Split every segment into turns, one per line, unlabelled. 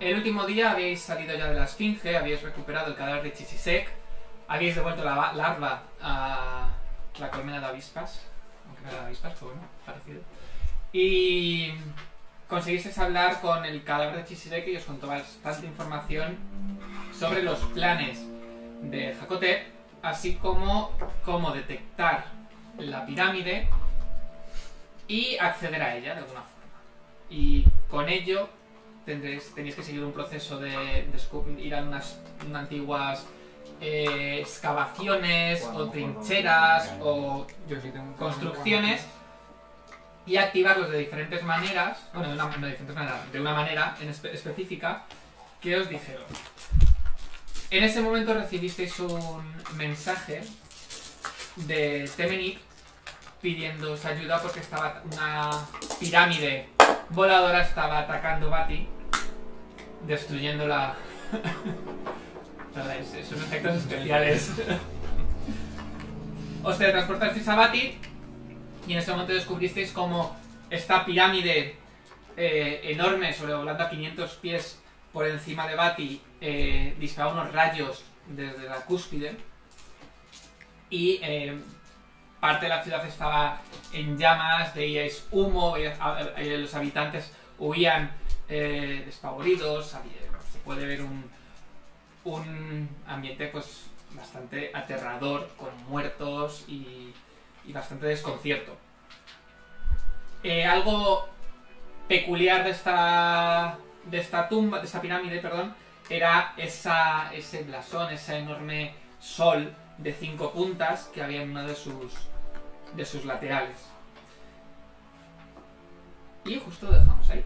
El último día habíais salido ya de la esfinge, habíais recuperado el cadáver de Chisisek, habíais devuelto la ba- larva a la colmena de avispas, aunque no era de avispas, pero bueno, parecido. Y conseguisteis hablar con el cadáver de Chisisek y os contó bastante información sobre los planes de Jacote, así como cómo detectar la pirámide y acceder a ella de alguna forma. Y con ello tendréis, tenéis que seguir un proceso de, descu- ir a unas, unas antiguas eh, excavaciones o trincheras o construcciones y activarlos de diferentes maneras, bueno, de una, no de diferentes maneras, de una manera en espe- específica que os dijeron. En ese momento recibisteis un mensaje de Temenik pidiéndoos ayuda porque estaba una pirámide voladora estaba atacando Bati, destruyendo la... Nada, es- Esos efectos especiales. Os teletransportasteis a Bati y en ese momento descubristeis cómo esta pirámide eh, enorme, sobrevolando a 500 pies por encima de Bati, eh, disparaba unos rayos desde la cúspide. Y eh, parte de la ciudad estaba en llamas, veíais humo, veíais- a- a- eh, los habitantes huían eh, despavoridos, había- se puede ver un, un ambiente pues bastante aterrador, con muertos y, y bastante desconcierto. Eh, algo peculiar de esta, de esta tumba, de esta pirámide, perdón, era esa, ese blasón, ese enorme sol de cinco puntas que había en uno de sus, de sus laterales. Y justo lo dejamos ahí.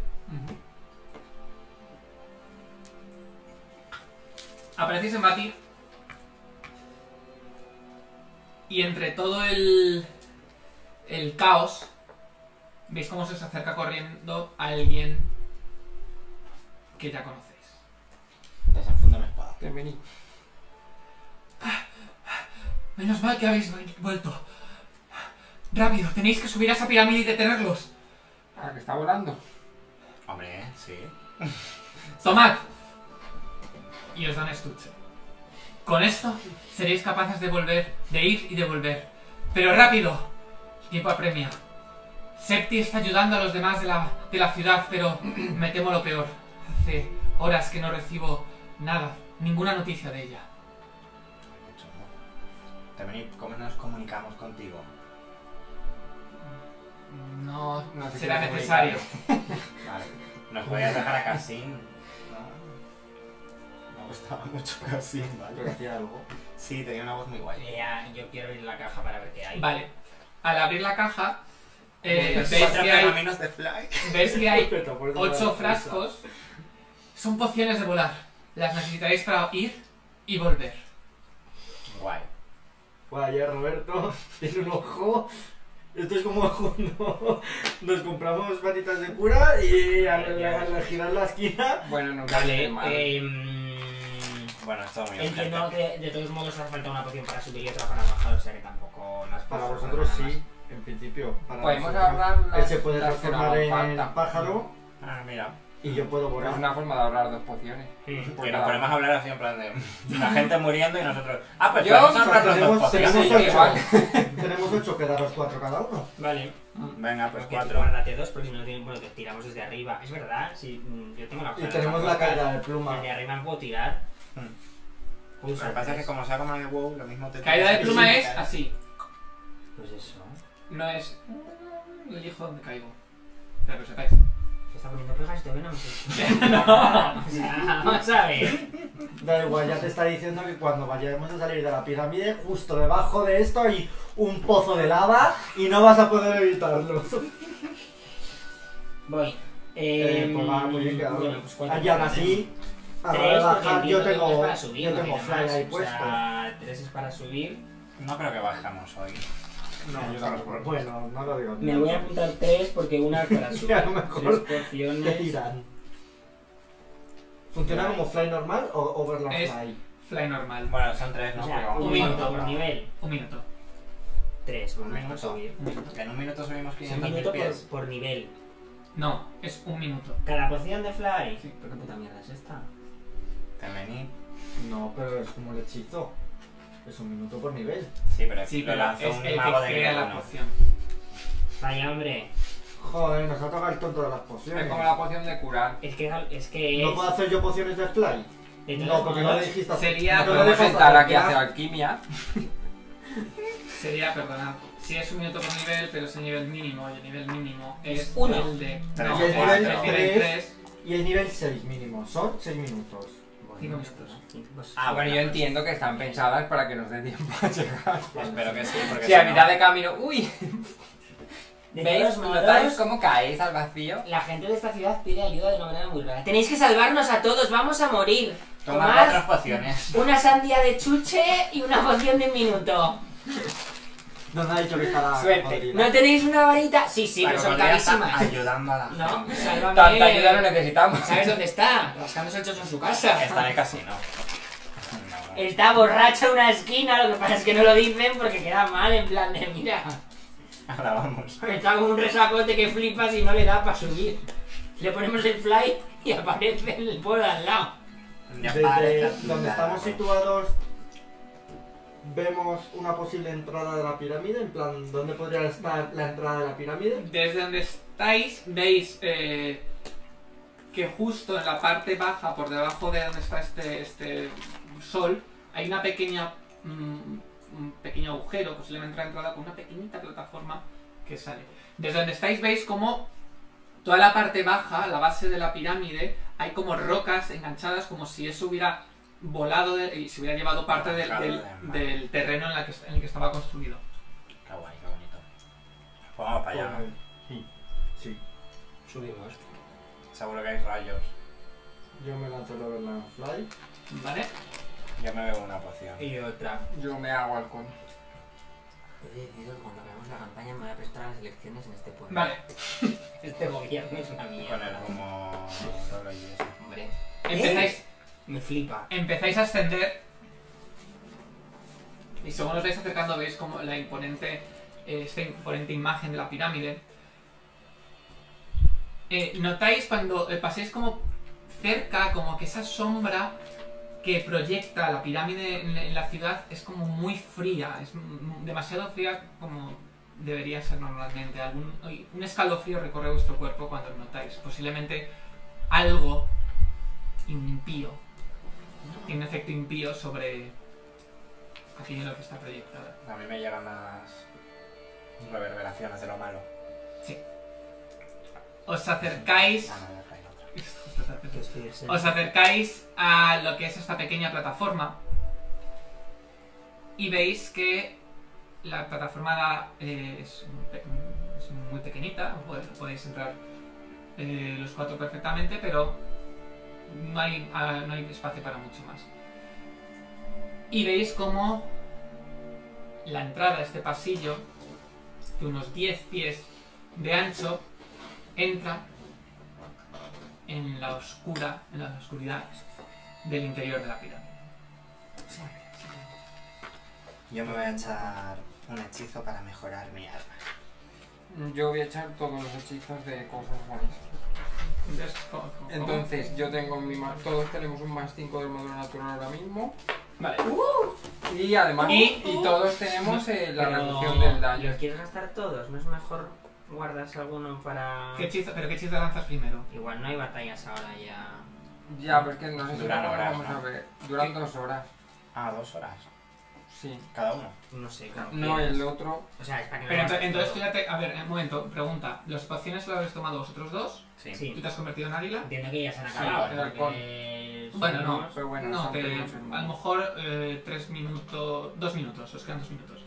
Aparecéis en Bati. Y entre todo el, el caos, veis cómo se os acerca corriendo alguien que ya conocéis.
Desenfunda mi espada.
Bienvenido.
Menos mal que habéis vuel- vuelto. Rápido, tenéis que subir a esa pirámide y detenerlos.
Ah, que está volando.
Hombre, ¿eh? sí.
¡Tomad! Y os dan estuche. Con esto seréis capaces de volver, de ir y de volver. Pero rápido, el tiempo apremia. Septi está ayudando a los demás de la, de la ciudad, pero me temo lo peor. Hace horas que no recibo nada, ninguna noticia de ella.
Mucho amor. También, ¿cómo nos comunicamos contigo?
No,
No te
será
quiero
necesario.
Vale. Nos podías dejar a Cassin. No. Me gustaba mucho Cassin,
Pero hacía algo.
Sí, tenía una voz muy guay.
Ya, yo quiero abrir la caja para ver qué hay.
Vale, al abrir la caja, eh,
Cuatro
veis que hay
pergaminos de Fly.
¿Ves que hay
Respeto, por eso me da
ocho
la
frascos? Son pociones de volar. Las necesitaréis para ir y volver.
Guay.
Fue ayer Roberto, tiene un ojo. Esto es como cuando nos compramos patitas de cura y al, al- al girar la esquina.
prisa. Bueno, nunca
Vale,
hice mal.
eh, mm,
Bueno, esto es muy
Entiendo
urgente.
que de todos modos hace falta una poción para subir y otra para bajar, o sea que tampoco las
Para
puedo
vosotros
usar nada
sí, en principio. Para
Podemos
nosotros.
ahorrar las-
Él se puede
las que no
transformar
hagan
en
falta.
pájaro
Ah, mira.
y yo puedo
Es
volar.
una forma de ahorrar dos pociones.
más.
Que nos
nada.
ponemos a hablar así en plan de. La gente muriendo y nosotros. Ah, pues
Yo-
vamos a ahorrar los dos
tenemos-
pociones.
tenemos
sí,
ocho.
igual.
Tenemos ocho que daros cuatro cada uno.
Vale,
Venga, pues
pues
cuatro.
guárdate dos porque si no tienen, bueno, que tiramos desde arriba. Es verdad, sí, mm, yo tengo la
Y tenemos la caída de pluma.
De arriba puedo tirar.
Hmm.
Puedo
Lo que
usar
pasa es que
tres.
como sea como el WoW, lo mismo te
Caída de
Sí,
pluma
sí,
es
cae.
así.
Pues eso.
No es. mm, Elijo dónde caigo. Para que lo sepáis.
Se está poniendo pegas y todavía no me sé. no, o sea, vamos a ver.
Da igual, ya te está diciendo que cuando vayamos a salir de la pirámide, justo debajo de esto hay un pozo de lava y no vas a poder evitarlo.
Voy. Em,
Eh, pues va, muy bien quedado.
Bueno, pues cuatro.
y aún así, a la hora de
Tres, porque
bajar, yo
entiendo que es
tengo,
para subir,
yo
no
tengo
tiene
fly
más,
ahí
o
puesto.
sea, tres es para subir.
No creo que bajamos hoy.
No,
yo tampoco.
Bueno, no lo digo.
Me voy a apuntar tres porque una es para subir.
a lo mejor
Tres
¿Qué
porciones.
tiran? ¿Funciona como fly normal o overland
Es-
fly?
Fly normal.
Bueno, son tres, ¿no?
O sea,
Porque
un
un
minuto
minuto.
por nivel.
Un minuto.
Tres,
Un
vamos a
minuto.
subir.
Un minuto.
En un minuto subimos
O sea, Un
500
minuto
pies.
por, por nivel.
No, es un minuto.
¿Cada poción de Fly?
Sí.
¿Pero qué puta mierda es esta?
Temení.
No, pero es como el hechizo. Es un minuto por nivel.
Sí, pero,
Sí,
lo
pero
lanzó
es
un
el que
mago de
crea
nivel
la
uno.
poción.
Vaya, hombre.
Joder, nos ha tocado el tonto de las pociones.
Es como la poción de curar.
Es que es... Que
¿No
es
puedo hacer yo pociones de fly?
de todos
No, porque no
modos,
le dijiste
Sería-
Ah, no
Nos
lo
podemos
dejas
sentar aquí a hacer
hacer.
alquimia.
Sería, perdonad, si es un minuto por nivel, pero es el nivel mínimo, y el nivel mínimo es
Es uno.
el de...
Tres,
no,
Y el
es
nivel
el
tres.
3,
Y el nivel 6 mínimo, son 6 minutos.
5 minutos.
Pues,
Ah,
Bueno, yo entiendo que están pensadas para que nos dé tiempo a llegar.
Espero que sí, porque
Sí, a mitad de camino. ¡Uy!
de
¿Veis?
todos
¿Notáis
modos,
cómo caéis al vacío?
la gente de esta ciudad pide ayuda de una manera muy rara. Tenéis que salvarnos a todos, vamos a morir.
Toma
Tomad
otras pociones.
Una sandía de chuche y una poción de un minuto.
¿Dónde ha dicho que está la
Suerte.
cocodrila?
¿No tenéis una varita? Sí, sí, pero
La
son
cocodrila está
carísimas.
Ayudando a la
No,
gente.
sálvame.
Tanta ayuda no necesitamos.
¿Sabes dónde está? Rascándose el chocho en su casa.
Está en el casino. No, no.
Está borracha en una esquina, lo que pasa es que no lo dicen porque queda mal, en plan de, mira,
Ah.
Ahora vamos.
está como un resacote que flipas y no le da para subir. Le ponemos el fly y aparece el pueblo de al lado.
Ya
Desde
parece-
donde estamos situados vemos una posible entrada de la pirámide, en plan, ¿dónde podría estar la entrada de la pirámide?
Desde donde estáis, veis eh, que justo en la parte baja, por debajo de donde está este, este sol, hay una pequeña, mm, un pequeño agujero, posiblemente la entrada con una pequeñita plataforma que sale. Desde donde estáis veis como toda la parte baja, la base de la pirámide, hay como rocas enganchadas como si eso hubiera volado de- y se hubiera llevado parte del, del- del terreno en, la que- en el que estaba construido.
Qué guay, qué bonito. Pues vamos para allá. ¿no?
Sí. Sí.
Subimos.
Seguro que hay rayos.
Yo me lanzo el Overland Fly.
¿Vale?
Yo me bebo una poción.
Y otra.
Yo me hago alcohol.
He decidido que cuando acabemos la campaña me voy a prestar a las elecciones en este pueblo.
Vale.
Este gobierno es una
Con el
mierda.
humo solo y eso.
Hombre,
Empezáis,
me flipa.
Empezáis a ascender y según os vais acercando veis como la imponente, eh, esta imponente imagen de la pirámide. Eh, notáis cuando eh, paséis como cerca, como que esa sombra que proyecta la pirámide en, en la ciudad es como muy fría, es mm, demasiado fría como debería ser normalmente. Algún, uy, un escalofrío recorre vuestro cuerpo cuando lo notáis. Posiblemente algo impío tiene un efecto impío sobre aquello en lo que está proyectado.
A mí me llegan las reverberaciones de lo malo.
Os acercáis.
Ah, no, ya cae otra.
Os acercáis a lo que es esta pequeña plataforma y veis que la plataforma eh, es, un pe- es muy pequeñita, pod- podéis entrar eh, los cuatro perfectamente, pero no hay, ah, no hay espacio para mucho más. Y veis como la entrada a este pasillo, de unos 10 pies de ancho, entra en la oscura, en las oscuridades del interior de la pirámide.
Yo me voy a echar un hechizo para mejorar mi arma.
Yo voy a echar todos los hechizos de cosas buenas.
Entonces, ¿cómo- cómo-
Entonces, yo tengo mi más. Todos tenemos un más 5 del módulo natural ahora mismo.
cómo? Vale.
Y además.
Y-
Y, todos tenemos eh, la
Pero,
reducción del daño.
¿Los quieres gastar todos? ¿No es mejor guardarse alguno para...?
¿Qué hechizo- ¿Pero qué hechizo lanzas primero?
Igual no hay batallas ahora ya.
Ya, pero es que no sé si
Duran
lo
horas,
vamos
¿no?
a ver. Duran dos horas.
Ah, dos horas.
Sí.
Cada uno.
No sé, claro.
No, el otro.
O sea, es para que no
Pero ento-
gastes
entonces tú
todo.
ya te... A ver, un momento, pregunta. ¿Los pociones lo habéis tomado vosotros dos?
Sí.
¿Tú te has convertido en águila?
Entiendo que ya se han
Sí,
acabado.
el alcohol.
porque
Bueno, no.
somos-
Pero bueno,
no,
son
te-
pequeños
a lo
hermanos.
mejor eh, tres minutos... Dos minutos, os quedan dos minutos.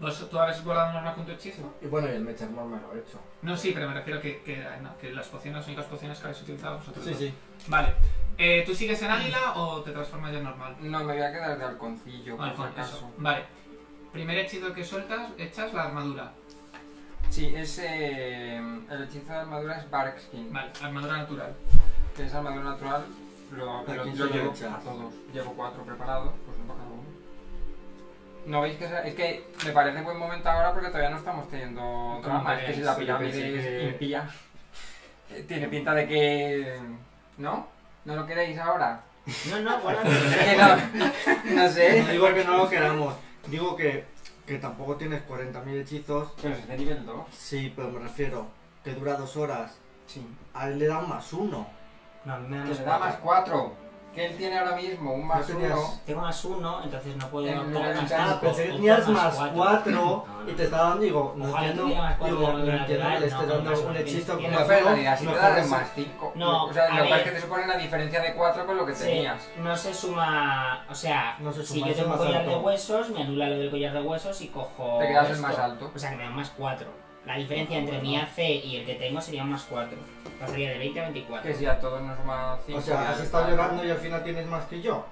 ¿Vos, ¿Tú habéis guardado un arma con tu hechizo?
Y bueno, y el Mecharmor me lo he hecho.
No, sí, pero me refiero que, que, no, que las pociones, las únicas pociones que habéis utilizado vosotros
Sí,
dos.
sí.
Vale. Eh, ¿Tú sigues en águila o te transformas ya en normal?
No, me voy a quedar de halconcillo, por
Vale,
si
con
acaso.
eso. Vale. Primer hechizo que sueltas, echas la armadura.
Sí, es. eh, el hechizo de armadura es Barkskin.
Vale, armadura natural.
Que es armadura natural. Lo,
¿A
lo-
quién
lo
se lo
llevo
echas?
a todos. Llevo cuatro preparados, pues no cada uno. No veis que esa- es que me parece buen momento ahora porque todavía no estamos teniendo drama. Es que si la
sí,
pirámide
pensé que-
es impía. Eh, Tiene pinta de que... ¿No? ¿No lo queréis ahora?
No,
Ah,
no, bueno.
Que no,
¿Ah,
no
No
sé.
digo que no lo queramos, digo que, que tampoco tienes 40.000 hechizos.
Pero se está nivel 2.
Sí, pero me refiero que dura dos horas.
Sí.
A él le da un más uno.
No, a mí me da
Que
más
le da más
cuatro.
4. Que él tiene ahora mismo un más
tenías-
1.
Tengo más uno, entonces no puedo
En
optar a más
realidad,
Ah,
cinco,
pensé que
opto
tenías
a
más
cuatro.
4
No, no.
y te estaba dando, digo, no
Ojalá
entiendo,
tuviera más cuatro
digo,
de la
no entiendo que le
natural,
esté
no,
dando
más
un
uno,
hechizo
tienes
con
No,
más
pero en
uno,
realidad si te
mejor
dan
es-
más 5.
No,
o sea,
a
lo que pasa es
ver.
que te supone la diferencia de 4 con lo que
Sí,
tenías.
no se suma. O sea,
No se
si
suma,
yo
es
tengo
más
collar de
alto.
huesos, me anula lo del collar de huesos y cojo.
Te quedas el
esto.
más alto.
O sea, que me dan más 4. La diferencia entre mi AC y el que tengo serían más 4. Pasaría de 20 a 24.
Que si a todos nos suma 5.
O sea, has estado llorando y al final tienes más que yo.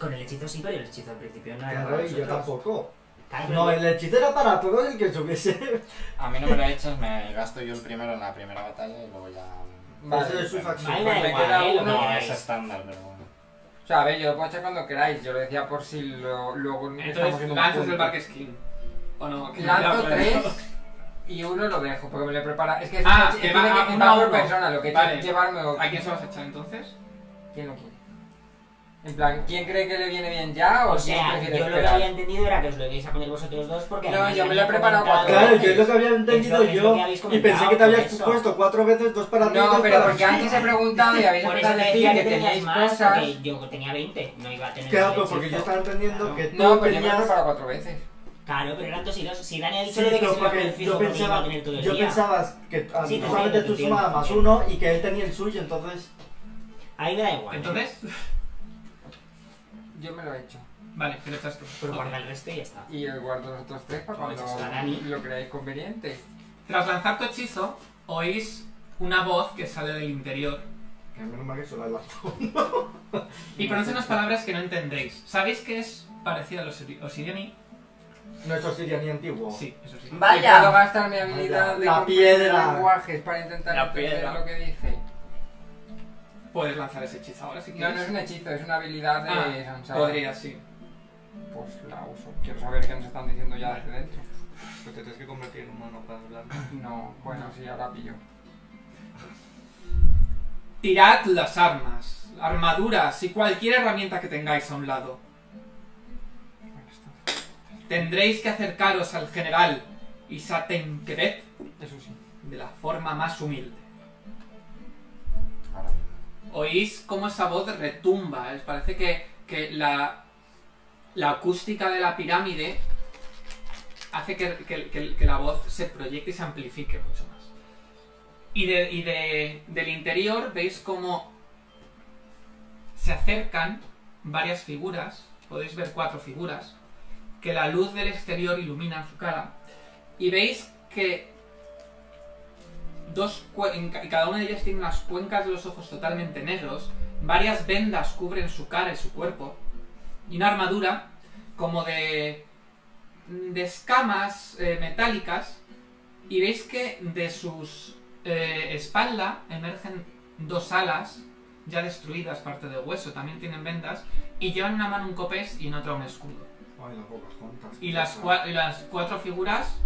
Con el hechizo sí, pero el hechizo al principio no era.
Claro,
para
y yo
nosotros.
tampoco.
Claro, pero
No, el hechizo era para todo el que subiese.
A mí no me lo echas, me gasto yo el primero en la primera batalla y luego ya.
Eso es su
bueno.
facción.
Vale,
Pues me
da igual,
queda
eh, lo
uno,
que
No,
queráis.
es estándar, pero bueno.
O sea, a ver, yo lo puedo echar cuando queráis. Yo lo decía por si lo, luego estamos
Entonces,
viendo
lanzas
un
el
punto.
Bark Skin. ¿O no? Que
Lanzo
ya-
3 y uno lo dejo porque me lo prepara. Es que
Ah,
es-
que
es-
va
tiene
a
que
uno a
quitar por
uno.
persona. Lo que
Vale.
tiene que llevarme. o-
¿A quién se vas a echar entonces?
¿Quién lo quiere? En plan, ¿quién cree que le viene bien ya o,
O
quién
sea,
prefiere
yo lo que
esperar?
había entendido era que os lo ibais a poner vosotros dos porque.
No,
además
yo me lo he
habéis
preparado
comentado-
cuatro
Claro,
Claro,
yo es lo que había entendido
es lo
yo.
que habéis
Y pensé que te
comentado,
habías
por eso.
puesto cuatro veces, dos para ti,
No,
dos
pero
para
porque antes he preguntado y habéis
Por eso
empezado a
te
decir
decía
que
que tenías
teníais
más,
cosas.
porque yo tenía 20, no iba a tener
Claro,
el
pues porque yo
hechizo.
estaba entendiendo que tú
No, pero yo me lo he
tenías...
preparado cuatro veces.
Claro, pero eran dos y dos. Si Dani ha dicho
Sí,
lo de que
pero
se iba a
porque
poner fijo,
yo
porque iba a
pensaba,
tener todo el
yo
día.
pensabas que a
Sí,
mí
te
solamente
entiendo,
tú
te entiendo,
sumabas más
te
uno y que él tenía el suyo, entonces...
Ahí me da igual. ¿eh?
Entonces,
Yo me lo he hecho.
vale, que lo echas tú.
Pero
Ok.
guarda el resto y ya está.
Y eh, guardo los otros tres para
Pues,
cuando
a Dani.
lo creáis conveniente.
Tras lanzar tu hechizo, oís una voz que sale del interior
Que menos mal que solo el lanzó.
y pronuncia unas palabras que no entendéis. ¿Sabéis que es parecido a los Osiriani?
No es Osiriani antiguo.
Sí, eso sí.
Y puedo gastar mi habilidad
Vaya.
de
La
comprender
piedra.
lenguajes para intentar
La
entender
piedra.
lo que dice.
Puedes lanzar ese hechizo ahora si
No,
quieres.
no es un hechizo, es una habilidad de
Ah,
Sansara.
Podría, sí.
Pues la uso. Quiero saber qué nos están diciendo ya desde dentro.
Pues te tienes que convertir en humano para hablar.
No, bueno, sí, ahora pillo.
Tirad las armas, armaduras y cualquier herramienta que tengáis a un lado. Tendréis que acercaros al general Isatenquebet
Eso sí.
de la forma más humilde.
Ahora mismo.
Oís cómo esa voz retumba. ¿eh? Parece que, que la, la acústica de la pirámide hace que, que- que- que la voz se proyecte y se amplifique mucho más. Y, de- y de- del interior veis cómo se acercan varias figuras. Podéis ver cuatro figuras. Que la luz del exterior ilumina su cara. Y veis que dos cue- en ca- cada una de ellas tiene unas cuencas de los ojos totalmente negros, varias vendas cubren su cara y su cuerpo, y una armadura como de, de escamas eh, metálicas, y veis que de sus eh, espalda emergen dos alas ya destruidas, parte de hueso, también tienen vendas, y llevan en una mano un copés y en otra un escudo.
Ay, las pocas juntas. Ah.
Y las, cua- y las cuatro figuras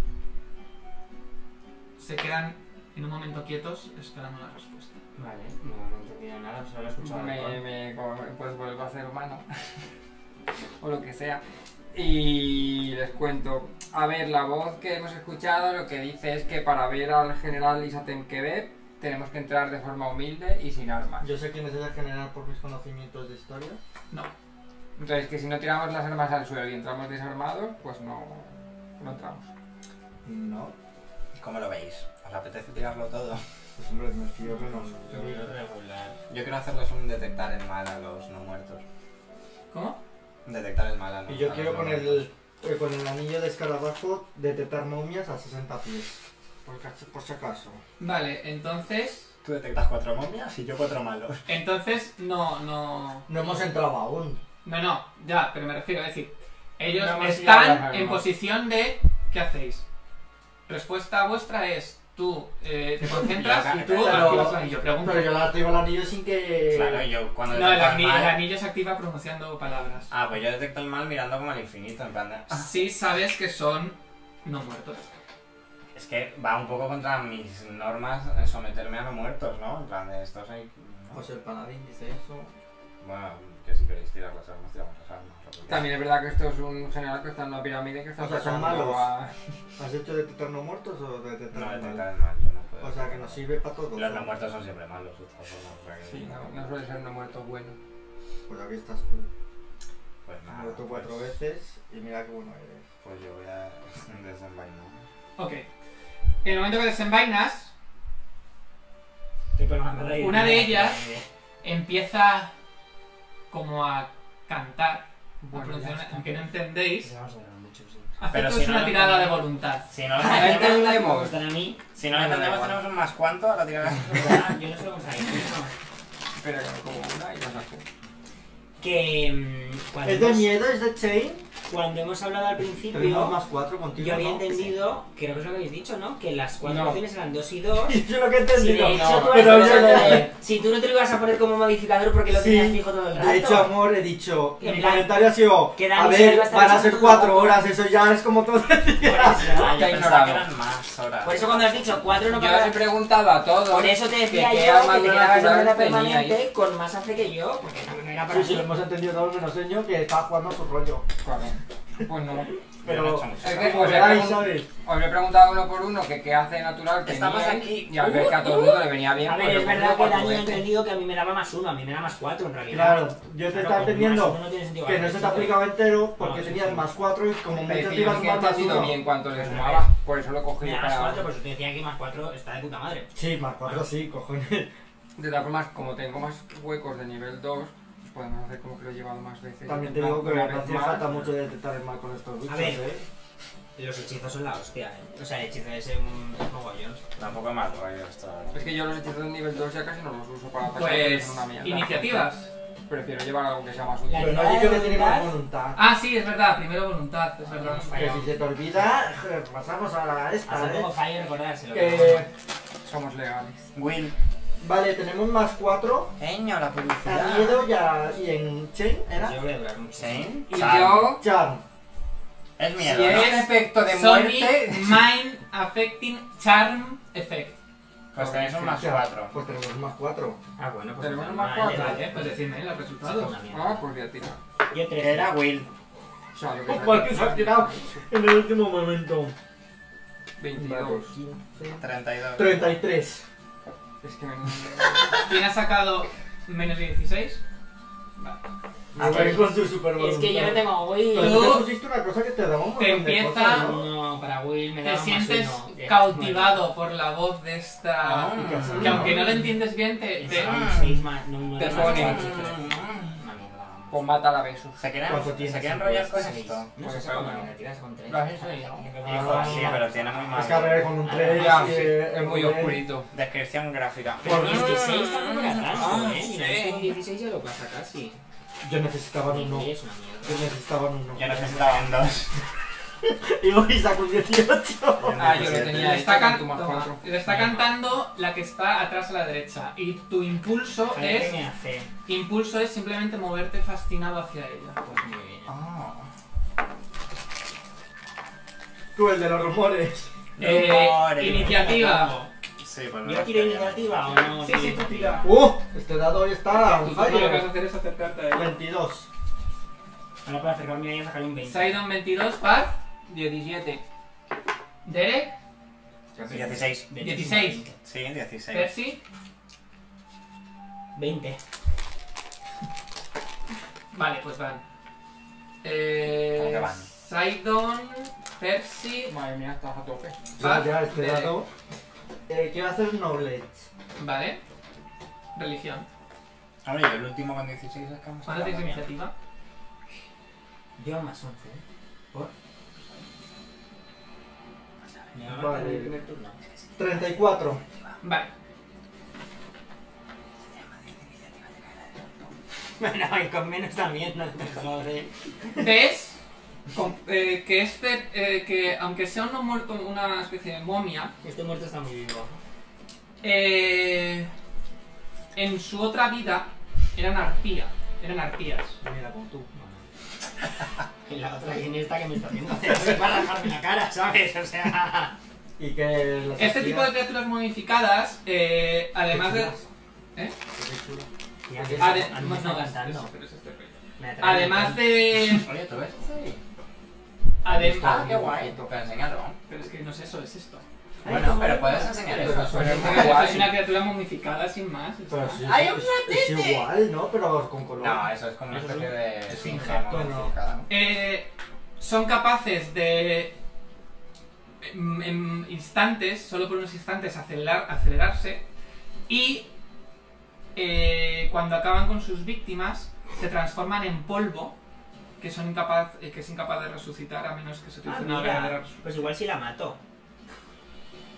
se quedan en un momento quietos esperando la respuesta.
Vale, no, no he entendido nada, solo he escuchado.
Me,
algo.
me, como- pues vuelvo a ser humano. o lo que sea. Y les cuento. A ver, la voz que hemos escuchado lo que dice es que para ver al general Isaten Quebec tenemos que entrar de forma humilde y sin armas.
Yo sé quién es el general por mis conocimientos de historia.
No,
Entonces, que si no tiramos las armas al suelo y entramos desarmados, pues no, no entramos.
No.
¿Y ¿Cómo lo veis? ¿Os apetece tirarlo todo?
Pues hombre, me fío que no.
Yo creo que regular.
Yo quiero hacerles un detectar el mal a los no muertos.
¿cómo?
Detectar el mal a los
Y
a
yo
los
quiero
no
con
muertos.
el, eh, con el anillo de escarabajo detectar momias a 60 pies. Por, ca- por si acaso.
Vale, entonces.
Tú detectas cuatro momias y yo cuatro malos.
Entonces, no, no.
No hemos entrado aún.
No, no, ya, pero me refiero a decir. Ellos
No hemos ido a
están
las
en
armas.
posición de. ¿Qué hacéis? Respuesta vuestra es: tú eh, te concentras y tú
Pero-
activas el anillo. Pregunta.
Pero yo le activo el anillo sin que.
Claro, yo cuando
No, el
detecto
anillo,
el
el
mal...
anillo se activa pronunciando palabras.
Ah, pues yo detecto
Ah.
el mal mirando como al infinito, en plan de...
Sí sabes que son no muertos.
Es que va un poco contra mis normas en someterme a no muertos, ¿no? En plan de estos hay. ¿no?
Pues el paladín dice eso.
Bueno, que si queréis tirar las armas, tiramos las armas. lo que queráis.
También es verdad que esto es un general que está en una pirámide que está
O sea, son
atacando
malos.
a-
¿Has hecho detectar no muertos o detectar
No
mal?
detectar el mal, yo no puedo.
O sea, que nos sirve para todos.
Los no
¿no?
muertos son siempre malos, de todas formas, o sea que-
Sí, no, no suele ser no muerto bueno.
Pues aquí estás tú.
Pues nada.
Muerto cuatro
pues-
veces y mira qué bueno eres.
Pues yo voy a desenvainar.
Ok. En el momento que desenvainas,
Estoy palmando la idea.
Una de ellas-
eh,
empieza como a cantar, a
Bueno,
pronunciar
ya
una-
está.
aunque no entendéis.
Se vamos a ganar mucho, sí.
Pero
Haced
si
es
no
una
lo
tirada de
entendéis-
voluntad.
Si no lo
Ah,
entendemos,
entonces
entendemos.
me gustan a mí.
si no lo entendemos,
igual.
tenemos un más cuánto a la tirada.
Ah, Yo no sé cómo está eso.
Espera que me como una y la saco.
Que mm, cuando,
¿Es de
hemos,
miedo? ¿Es de Chain?
cuando hemos hablado al
Tenemos
principio,
más cuatro contigo.
yo había
¿no?
entendido, creo que es lo que habéis dicho, ¿no? Que las cuatro
No.
opciones eran dos y dos.
Yo lo que he
Si
entendido.
de hecho tú
pero
has-
yo no.
Si tú no te lo ibas a poner como modificador porque lo
Sí,
tenías fijo todo el rato.
De hecho, amor, he dicho.
En
Mi
plan,
comentario ha sido.
que Dani
A
se
ver,
iba a estar
van a
echando
ser
todo
cuatro
el rato".
horas. Eso ya es como todo el
Por
día.
eso,
Ah, yo
Ya
pensaba que
ignorado.
eran más horas.
por eso cuando has dicho cuatro no
Yo os he
para...
preguntado a todos.
Por eso te decía
que qué
yo
armas
que tenías una
naturales
armadura
teníais.
permanente con más hace que yo, porque no, no era para
Sí, sí,
mí.
lo hemos entendido todo menos señor que está jugando a su rollo.
Claro. Pues no.
Yo no he hecho mucho
Es que
trabajo.
Como
os he, pregun-
veáis, Pues ¿sabes?
os he preguntado uno por uno que qué hace natural que
Estamos aquí.
y al ver que a todo el mundo le venía bien
A ver,
pues
es
lo
verdad que
cogí
Dani
cuatro
ha
veces.
entendido que a mí me daba más uno, a mí me da más cuatro en realidad.
Claro, yo te
Claro,
estaba
con más
entendiendo.
uno no tiene sentido
Que no
ganar,
se te
sí,
aplicaba entero porque
No, Ah, sí,
tenías
sí.
más cuatro y como
Pero
mucho
que
te
yo
ibas a
nunca he
sumar más
entendido
uno.
bien cuánto le
Al
sumaba, por eso lo he
Pues Me
cogido
da más
para...
cuatro, pues yo te decía que más cuatro está de puta madre.
Sí, más cuatro sí, cojones.
De todas formas, como tengo más huecos de nivel 2, pues podemos hacer como que lo he llevado más veces.
También te digo que
Una
no
vez
hacía
más.
falta mucho detectar el mal con estos bichos,
ver.
eh.
Los hechizos son la hostia, ¿eh? O sea, el hechizo es un es mogollón.
Tampoco es mal rollo esto. la verdad.
Es que yo los hechizos de nivel 2 ya casi no los uso para atacar. porque
Pues
son una mierda.
iniciativas.
Prefiero llevar algo que sea más útil.
La-
Pero no
verdad
hay que
de
tener más
verdad.
voluntad.
Ah, sí, es verdad, primero voluntad, es verdad.
Habíamos
Que
fallado.
si se te olvida, joder, pasamos a la
Hacer
esta,
como
¿eh?
fallo y recordárselo.
Que...
Somos legales.
Will.
Vale, tenemos más cuatro.
Eño, la
A
publicidad.
miedo y, a- y en Chain, ¿era?
Yo voy a durar mucho.
Sí.
Y
Sal.
yo,
Charm.
Es
si
miedo. ¿no?
es efecto de
Sonic
muerte...
Mind Affecting Charm Effect.
Pues tenéis un más
Charm.
cuatro.
Pues tenemos más cuatro.
Ah, bueno, pues
Tenemos
normal,
más cuatro.
le vale,
Vale, pues decidme los
pues,
resultados.
una mierda.
Ah, pues voy a tirar.
Yo
Que
tres.
era Will.
O sea, lo que
Ojo, que se ha tirado en el último momento. pues.
22.
15,
32.
33.
Es que me...
¿Quién ha sacado menos 16? Vale.
A ver con su super
Es que yo no
Pero
tengo Will.
tú
Tú
te pusiste una cosa que te daba un montón
te
de
empieza-
cosas, ¿no?
No, para Will me da
Te
más
sientes
uno. Ya,
cautivado por la voz de esta...
Ah,
Que aunque no lo entiendes bien, te...
bueno.
te-
Es un seis más, Este, no, no
Te
más
pone.
cuatro, sí, pero- Una mierda.
Pues mata la besos.
¿Se
¿Cuánto
quieren,
tienes?
¿se quieren rollar con
Seis.
esto?
No sé
Pues
si con
bueno.
la que tiras con tres.
Lo has hecho ya.
Hijo, Ah, sí, pero tiene muy
Es que a
mal.
ver, con un
Ah,
3
ya,
eh,
Es muy
un tres.
oscurito.
Descripción gráfica.
Por 16 tampoco era tanto,
Ah,
¿eh? Mira,
sí.
esto con 16 ya lo pasa casi.
Yo necesitaba
Con
un 1. Yo
inglés, una mierda.
necesitaba un 1.
Yo necesitaba un dos.
Y voy y saco un 18.
Ah, yo lo tenía
Le está,
hecho con
can-
tu más
toma.
4.
Le está cantando la que está atrás a la derecha y tu impulso
Joder, ¿Qué
es
me hace?
impulso es simplemente moverte fascinado hacia ella.
Pues muy bien.
Ah.
Tú, el de los rumores.
Eh,
Rumores.
iniciativa.
Sí, pues me
¿Yo
lo
tiro
quería.
iniciativa o no?
Sí, sí, tú tira.
¡Uh! Este dado hoy está
Tú
on
todo lo que vas a
fire.
hacer es acercarte a ella.
22.
Ahora puedo Ah, acercarme a ella y sacar un 20.
Sidon 22, Paz,
17.
Derek,
16.
16.
Sí, 16.
Percy.
20.
Vale, pues van.
¿Cómo que
Eh,
van?
Sidon, Percy,
Madre mía, estás a tope.
Ya,
Paz,
ya, este
Derek.
dado. Eh, quiero hacer Knowledge.
Vale. Religión.
Hombre, yo el último con 16 es que
¿Cuándo
hemos sacado
tienes
bien.
iniciativa?
Yo más 11. ¿eh? ¿Por? Me va a
Vale.
matar el primer turno.
34.
Vale.
Bueno, y con menos también, no te jodes.
¿Ves? Con- eh, que este, eh, que aunque sea un no muerto, una especie de momia,
Este muerto está muy vivo.
eh, en su otra vida eran arpía, eran arpías.
Mira, con tú.
Y la otra y en esta que me está haciendo hacer para rajarme la cara, ¿sabes? O sea...
Y que las
Este tipo de
espinas-
criaturas modificadas, eh, además de.
Qué chulo. Mira, que
ade-
está- antes no
no,
cantando.
pero es este rollo.
Me atrae
Además
mucho.
de.
Oye, ¿tú ves ese ahí?
adem-
Ah, qué guay. Pero enséñalo.
Pero es que no es eso, es esto.
Bueno, pero puedes enseñar
Pero
eso.
suena
Pero
muy
Qué
Esto
guay.
es una criatura momificada sin más. esto-
Pero sí,
¡Hay
es- es, es igual, ¿no? Pero con color.
No, eso es como una
Eso es
especie
un-
de
es un
esfinge
gato, ¿no?
modificada, ¿no?
Eh, son capaces de en, en instantes, solo por unos instantes, acelerar, acelerarse y eh, cuando acaban con sus víctimas se transforman en polvo que son incapaz eh, que es incapaz de resucitar a menos que se
Ah,
utilice una verdadera
mira.
resucitación.
Pues igual si la mato.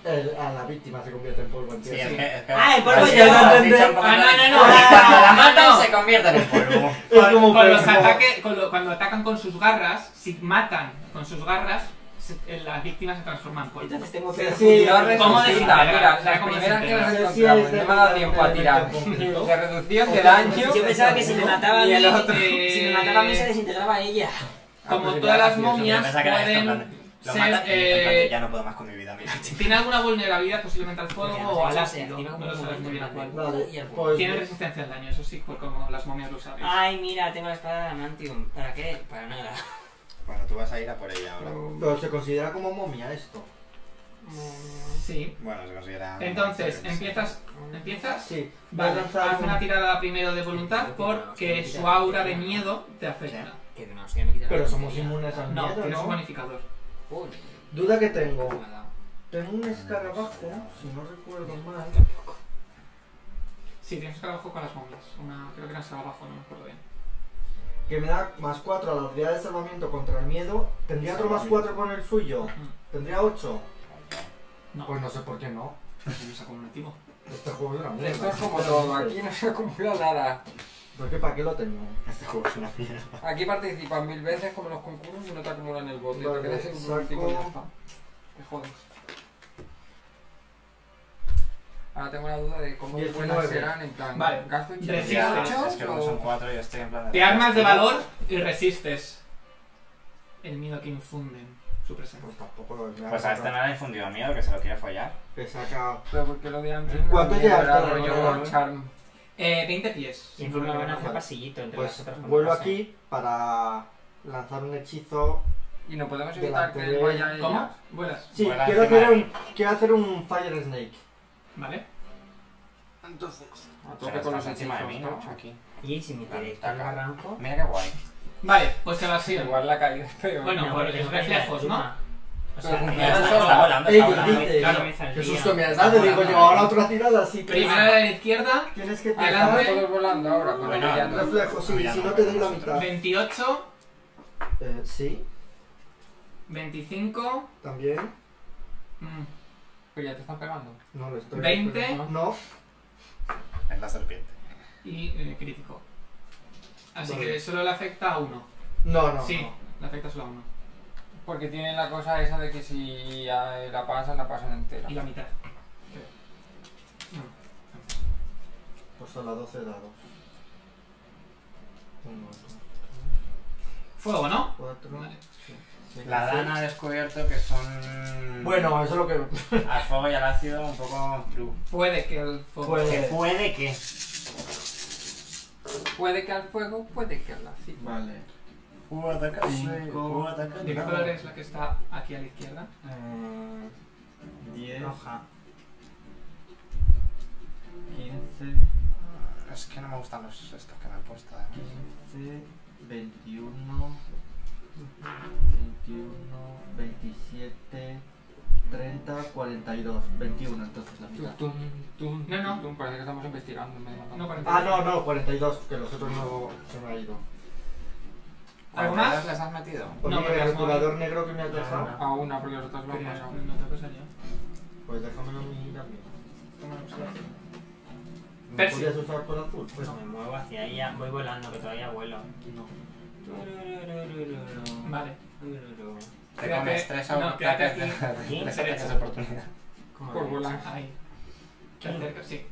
El- a la víctima se convierte en polvo,
Sí, es
entiendo.
que, es que...
Ah, el polvo
Así
ya
como
lo
has
entendí.
dicho un poco
Ah, no,
de-
no, no.
Cuando la
Ah,
matan
no.
se convierten en polvo.
Es como
Con,
un
con los
perro.
ataques, con lo- cuando atacan con sus garras, si matan con sus garras, se- eh, las víctimas se transforman en polvo.
Entonces tengo
Sí,
que
sí.
Y no
¿Cómo
resucita,
desintegrar?
mira,
¿Sabes
las
cómo
primeras que
desintegrar?
nos
No sé si es
encontramos, no me ha dado tiempo a tirar.
completamente completo.
De reducción de
Yo
daño.
Pues Yo pensaba que si me mataba a
Y
mí,
el otro.
Eh,
si me mataba a mí se desintegraba ella.
Como
Ah, pues
todas
ya,
las
sí, eso.
Yo
momias
pensaba que era esto, en plan,
pueden
Lo
ser,
matan y en plan,
eh,
ya no puedo más con mi vida, mira.
Tiene alguna vulnerabilidad posiblemente al fuego
Porque no sé
o al
cómo se
ácido.
activa,
No
como
lo sabes
un
muy bien.
momento
Vale,
Y el polvo.
pues-
Tiene resistencia al daño, eso sí, por como las momias lo sabéis.
Ay, mira, tengo la espada de adamantium. ¿Para qué? Para nada.
Bueno, tú vas a ir a por ella ahora.
Pero se considera como momia esto.
Sí.
Bueno, se considera...
Entonces, empiezas. ¿Empiezas?
Sí. Va a
Vale,
lanzar
haz una
un-
tirada primero de voluntad porque su aura de miedo te afecta.
Que no, hostia, me quita la
Pero somos
batería.
inmunes al
No,
miedo,
tienes un
¿no?
bonificador.
Uy,
Duda que
me
tengo.
ha dado.
Tengo un escarabajo, si no recuerdo mal.
Sí, tienes trabajo con las momias. Una, creo que era trabajo, no me acuerdo bien.
Que me da más 4 a la habilidad de salvamiento contra el miedo. Tendría otro más 4 con el suyo. Tendría 8.
No,
Pues no sé por qué no.
me sacó un nativo.
Este juego es una mierda.
Esto es como todo, aquí no se acumula nada.
¿Por qué? ¿Para qué lo tengo?
Este juego es una mierda.
Aquí participas mil veces como en los concursos y no te acumulan el bote.
Vale,
te quedas en
saco-
un último y ya está. Te jodes. Ahora tengo la duda de cómo buenas
19.
serán en plan.
Vale.
¿Gasto en
Recibo
chips?
Ya,
ocho,
Es que como son cuatro yo estoy en plan...
Te armas de valor y resistes el miedo que infunden su presencia.
Pues tampoco lo
Pues a este no le infundido miedo que se lo quiere follar.
Que saca.
Pero porque lo de antes.
¿Cuánto llevas
Era
tú,
rollo
Rollo?
charm.
Eh, 20 pies.
Y forma van a hacer
Vale.
pasillito entre las
Pues
otras ¿eh? cuando
vuelvo
pasen.
aquí para lanzar un hechizo.
Y no podemos evitar
Delante
que
de-
él vaya a
¿Cómo?
ellas.
Vuelas.
Sí,
Vuela
quiero
encima
hacer,
de
un, quiero hacer un Fire Snake.
Vale.
Entonces.
A
Pero
tope con los
estás encima de
hechizos,
mí,
¿no?
¿no? Aquí.
Y si me tiráis
Ataca.
al barranco.
Mira qué guay.
Vale, pues Sebastián.
Igual la caída es peor.
Bueno,
No,
por
porque
los
no caiga
reflejos,
de
¿no?
pluma. O
Pero
sea,
funciona
me-
solo.
Está volando,
Ey,
está volando.
dice-
Claro, me saldría.
Qué susto me has dado, Ah, digo yo. Ahora otra tirada así que.
Primero la de la izquierda,
Tienes que
Ah,
tirar.
Adelante.
estamos todos volando ahora. Con
Bueno,
el villano.
Reflejo, sí,
Ya
si
no,
no te doy la
nosotros.
mitad.
28,
Eh, sí,
25,
también.
mm,
Oye, pues te están pegando.
No lo estoy.
20
No,
Es la serpiente.
y eh, crítico. Así
Vale.
que solo le afecta a uno.
no, no.
sí,
no.
le afecta solo a uno.
Porque tienen la cosa esa de que si eh, la pasan, la pasan entera.
Y la mitad.
Pues son las 12 dados. 1,
Fuego, ¿no?
4,
Vale.
La Dana ha descubierto que son...
Bueno, eso es lo que.
Al fuego y al ácido un poco... blue.
Puede que el fuego.
Puede.
Que puede que...
Puede que al fuego, puede que al ácido.
Vale.
Puede que sí,
Cinco.
puede que
¿De qué
no.
color es la que está aquí a la izquierda?
10,
Roja.
15,
Es que no me gustan los estos que me han puesto. además.
15, 21, 21, 27, 30, 42. 21, entonces la
Tum,
mitad.
tum, tum,
No, no.
tum, parece que estamos investigando. me matan.
No, 40.
Ah, no, no, 42, que los otros no se me ha ido.
¿Algo
¿Cuántas
más?
¿Les has metido?
Oye,
No, Ah, porque
el
las
rotulador negro que me has
No,
dejado.
no.
A una, porque los otros lo han
Quería-
pasado.
no tengo que salir.
Pues déjamelo a mí también.
Toma, no sé.
¿Me
Percy.
podías usar por azul? Pues
Pues me muevo hacia allá, voy volando, que todavía vuelo.
no.
Vale.
Te
Quédate-
comes tres
no,
o-
quédate
tres-
aquí.
tres
Derecha.
ataques de oportunidad.
Por volar.
Ahí. Te acercas, sí.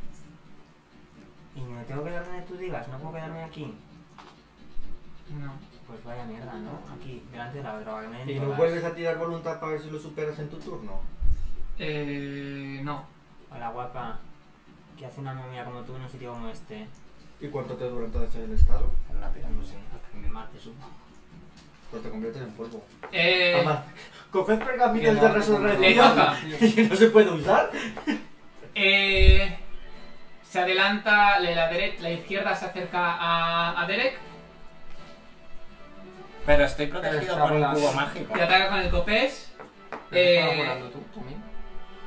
Y no tengo que darme de tus divas, no puedo quedarme aquí.
No.
Pues vaya mierda, ¿no? Aquí, delante de la droga. que me den
¿Y no
todas.
vuelves a tirar voluntad para ver si lo superas en tu turno?
Eh, no.
Hola guapa, ¿qué hace una momia como tú en un sitio como este?
¿Y cuánto te dura entonces el estado?
En una
No
pirámide.
sé, hasta que me mate, supongo.
Pues te conviertes en polvo.
Eh,
Además, coged pergaminos
que
de
no,
le
resurrección
toca.
y no se puede usar.
Eh, se adelanta, la, la dere- la izquierda se acerca a, a Derek
Pero estoy
Pero
protegido
está
por un
volando.
cubo mágico.
y ataca con el copés.
¿Te estabas
Eh,
volando tú también?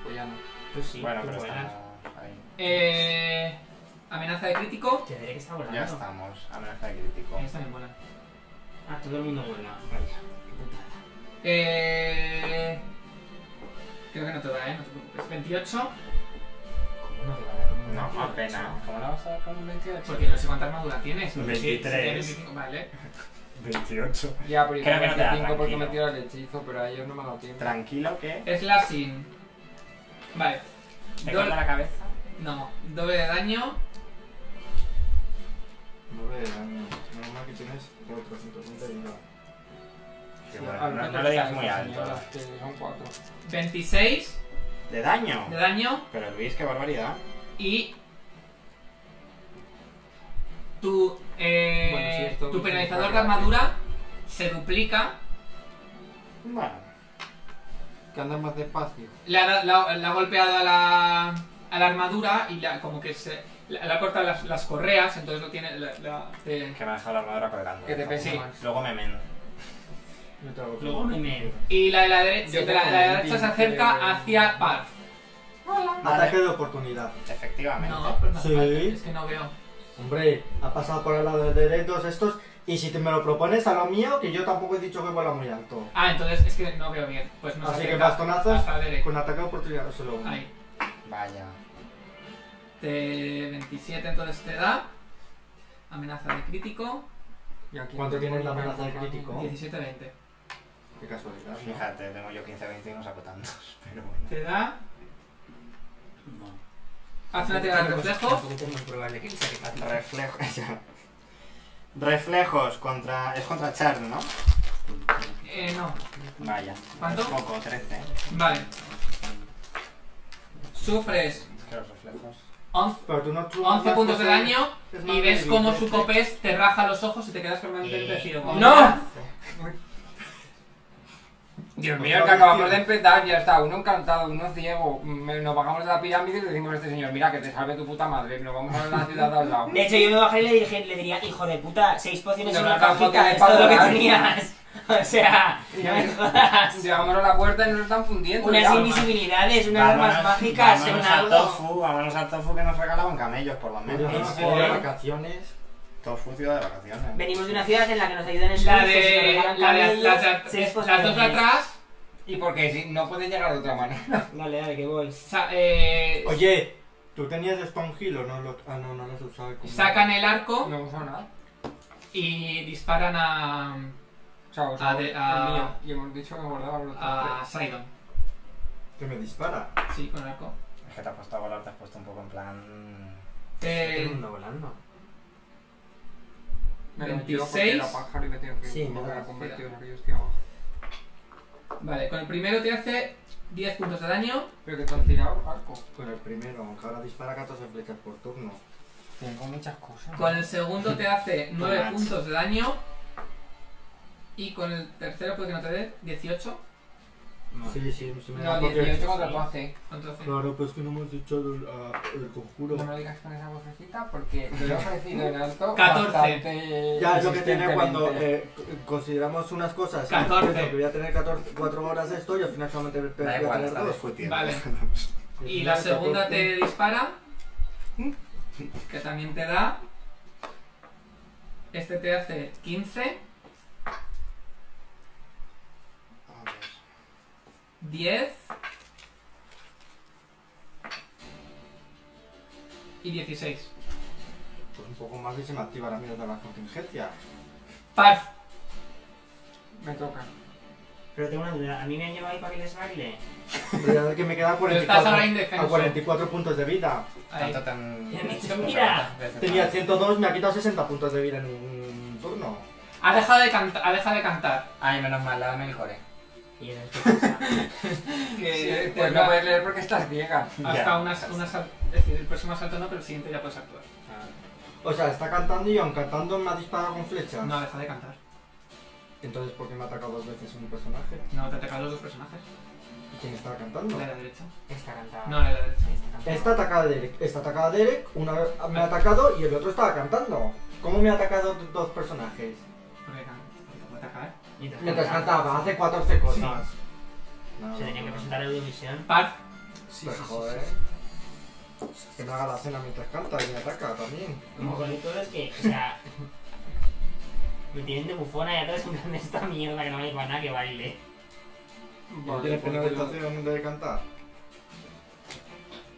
Pues ya no.
Tú sí,
Bueno,
tú
pero
vuelas.
estamos ahí.
Eh, amenaza de crítico.
Te diré que está volando.
Ya estamos. Amenaza de crítico.
Esta me mola.
Ah, todo el mundo vuela. Vaya, qué putada.
Eh, creo que no te da, ¿eh? No te preocupes. 28,
¿Cómo no te va a dar un
No,
golpe?
apenas. ¿Cómo la vas a dar con un 28?
porque no sé cuánta armadura tienes. pero sí,
23.
sí, 25, vale.
28.
Ya, pero yo
Creo que
tengo
no te da,
25 porque me
tranquilo.
tira el hechizo, pero a ellos no me lo tienen.
Tranquilo que.
Es la sin. Vale.
¿Te
Dol-
corta la cabeza?
no, doble de daño.
9 de daño. Menos mal que tienes 400.000 de vida.
Que
Sí,
bueno,
ahora
no,
te
no lo digas
toca
muy
esa
alto.
señora, que Son 4.
26
¿De daño?
de daño
Pero Luis, qué barbaridad.
y. Tu, eh,
Bueno, sí, esto
tu
es
penalizador de
variable.
armadura se duplica.
Bueno.
Que andan más despacio.
Le ha, da- la- la ha golpeado a la, a la armadura y la- como que se, le le ha cortado las, las correas, entonces lo tiene. la- la- te-
Que me ha dejado la armadura colgando.
Que te pese
Sí.
más.
Luego me mendo.
Yo te hago
Luego me meto.
y la de la derecha,
Yo
de la,
tengo
la de
un
la derecha se
tinte
acerca
de-
hacia Parf.
Ataque de oportunidad.
Efectivamente.
No, pero no hace
Sí.
falta, es que no veo.
Hombre, ha pasado por el lado de derechos estos. Y si te me lo propones a lo mío, que yo tampoco he dicho que vuela muy alto.
Ah, entonces es que no veo bien. Pues no
Así que bastonazos
hasta Derek.
con ataque de oportunidad solo uno.
Ahí.
Vaya.
Te 27 entonces te da. Amenaza de crítico.
Y aquí
¿Cuánto
no
tienes la
tengo
amenaza de
ningún
crítico?
17-20.
Qué casualidad. ¿no?
Fíjate, tengo yo 15, 20 y no saco tantos. Pero bueno.
Te da.
No.
Haz una tirada de reflejo.
Tampoco tenemos pruebas de que le saque tanto.
Reflejos. Reflejos contra. Es contra Charm, ¿no?
Eh, no.
Vaya.
¿Cuánto?
Es poco, 13.
Vale. Sufres
Es que los reflejos.
11,
Pero tú no tú
11
más
puntos de
cosas-
daño
es más
y ves
débil,
cómo
¿eh?
su copés te raja los ojos y te quedas permanentemente
Eh,
ciego.
¡No! Dios mío, que acabamos de empezar, ya está, uno encantado, uno ciego, me- nos bajamos de la pirámide y le decimos a este señor, mira, que te salve tu puta madre, nos vamos a la ciudad de al lado.
De hecho, yo me bajé y le dije, le diría, hijo de puta, seis pociones
No,
en una
no, tampoco
cajita,
te
es todo lo que
pagarás.
tenías. O sea, no me jodas.
Llevamos a la puerta y nos están fundiendo.
Unas
ya.
invisibilidades, unas armas mágicas, un
vámonos a
algo.
Tofu, vámonos a Tofu que nos regalaban camellos por lo
Yo no
menos.
me
¿En
puedo ir de
serio?
vacaciones.
Tofu ciudad de vacaciones.
Venimos de una ciudad en la que nos ayudan en
La
surcos, y nos
de.
regalan
La de.
camellos,
Las, las-
seis
las dos de
pociones.
atrás.
Y porque si no puede llegar de otra manera.
Dale, dale, que voy.
sa- eh,
Oye, ¿tú tenías Stonehill o no lo, ah, no, no lo has usado? como-
sacan el arco
No uso nada.
y disparan a.
O sea, uso
A de- a-
el mío. Y hemos dicho que guardaba los
a Sidon.
Que me dispara.
Sí, con el arco.
Es que te has puesto a volar, te has puesto un poco en plan.
Todo el
Te,
mundo volando.
Me lo metió porque
26.
era pájaro y me tengo que
Sí,
porque
me
era
da-
convertido en lo que yo estoy abajo.
vale, con el primero te hace 10 puntos de daño.
Pero que te han tirado arco.
Con el primero, aunque ahora dispara 14 flechas por turno.
Tengo muchas cosas.
Con el segundo te hace 9
Tomás.
puntos de daño. Y con el tercero puede que no te dé 18.
Ah.
Sí, sí, sí. me da
No,
porque-
18 contra 12.
Entonces,
Claro, pues que no hemos dicho el, ah, el conjuro.
No me lo digas con esa vocecita porque te lo he ofrecido en alto.
14.
bastante
Ya es lo que tiene cuando
insistentemente.
eh, c- consideramos unas cosas.
14.
Pienso Que voy a tener 14, 4 horas de esto y al final solamente voy
Da
a
igual,
tener
está
dos.
discutiendo.
Vale.
Al
y
final,
la segunda
14.
te dispara. Que también te da. Este te hace 15,
A ver.
10 y 16.
Pues un poco más y se me activa la mierda de la contingencia.
Parf,
Me toca.
Pero tengo una duda, ¿a mí me han llevado ahí para que les baile?
Pero ya que me quedan
Pero estás
44,
ahora indefenso.
a 44 puntos de vida.
ahí.
Tanto tan.
Y han dicho, "Mira".
Tenía 102, me ha quitado 60 puntos de vida en un turno.
Ha dejado de, canta- ha dejado de cantar.
Ay, menos mal, dame el core.
Y esas cosas.
Que
pues no puedes leer porque estás ciega.
hasta una, una sal- es decir, el próximo salto no, pero el siguiente ya puedes actuar.
O sea, está cantando y aun cantando me ha disparado con flechas.
No, deja de cantar.
Entonces, ¿por qué me ha atacado dos veces un personaje?
No, te atacan los dos personajes.
¿Y quién estaba cantando?
La de la derecha.
Esta cantada.
No, la de la derecha.
Esta cantada.
Está atacada Derek. Está atacada Derek, una me ha atacado y el otro estaba cantando. ¿Cómo me ha atacado dos personajes?
Porque can- porque te puede atacar. ¿eh?
Mientras
Mientras
cantaba.
cantaba, hace 14 cosas. No,
Se tenía que presentar a Eurovisión.
Parf.
Sí, pues joder. Que me haga la cena mientras canta y me ataca también.
Como con todo es que, o sea. Me tienen de bufona y atrás en plan de esta mierda que no me a nada que baile.
¿No
Vale,
tienes
pues yo-
penalización de cantar?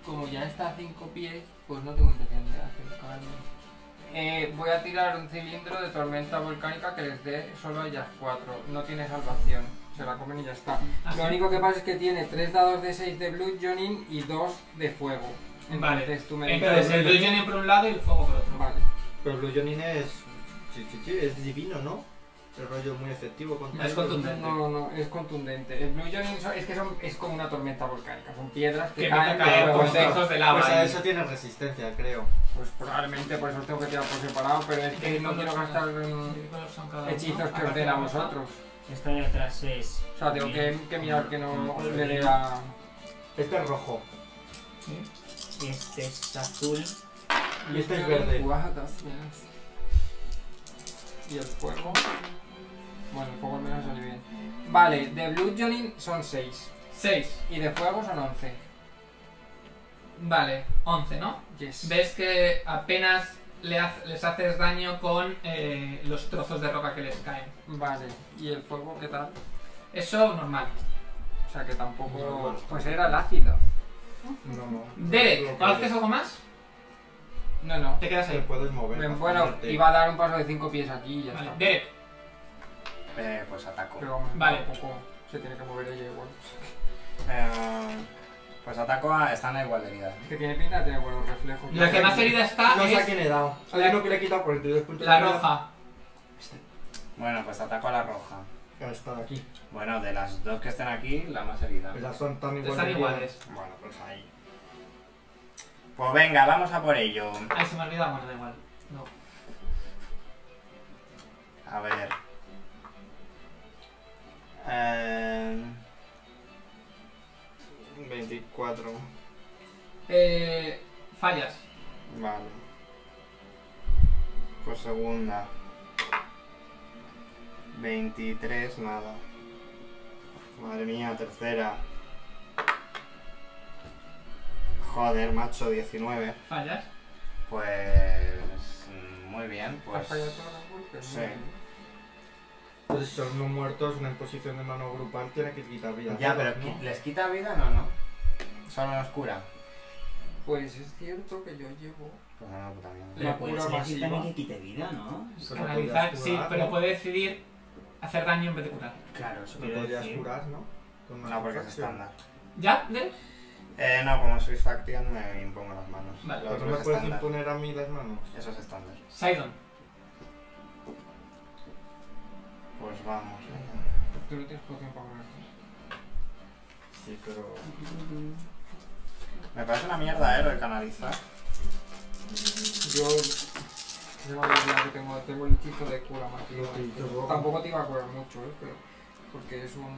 como ya está a 5 pies, pues no tengo intención de acercarme. Eh, voy a tirar un cilindro de tormenta volcánica que les dé solo a ellas 4. No tiene salvación. Se la comen y ya está.
Ah,
Lo
sí.
único que pasa es que tiene 3 dados de 6 de blue, Jonin y 2 de fuego. Entonces
Vale.
tú me
Entonces, el
Pero-
Bludgeoning por un lado y el fuego por otro.
Vale.
Pero Blue Jonin es. Sí, sí, sí, es divino, ¿no? El rollo muy efectivo contra
Es
ellos.
contundente.
No, no, no, es contundente. El blue Jonin so- es que son, es como una tormenta volcánica. Son piedras que,
Que empieza a
caen,
caer
Ah, pero
por
pues,
luego-
lejos de lava.
Pues a
y-
eso tiene resistencia, creo.
Pues probablemente por eso os tengo que tirar por separado, pero es que no quiero gastar mm,
¿Qué color son cada uno? Ah,
hechizos que os
Aparte
den a
de la rosa.
vosotros.
Esta de atrás es.
O sea, tengo que, que mirar que no os le dé a...
Este es rojo.
Sí.
Este es azul.
Y este es verde.
Guajatas, miras. Y el fuego... Bueno, el fuego al menos salió bien. Vale, de Blue Jonin son 6.
Seis.
Y de fuego son 11.
Vale, 11, ¿no?
Yes.
Ves que apenas le haz- les haces daño con eh, los trozos de roca que les caen.
Vale, y el fuego, ¿qué tal?
Eso normal.
O sea, que tampoco...
Normal.
Pues era el ácido.
No, no.
Derek, ¿o haces algo más?
No, no.
Te quedas
Te
ahí.
puedes mover.
Bueno,
para
Bueno,
moverte.
iba a dar un paso de 5 pies aquí y ya
Vale,
está.
Derek,
Eh, pues ataco.
Pero vamos,
Vale.
tampoco se tiene que mover ella igual.
Eh, pues ataco a. Están a igual de vida.
Es que tiene pinta de tener buenos reflejos. Pues,
la que más herida está
No sé a
Ah, es
quién he dado. Hay uno que le he quitado 42 puntos
la
de vida.
roja.
Bueno, pues ataco a la roja.
Ah, Está de aquí.
Bueno, de las dos que estén aquí, la más herida.
Pues ya son tan iguales.
Están iguales.
Bueno, pues ahí. Pues venga, vamos a por ello.
Ay, se me olvida, bueno, da igual. No.
A ver. Eh,
24.
Eh, fallas.
vale. Pues segunda. 23, nada. Madre mía, tercera. Joder, macho, 19.
Fallas.
Pues... mm, Muy bien,
¿Has fallado
pues...
todos los golpes?
sí.
Entonces, Pues si son no muertos, una imposición de mano grupal tiene que quitar vida.
Ya,
a todos,
pero
¿no?
qui- ¿les quita vida? No, no. Solo nos cura.
Pues es cierto que yo llevo.
Pues no, puta mierda.
La cura
elegir
masiva.
también que quite vida, ¿no?
Pero
Canalizar,
podrías
sí,
curar,
pero
¿no?
puede decidir hacer daño en vez de curar.
Claro, eso
No
quiero
podrías
decir.
curar, ¿no? Con una
No, porque es
facción.
estándar.
¿Ya? Derek?
Eh, no, como soy Faction me impongo las manos.
Vale.
Lo
Pero
otro
no me
es
puedes
estándar.
imponer a mí las manos.
Eso es estándar.
Sidon.
Pues vamos.
Tú no tienes poción para curar.
Sí, pero.
Me parece una mierda, eh, lo de canalizar.
Yo. Yo la verdad que tengo, tengo el hechizo de cura masiva.
Sí, yo luego-
Tampoco te iba a curar mucho, ¿eh? Pero, porque es un.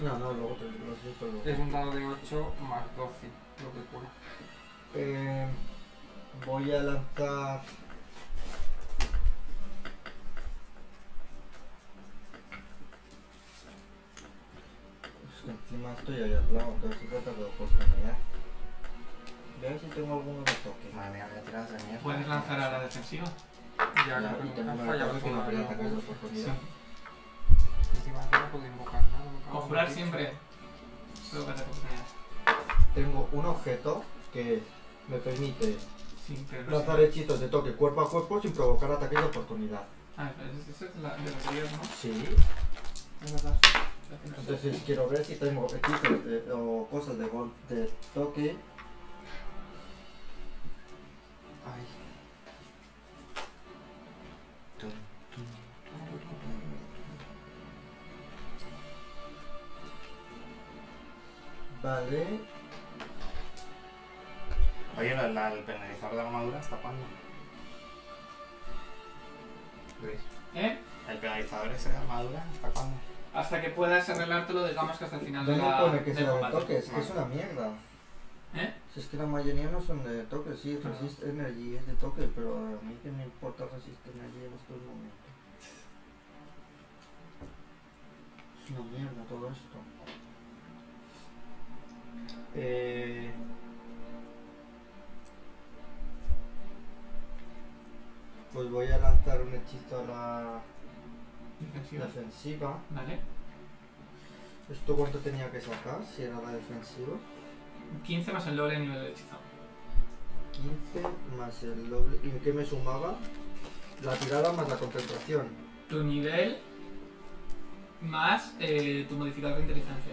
No, no, luego te lo sé, pero-
Es un dado de 8 más 12 lo que cura.
Eh, voy a lanzar. Es que Pues, encima estoy ahí al lado, entonces se trata de oportunidad. Veo si tengo alguno de toque.
Madre mía, voy a tirar de mierda.
Puedes lanzar a la defensiva.
Ya,
Ya,
claro,
y
nunca
tengo
has
la
fallado
cabeza que
con
me
la-
podría atacar de oportunidad.
Encima no puedo invocar nada. me cago en
Conjurar
la leche.
siempre. Solo para oportunidad.
Tengo un objeto que me permite
Sí, pero no
lanzar
sé.
hechizos de toque cuerpo a cuerpo sin provocar ataques de oportunidad.
Ah, pero eso- eso es la de los ríos, ¿no?
Sí.
Es verdad.
Entonces quiero ver si tengo hechizos de- o cosas de, gol- de toque. Ay. Vale.
Oye, ¿la- la- el penalizador de armadura hasta cuándo?
¿Eh?
¿El penalizador ese de armadura hasta cuándo?
Hasta que puedas arreglártelo, digamos que hasta el final de
¿Dónde
la,
pone que
del
sea de
combate.
toques? Que es una mierda.
¿Eh?
Si es que la mayoría no son de toque, sí,
Ah.
Resist Energy es de toque, pero a mí que me importa Resist Energy en estos momentos. Es una mierda todo esto. Eh... Pues voy a lanzar un hechizo a la
Defensiva.
defensiva.
Vale.
¿Esto cuánto tenía que sacar si era la defensiva?
15 más el doble de nivel del hechizo.
15 más el doble. ¿Y en qué me sumaba? La tirada más la concentración.
Tu nivel más eh, tu modificador de inteligencia.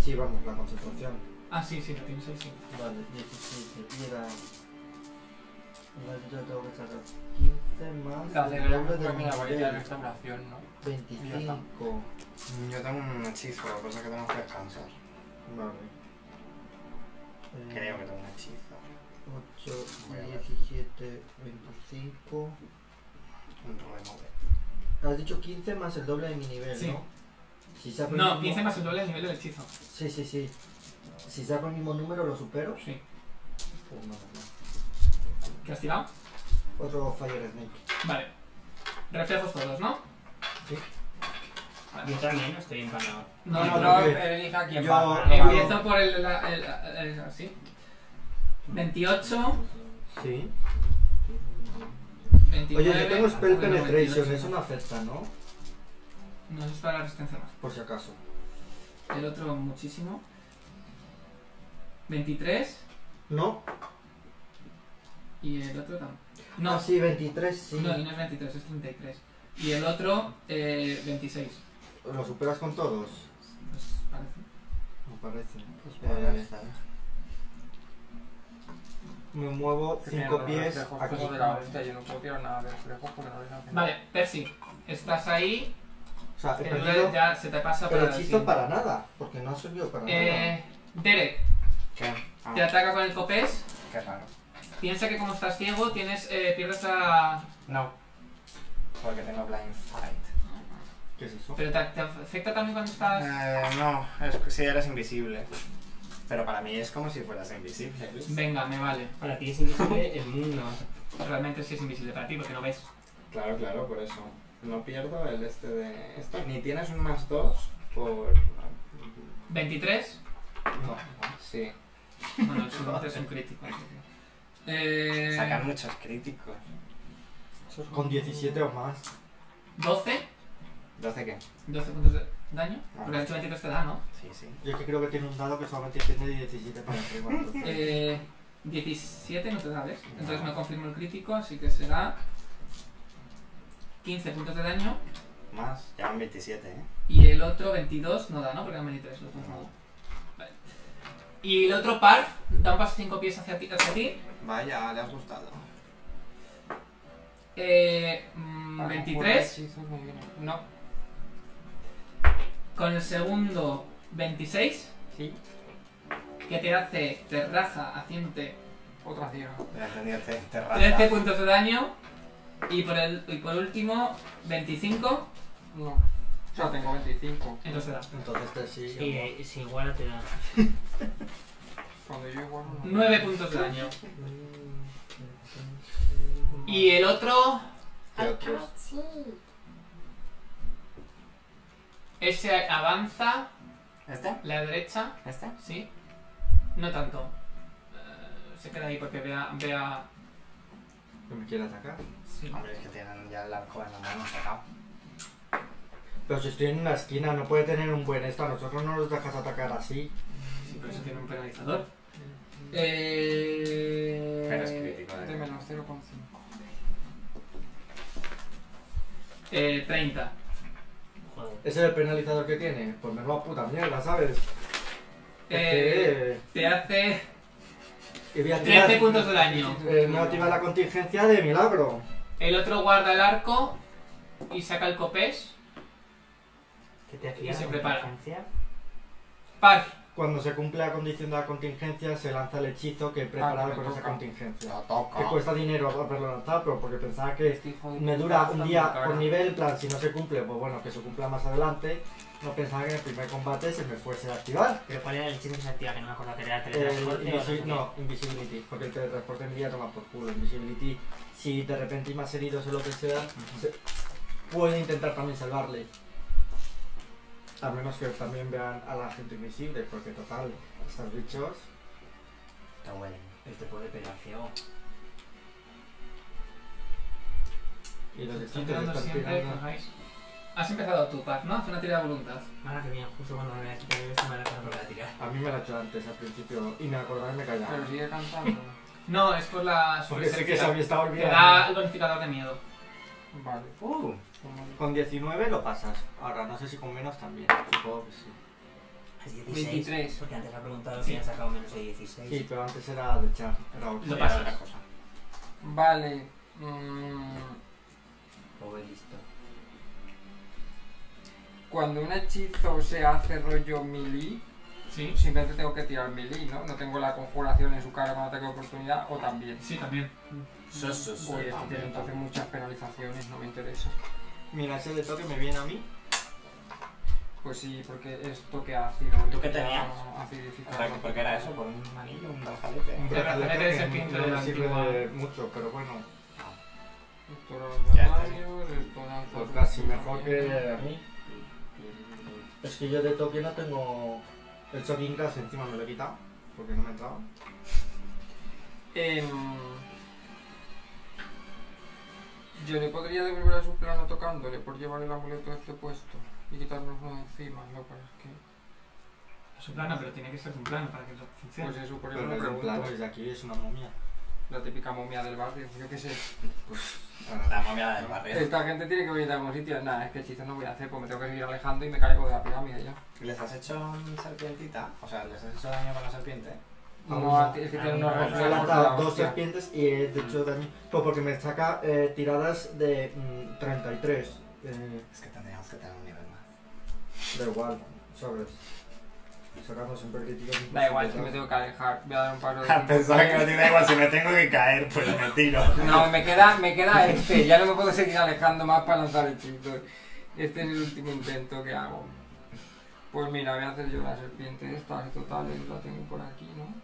Sí, vamos, la concentración.
Ah, sí, sí, lo tienes ahí, sí.
Vale, 17. Y era. Vale, yo tengo que sacar 15 más.
La pues
el doble
celebramos
del
con la varita de
nivel.
restauración, ¿no?
25.
Mm, Yo tengo un hechizo, lo que pasa es que tengo que descansar.
Vale.
Creo que tengo un hechizo.
8,
Voy a ver.
17, 25.
Un remove.
Has dicho 15 más el doble de mi nivel,
Sí.
¿no? Si saco el
No,
mismo-
15 más el doble del nivel del hechizo.
Sí, sí, sí. Si saco el mismo número, lo supero.
Sí.
Pues no, no.
¿Qué has tirado?
Otro Fire Snake.
Vale. Reflejos todos, ¿no?
Yo también estoy empanado.
No, no,
Yo-
no.
No, elija quién
yo-
va.
yo-
Empiezo por el, la- el, el- así. 28,
Sí.
29...
Oye, yo tengo Spell
ah, bueno,
Penetration,
28,
eso no afecta, ¿no?
No eso es para la resistencia más.
Por si acaso.
El otro muchísimo. 23
No.
y el otro también. No,
Ah, sí, 23, sí.
no, y no es 23, es 33. Y el otro, eh, 26.
¿Lo superas con todos?
Pues parece.
Me parece.
Pues
Eh,
vale.
me muevo
Que tiene
5
los
pies
reflejos
aquí.
como de la
Pues,
bestia, Yo no puedo tirar nada de reflejos porque no les hace nada.
Vale, Percy, estás ahí.
O sea, he
El
perdido
duelo ya se te pasa
el
para.
hechizo
sí.
para nada, porque no ha servido para nada.
Eh, Derek,
¿Qué? Ah,
te ataca con el copés.
qué raro.
Piensa que como estás ciego, tienes, eh, pierdes la.
No. Porque tengo blind fight.
¿Qué es eso?
Pero te, te afecta también cuando estás.
Eh, no, es que si eres invisible. Pero para mí es como si fueras invisible.
Venga, me vale.
Para ti es invisible el mundo.
Realmente sí es invisible para ti porque no ves.
Claro, claro, por eso. No pierdo el este de esto. Ni tienes un más dos por...
23.
No.
Sí.
Bueno, el siguiente es un crítico. así que- Eh,
Sacan muchos críticos.
Con 17 o más.
12.
12 qué?
12 puntos de daño.
Ah.
Porque el 23 te da, ¿no?
Sí, sí.
Yo es que creo que tiene un dado que solamente tiene 17 para arriba. entonces.
Eh, 17 no te da, ¿ves? Entonces no confirmo el crítico, así que será 15 puntos de daño.
Más. Llevan 27, ¿eh?
Y el otro 22 no da, ¿no? Porque eran 23 los dos. no da. Vale. Y el otro par da un paso 5 pies hacia ti. Hacia ti.
Vaya, le has gustado.
Eh, mm,
Para
23.
hechizos me viene.
No. Con el segundo 26,
Sí,
que te hace, te raja haciéndote
otra ciega.
Me he entendido este, este
13
raza.
puntos de daño. Y por, el, y por último, 25,
No. Yo tengo 25.
entonces da.
Entonces te sí.
Sí, eh, si igual te da.
Cuando yo igual no.
9 puntos de daño. Y el otro,
¿Qué otros?
ese avanza,
¿Este?
la derecha,
¿Este?
¿sí? No tanto. Eh, se queda ahí porque vea... vea
Que me quiere atacar.
sí.
Hombre, es que tienen ya el arco en la mano sacado.
Eh,
Pero si estoy en una esquina, no puede tener un buen esta. Nosotros no los dejas atacar así.
Sí, pero eso tiene un penalizador. Eh...
Pero es crítico,
De
¿eh?
menos 0,5.
eh, 30.
Joder.
Ese es el penalizador que tiene. Pues me a puta mierda, ¿sabes?
Eh,
Eh,
te hace
y voy a
13
tirar.
puntos de daño.
Eh, me activa la contingencia de milagro.
El otro guarda el arco y saca el copés.
¿Qué te
Y
hacía?
se
la
prepara.
inteligencia?
Par.
cuando se cumple la condición de la contingencia, se lanza el hechizo que
Ah,
preparaba
me
con esa
toca. Ah.
contingencia.
La toca.
Que cuesta dinero haberlo lanzado, pero porque pensaba que
Este hijo de
me
puta
dura
está
un
muy
día
cara.
por nivel, en plan, si no se cumple, pues bueno, que se cumpla más adelante. No pensaba que en el primer combate se me fuese a activar.
Pero ¿cuál era el chiste que se activa? Que no me acuerdo que era
El
teletransporte. o
invisi-
sé
Eh, no, invisibility, porque el teletransporte en día toma por culo. Invisibility, si de repente hay más heridos o lo que sea, se- puede intentar también salvarle. A menos que también vean a la gente invisible, porque total, estos bichos.
Te huelen.
qué. Este puede pegar ciego.
Y los
Están
distintos
tirando
están
siempre
tirando.
con Hais. Has empezado tu par, ¿no? Haz una tira de voluntad.
Ahora que bien, justo cuando me voy a quitar el este me la voy a volver a tirar.
A mí me la he hecho antes al principio y me acordaba y me callaba.
Pero sigue cantando.
No, es por la su
Porque sé que se
recepción.
había estado
Te da
olvidando.
el bonificador de miedo.
vale.
Uh,
como digo.
con 19 lo pasas. Ahora no sé si con menos también. Supongo que sí.
Es 16.
23.
Porque antes ha preguntado
Sí.
si han sacado menos de 16.
Sí, pero antes era de char, era ocho.
Lo
Era
pasas.
otra cosa.
Vale. mm,
Pobre listo.
cuando un hechizo se hace rollo melee,
Sí.
simplemente tengo que tirar melee, ¿no? No tengo la conjuración en su cara cuando tengo oportunidad, o también.
Sí, también.
Sos, sos, sos.
Voy a
También,
tener entonces muchas penalizaciones, no me interesa.
Mira, ese de toque me viene a mí.
Pues sí, porque es toque ácido.
¿Tú qué tenías?
Ah,
O sea,
Acidificado.
¿Por qué era eso? ¿Por un anillo? ¿Un brazalete?
El brazalete
que
de serpiente
no
de la
sirve
antigua.
de mucho, pero bueno,
Esto era
Ya
los
está.
daños, esto lanza-
pues casi mejor que a mí. Es que yo de toque no tengo. El shocking glass encima me lo he quitado, porque no me entraba.
Em, yo le podría devolver a su plano tocándole por llevar el amuleto este puesto y quitarnos uno de encima, ¿no? Pero es que.
Es un plano, pero tiene que ser un plano para que lo
Pues
funcione.
eso, por
Pero
eso
es de un plano,
pregunto.
desde aquí es una momia.
La típica momia del barrio, yo qué sé. Ah,
Ahora,
La momia del barrio.
Esta gente tiene que venir de algún sitio. Nada, es que hechizos no voy a hacer, pues me tengo que seguir alejando y me caigo de la pirámide ya.
¿Les has hecho serpientita? O sea, ¿les has hecho daño con la serpiente?
Aún
No,
no.
es que
Ah,
tiene
no,
unos
no,
Me he
reflejos. de la
lanzado dos
hostia. Mm.
serpientes y he hecho daño. Pues porque me saca eh, tiradas de mm, 33. Eh,
Es que tendríamos que tener un nivel más.
da igual, sobres. Sacamos un perquitico.
Da igual, es que me tengo que alejar. Voy a dar un paro de.
Pensaba que no tiene igual, si me tengo que caer, pues me tiro.
No, me queda, me queda este. Ya no me puedo seguir alejando más para lanzar hechizos. Este es el último intento que hago. Pues mira, voy a hacer yo la serpiente esta, que total, la tengo por aquí, ¿no?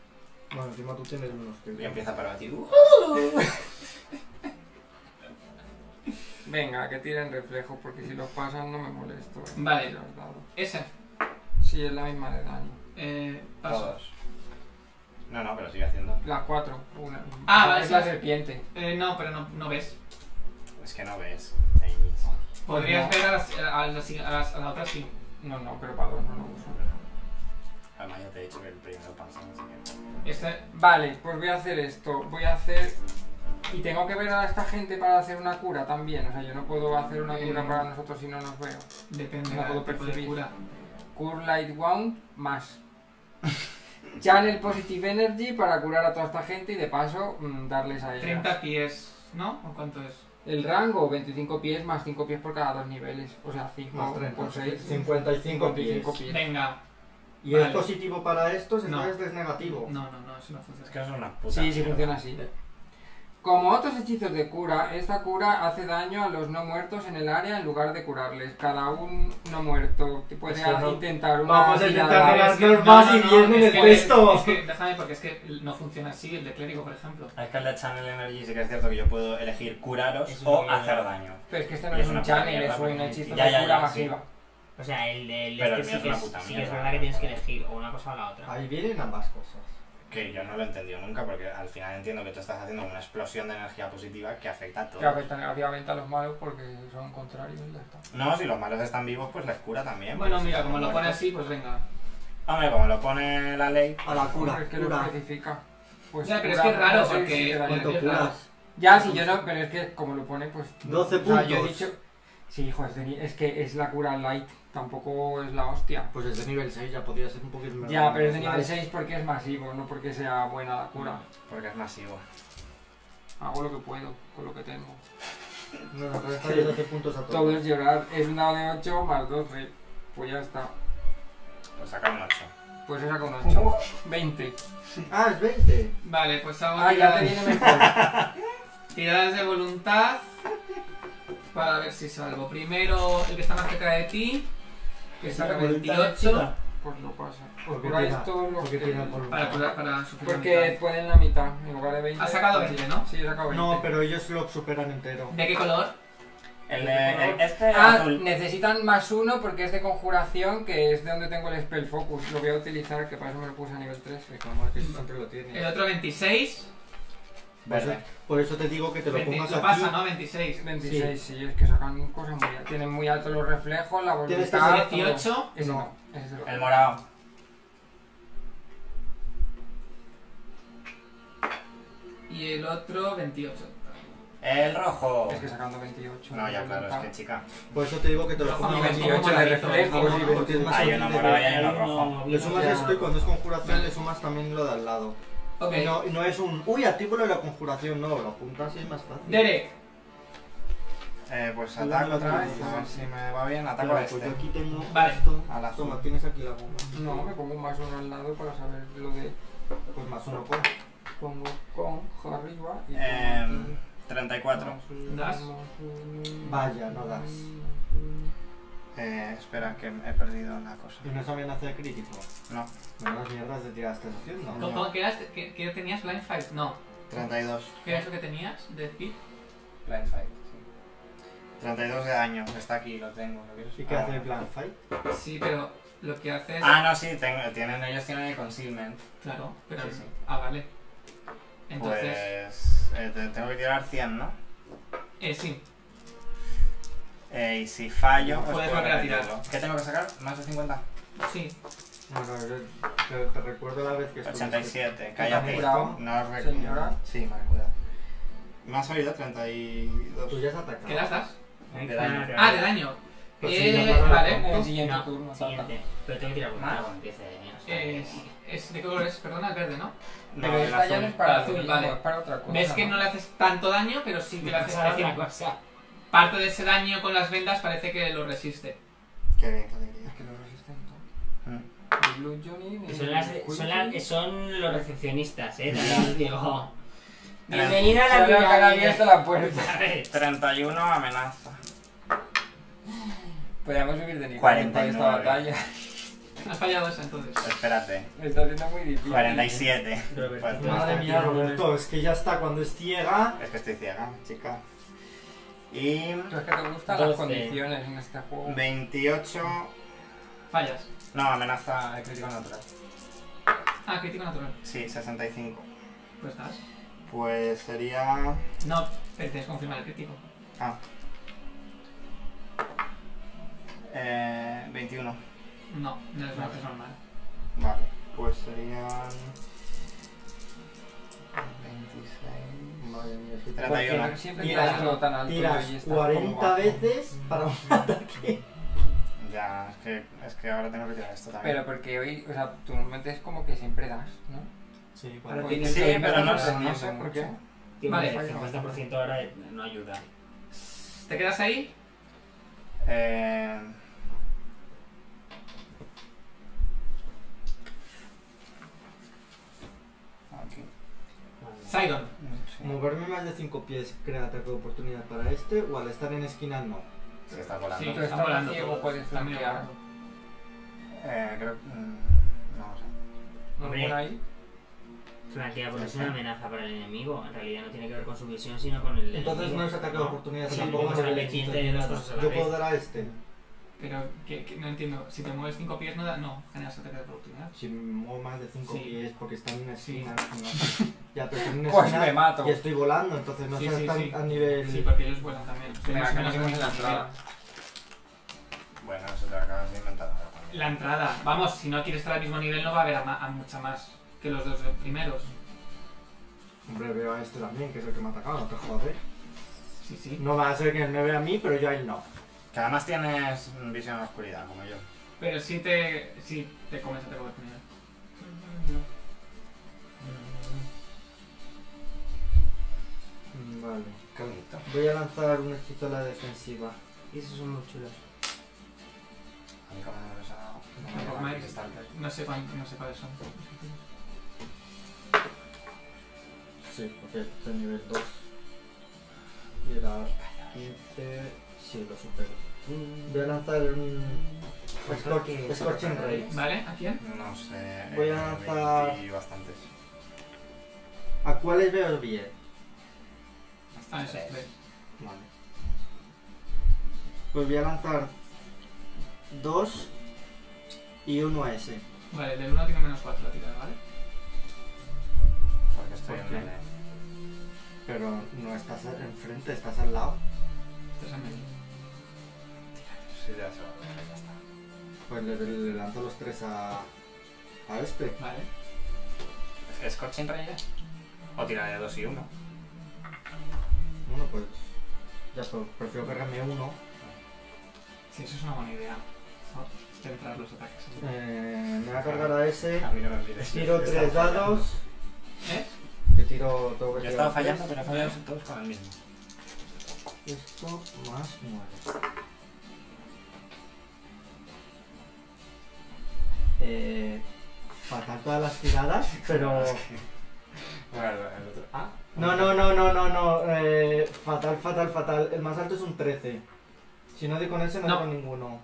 Bueno, encima tú tienes unos que.
Y empieza para batir.
Venga, que tiren reflejos, porque si los pasan no me molesto. eh.
Vale.
Los dados.
Ese.
Sí, es la misma de daño.
Eh, paso.
Todos. No, no, pero sigue haciendo.
Las cuatro, una.
Ah, vale,
Es
sí,
la
sí.
serpiente.
Eh, no, pero no, no ves.
Es que no ves. Ahí mismo.
Podrías
Pues no.
ver a, las, a, las- a las- a la otra sí.
No, no, pero para dos no lo uso.
Además, ya te he dicho que el primero pasa, así que.
Este,
Vale, pues voy a hacer esto. Voy a hacer. Y tengo que ver a esta gente para hacer una cura también. O sea, yo no puedo hacer una
Eh.
cura para nosotros si no nos veo.
depende
No
del
puedo
tipo de
percibir.
cura.
Cure Light Wound más. Channel Positive Energy para curar a toda esta gente y de paso mm, darles a ella.
30 pies, ¿no? ¿O cuánto es?
El rango, 25 pies más 5 pies por cada dos niveles. O sea, 5
Más 30,
por 6.
55 pies.
Venga.
¿Y es
Vale.
positivo para estos?
No.
Entonces es
Oh.
negativo.
No, no, no, eso no
Es
funciona.
que son unas putas.
Sí, sí funciona así. Como otros hechizos de cura, esta cura hace daño a los no muertos en el área en lugar de curarles. Cada un no muerto que puede
Es que no-
intentar una
Vamos a
tirada.
intentar
Es
ganar
que-
normas
no,
y
no,
bien
es
en el
que-
puesto.
es que déjame, porque es que no funciona así el de clérigo, por ejemplo.
Es que el de Channel Energy sí que es cierto que yo puedo elegir curaros
Es
o
una
hacer
mierda.
daño.
Pero es que este no
Y
es
es
un
una
channel,
mierda
es un
porque-
hechizo
Ya,
de
ya,
cura
ya, sí.
masiva.
O sea, el del
Pero
este
el mío
sí
es
que
una
es,
puta
sí que es
mierda.
verdad que tienes que elegir o una cosa o la otra.
Ahí vienen ambas cosas.
Que yo no lo he entendido nunca, porque al final entiendo que tú estás haciendo una explosión de energía positiva que afecta a todo.
Que afecta negativamente a los malos porque son contrarios y ya está.
No, si los malos están vivos, pues les cura también.
Bueno,
pues, si
mira,
están
como lo pone
muertos.
así, pues venga.
Hombre, como lo pone la ley.
A la
Hombre,
cura,
es que lo
cura.
especifica. Pues
Ya, pero es
cura
que es raro,
por seis,
porque-
siete daños.
porque-
¿Cuánto
es raro.
curas?
Ya, sí, yo no, pero es que como lo pone, pues.
12
o sea, yo he
puntos.
dicho. Sí, hijo, es, de- es que es la cura light, tampoco es la hostia.
Pues es de nivel 6, ya podría ser un poquito mejor.
Ya, pero es de nivel 6 porque es masivo, no porque sea buena la cura.
Porque es masivo.
Hago lo que puedo con lo que tengo.
No, no, pero es 12 puntos
Todo
a todos.
es llorar. Es un dado de 8 más 12. Pues ya está.
Pues saca un 8.
Pues he sacado un 8. 20.
Ah, es 20.
Vale, pues hago
Ah, ya te
tiradas-
viene mejor.
tiradas de voluntad para ver si salgo. Primero el que está más cerca de ti, que saca 28,
Pues no pasa. Os
Porque
cura
tira-
esto lo
porque
que-
tira por-
para, curar- para sufrir la
Porque
mitad.
ponen la mitad. En lugar de 20.
Has sacado 20, ¿no?
Sí, he sacado 20.
No, pero ellos lo superan entero.
¿De qué color?
El, eh, el- este es
Ah,
azul.
necesitan más uno porque es de conjuración, que es de donde tengo el Spell Focus. Lo voy a utilizar, que para eso me lo puse a nivel 3.
Es como que siempre lo tiene.
El otro 26.
Por eso,
Verde.
por eso te digo que te lo
20
pongas
lo
aquí.
pasa, ¿no? 26.
26, sí. es que sacan cosas muy... Tienen muy altos los reflejos, la
Tienes que
voluntad... todo.
18.
Ese no,
No.
ese es
El
el
morado.
Y el otro 28.
El rojo.
Es que sacando 28.
No, ya
la
claro, es
voluntad.
que chica.
Por eso te digo que te lo
No,
pongas
no,
aquí.
28 de reflejos.
Como si
¿no?
tienes más
Hay
fácil
uno
de
morado y
ver.
hay uno rojo.
Le sumas
Ya.
esto y cuando es conjuración le sumas también lo de al lado.
Ok.
Y no, y no es un, uy, activo lo de la conjuración, no, lo apuntas y es más fácil.
Derek,
Eh, pues
Al
ataco
lado
otra vez,
otro.
a ver si me va bien. Ataco
Claro,
a
pues
este.
yo aquí tengo
Vale.
esto.
Al azul.
Toma, tienes aquí la bomba.
No, me pongo un más uno al lado para saber lo de...
Pues más uno por.
Pongo con arriba y...
Em, 34.
¿Das?
Vaya, no das.
Eh, espera, que he perdido una cosa.
Y no es amenaza de crítico.
No,
Menos mierdas de tirar estás haciendo.
¿cómo, cómo que, eras- que- que tenías Blind Fight? No.
32.
¿Qué era eso que tenías? ¿De speed?
Blind fight, sí. 32 de daño. Está aquí, lo tengo. ¿Lo quieres?
¿Y qué
Ah,
hace el
bueno.
plan fight?
Sí, pero lo que haces.
Ah, no, sí, tengo- tienen, ellos tienen el concealment.
Claro, pero.
Sí, sí.
Ah, vale. Entonces.
Pues. eh, te- tengo que tirar 100, ¿no? Pues-
Eh, sí.
Eh, y si fallo. pues
Puedes
puedo
volver a
repetirlo.
tirarlo.
¿Qué tengo que sacar? Más de 50.
Sí.
Bueno, yo te, te recuerdo la vez que estuviste-
87,
¿Te
cállate.
has curado?
No os recuerdo.
Señora.
Sí, me recuerda. ¿Me has oído? 32.
Tú ya has atacado.
¿Qué das? das?
De daño.
Ah, de daño.
Pues sí,
eh,
ya para-
vale.
El siguiente
No,
turno, salta.
Siguiente. Pero tengo que tirar voluntad cuando empiece. ¿eh? O sea,
Es, es- ¿De qué color es? Perdona, el verde, ¿no?
No,
Pero
el
esta ya no es
azul.
para
Azul,
azul,
vale.
es para otra cosa.
Ves que no le haces tanto daño, pero sí que le haces
Pasar a otra
daño.
cosa.
Parte de ese daño con las vendas parece que lo resiste.
Qué bien, qué alegría.
Es que lo resisten todo.
Mm.
Ni Blue Johnny, ni
Son, las,
Quickie.
son, las- son los recepcionistas, eh. También os digo.
Eran-
Bienvenida a la
Solo que han abierto
pirámide.
la puerta.
A ver,
31 amenaza.
Podríamos subir de nivel
49.
esta batalla.
Has fallado esa entonces.
Espérate.
Me está haciendo muy difícil.
47.
Roberto,
Pues
no.
no.
Madre mía, Roberto, es que ya está. Cuando es ciega,
Es que estoy ciega, chica. Y
Pero es que te gustan las
Doce.
condiciones en este juego.
28.
Fallas.
No, amenaza de crítico natural.
Ah, crítico natural.
Sí, 65.
Pues estás.
Pues sería.
No, pero tienes que confirmar el crítico.
Ah. Eh, 21.
No, no es, no es normal.
Vale, pues serían. 26.
madre mía, es que te-
Trata- 31.
Porque Siempre
Tiras-
tiras lo tan alto y
tiras
estás como
40
bajo.
veces para un ataque.
Ya, es que, es que ahora tengo que tirar esto también.
Pero porque hoy, o sea, tú normalmente es como que siempre das, ¿no?
Sí,
Ahora
bueno.
Hoy
tienes-
sí,
estoy
pero no, sé-
sorprendiendo
no sé por qué.
mucho.
Tiene
Vale.
el 50% ahora eh, no ayuda.
¿Te quedas ahí?
Eh, Aquí.
Sidon.
Sí.
Moverme más de 5 pies crea ataque de oportunidad para este o al estar en esquina no.
Sí, está volando.
Sí,
Tú
están
estás
volando
ciego,
todos.
puedes
Están medio
flanquear.
volando.
Eh, creo. mm, No sé.
¿No
Hombre.
pone ahí?
Flanquea porque es una amenaza para el enemigo. En realidad no tiene que ver con su visión, sino con el.
Entonces
enemigo.
no es ataque de oportunidad,
Sí,
tampoco
podemos
es
darle
el
15 de las cosas a la
Yo
vez.
puedo dar a este.
Pero que, que no entiendo. Si te mueves 5 pies, no, da- no generas ataque de oportunidad.
Si me muevo más de 5
Sí.
pies porque están en una
Sí.
esquina. no. Ya, pero están en una
Pues
esquina
me mato.
y estoy volando, entonces no
Sí,
sé
sí,
están
sí.
a nivel.
Sí, porque ellos vuelan también. Sí,
Venga,
más o
que
menos
nos vemos en la
están
entrada.
Bueno, eso te lo acabas de inventar. ahora también.
La entrada. Vamos, si no quieres estar al mismo nivel, no va a haber a, ma- a mucha más que los dos primeros.
Hombre, veo a este también, que es el que me ha atacado, no te jodas.
Sí, sí.
No va a ser que él me vea a mí, pero yo a él no.
Que además tienes visión en la oscuridad, como yo.
Pero sí te, sí te comes ataque de oportunidad.
Mm, Vale.
Qué bonito.
Voy a lanzar un hechizo a la defensiva.
Y esos son muy chulos.
A mí como no los ha dado.
Por
No me
Mike.
ha distantes.
No sé, cuán- no sé cuáles son.
Sí, porque este es nivel 2. Y era 15. Sí, lo supero. Mm, Voy a lanzar un. Scorching, Scorching Ray.
¿Vale? ¿A quién?
No sé.
Voy a
eh,
lanzar-
20 y bastantes.
¿A cuáles veo bien?
A esos tres.
Vale. Pues voy a lanzar dos y uno a ese.
Vale, el del 1 tiene menos 4 la tirada, ¿vale?
Porque estoy
¿Por
en
qué?
melee.
Pero no estás al- enfrente, estás al lado.
Tres han venido.
Sí, ya se va a ver, ya está.
Pues le, le lanzo los tres a, a este.
Vale.
¿Es Scorching Ray ya? O tiraré 2 y 1.
Bueno, pues ya está. Prefiero cargarme uno.
Sí, eso es una buena idea. Oh, Centrar los ataques.
Eh, me voy a cargar a ese.
A mí no me olvides.
Tiro
Yo
tres
estaba Ah, fallando.
dados.
¿Eh?
Que tiro todo
Yo estaba fallando, pero fallamos todos con el mismo.
Esto más nueve. Eh, fatal todas las tiradas, pero...
Bueno, el otro. Ah,
No, no, no, no, no, no. Eh, fatal, fatal, fatal. El más alto es un 13. Si no di con ese, no,
No.
di con ninguno.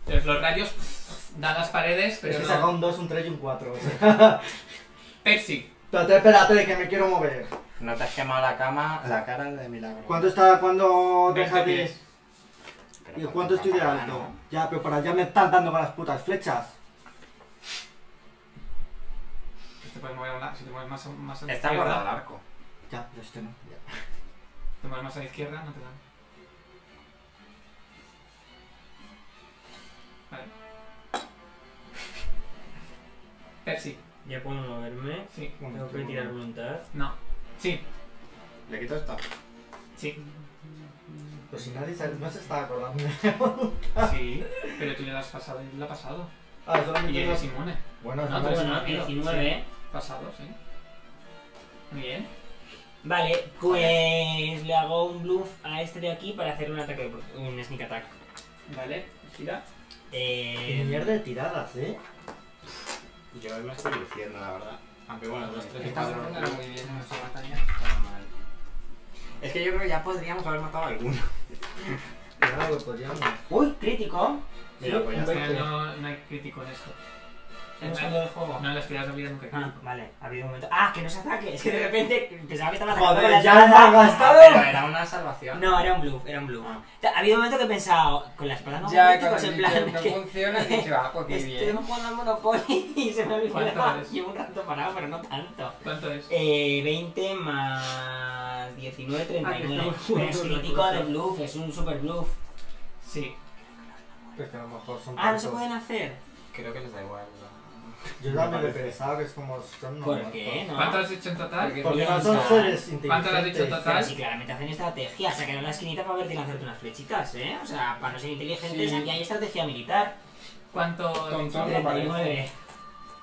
Entonces los rayos pff, dan las paredes,
es
pero
que saca
no...
un 2, un 3 y un 4.
Percy,
espérate, espérate, que me quiero mover.
No te has quemado la cama, la cara de milagro.
¿Cuánto está? ¿Cuándo
20
deja de...?
pies.
Pero
¿Y
con
cuánto
tu
estoy de
cama,
alto?
¿no?
Ya, pero para allá me están dando con las putas flechas.
Pues te puedes mover a un lado, si te mueves más, a- más a la
Está guardado el
izquierda,
arco.
Ya, pero este no.
te mueves más a la izquierda, no te dan. Vale. Percy,
Ya puedo moverme.
Eh, sí,
Tengo que tirar voluntad.
no, sí,
¿Le quito esto?
sí,
Pero si nadie se, no se está acordando.
sí, pero tú ya lo has pasado y lo ha pasado.
ah,
Y
solamente
eres
dos.
inmune,
Bueno,
No,
no,
pero-
no,
Ah,
eh.
Bueno,
sí.
19.
pasado, sí. Muy bien,
Vale, pues le hago un bluff a este de aquí para hacer un ataque, de opor- un sneak attack.
vale, gira.
Qué
Eh,
mierda de tiradas, eh.
Yo me estoy diciendo, la verdad. Aunque bueno, los tres y
Estás
cuatro no
jugando muy bien en esta batalla.
están mal. Es que yo creo que ya podríamos haber matado a alguno.
Claro, lo podríamos.
uy, crítico.
Mira, pues ya
un
está.
Pero no, no hay crítico en esto.
En saldo del juego.
No, en las tiradas de vida nunca hay
Ah,
crítico.
vale, ha habido un momento. ¡Ah, que no se ataque! Es que de repente pensaba que estaba atacando con
Joder,
las
ya me ha
patas.
Pero
gastado.
era una salvación.
No, era un bluff, era un bluff.
Ah.
O sea, Ha habido un momento que he pensado, con las patas no
Ya,
críticos,
cuando
en plan,
no
que- Este,
funciona, he dicho, ah, pues qué bien.
Estuvimos jugando al Monopoly y se me olvidaba.
¿Cuánto es?
Llevo un rato parado, pero no tanto.
¿Cuánto es?
Eh, 20 más 19,
Ah, que
39.
estamos
Pero
jugando
es
una
crítico
cosa.
de bluff, es un super bluff.
Sí,
Pues que a lo mejor son
Ah, no se
tantos.
pueden hacer.
Creo que les da igual.
Yo ya me lo he pensado, que es como son
¿Por qué?
muertos.
¿No?
¿cuánto has hecho en total?
Porque
Porque no son
Piensa.
seres
¿Cuánto le has dicho
inteligentes.
total?
Pero si claramente hacen estrategia, sacaron la esquinita para verte lanzarte unas flechitas, ¿eh? O sea, para no ser inteligentes,
Sí.
aquí hay estrategia militar.
¿Cuánto?
Tonto. No, no parece.
39.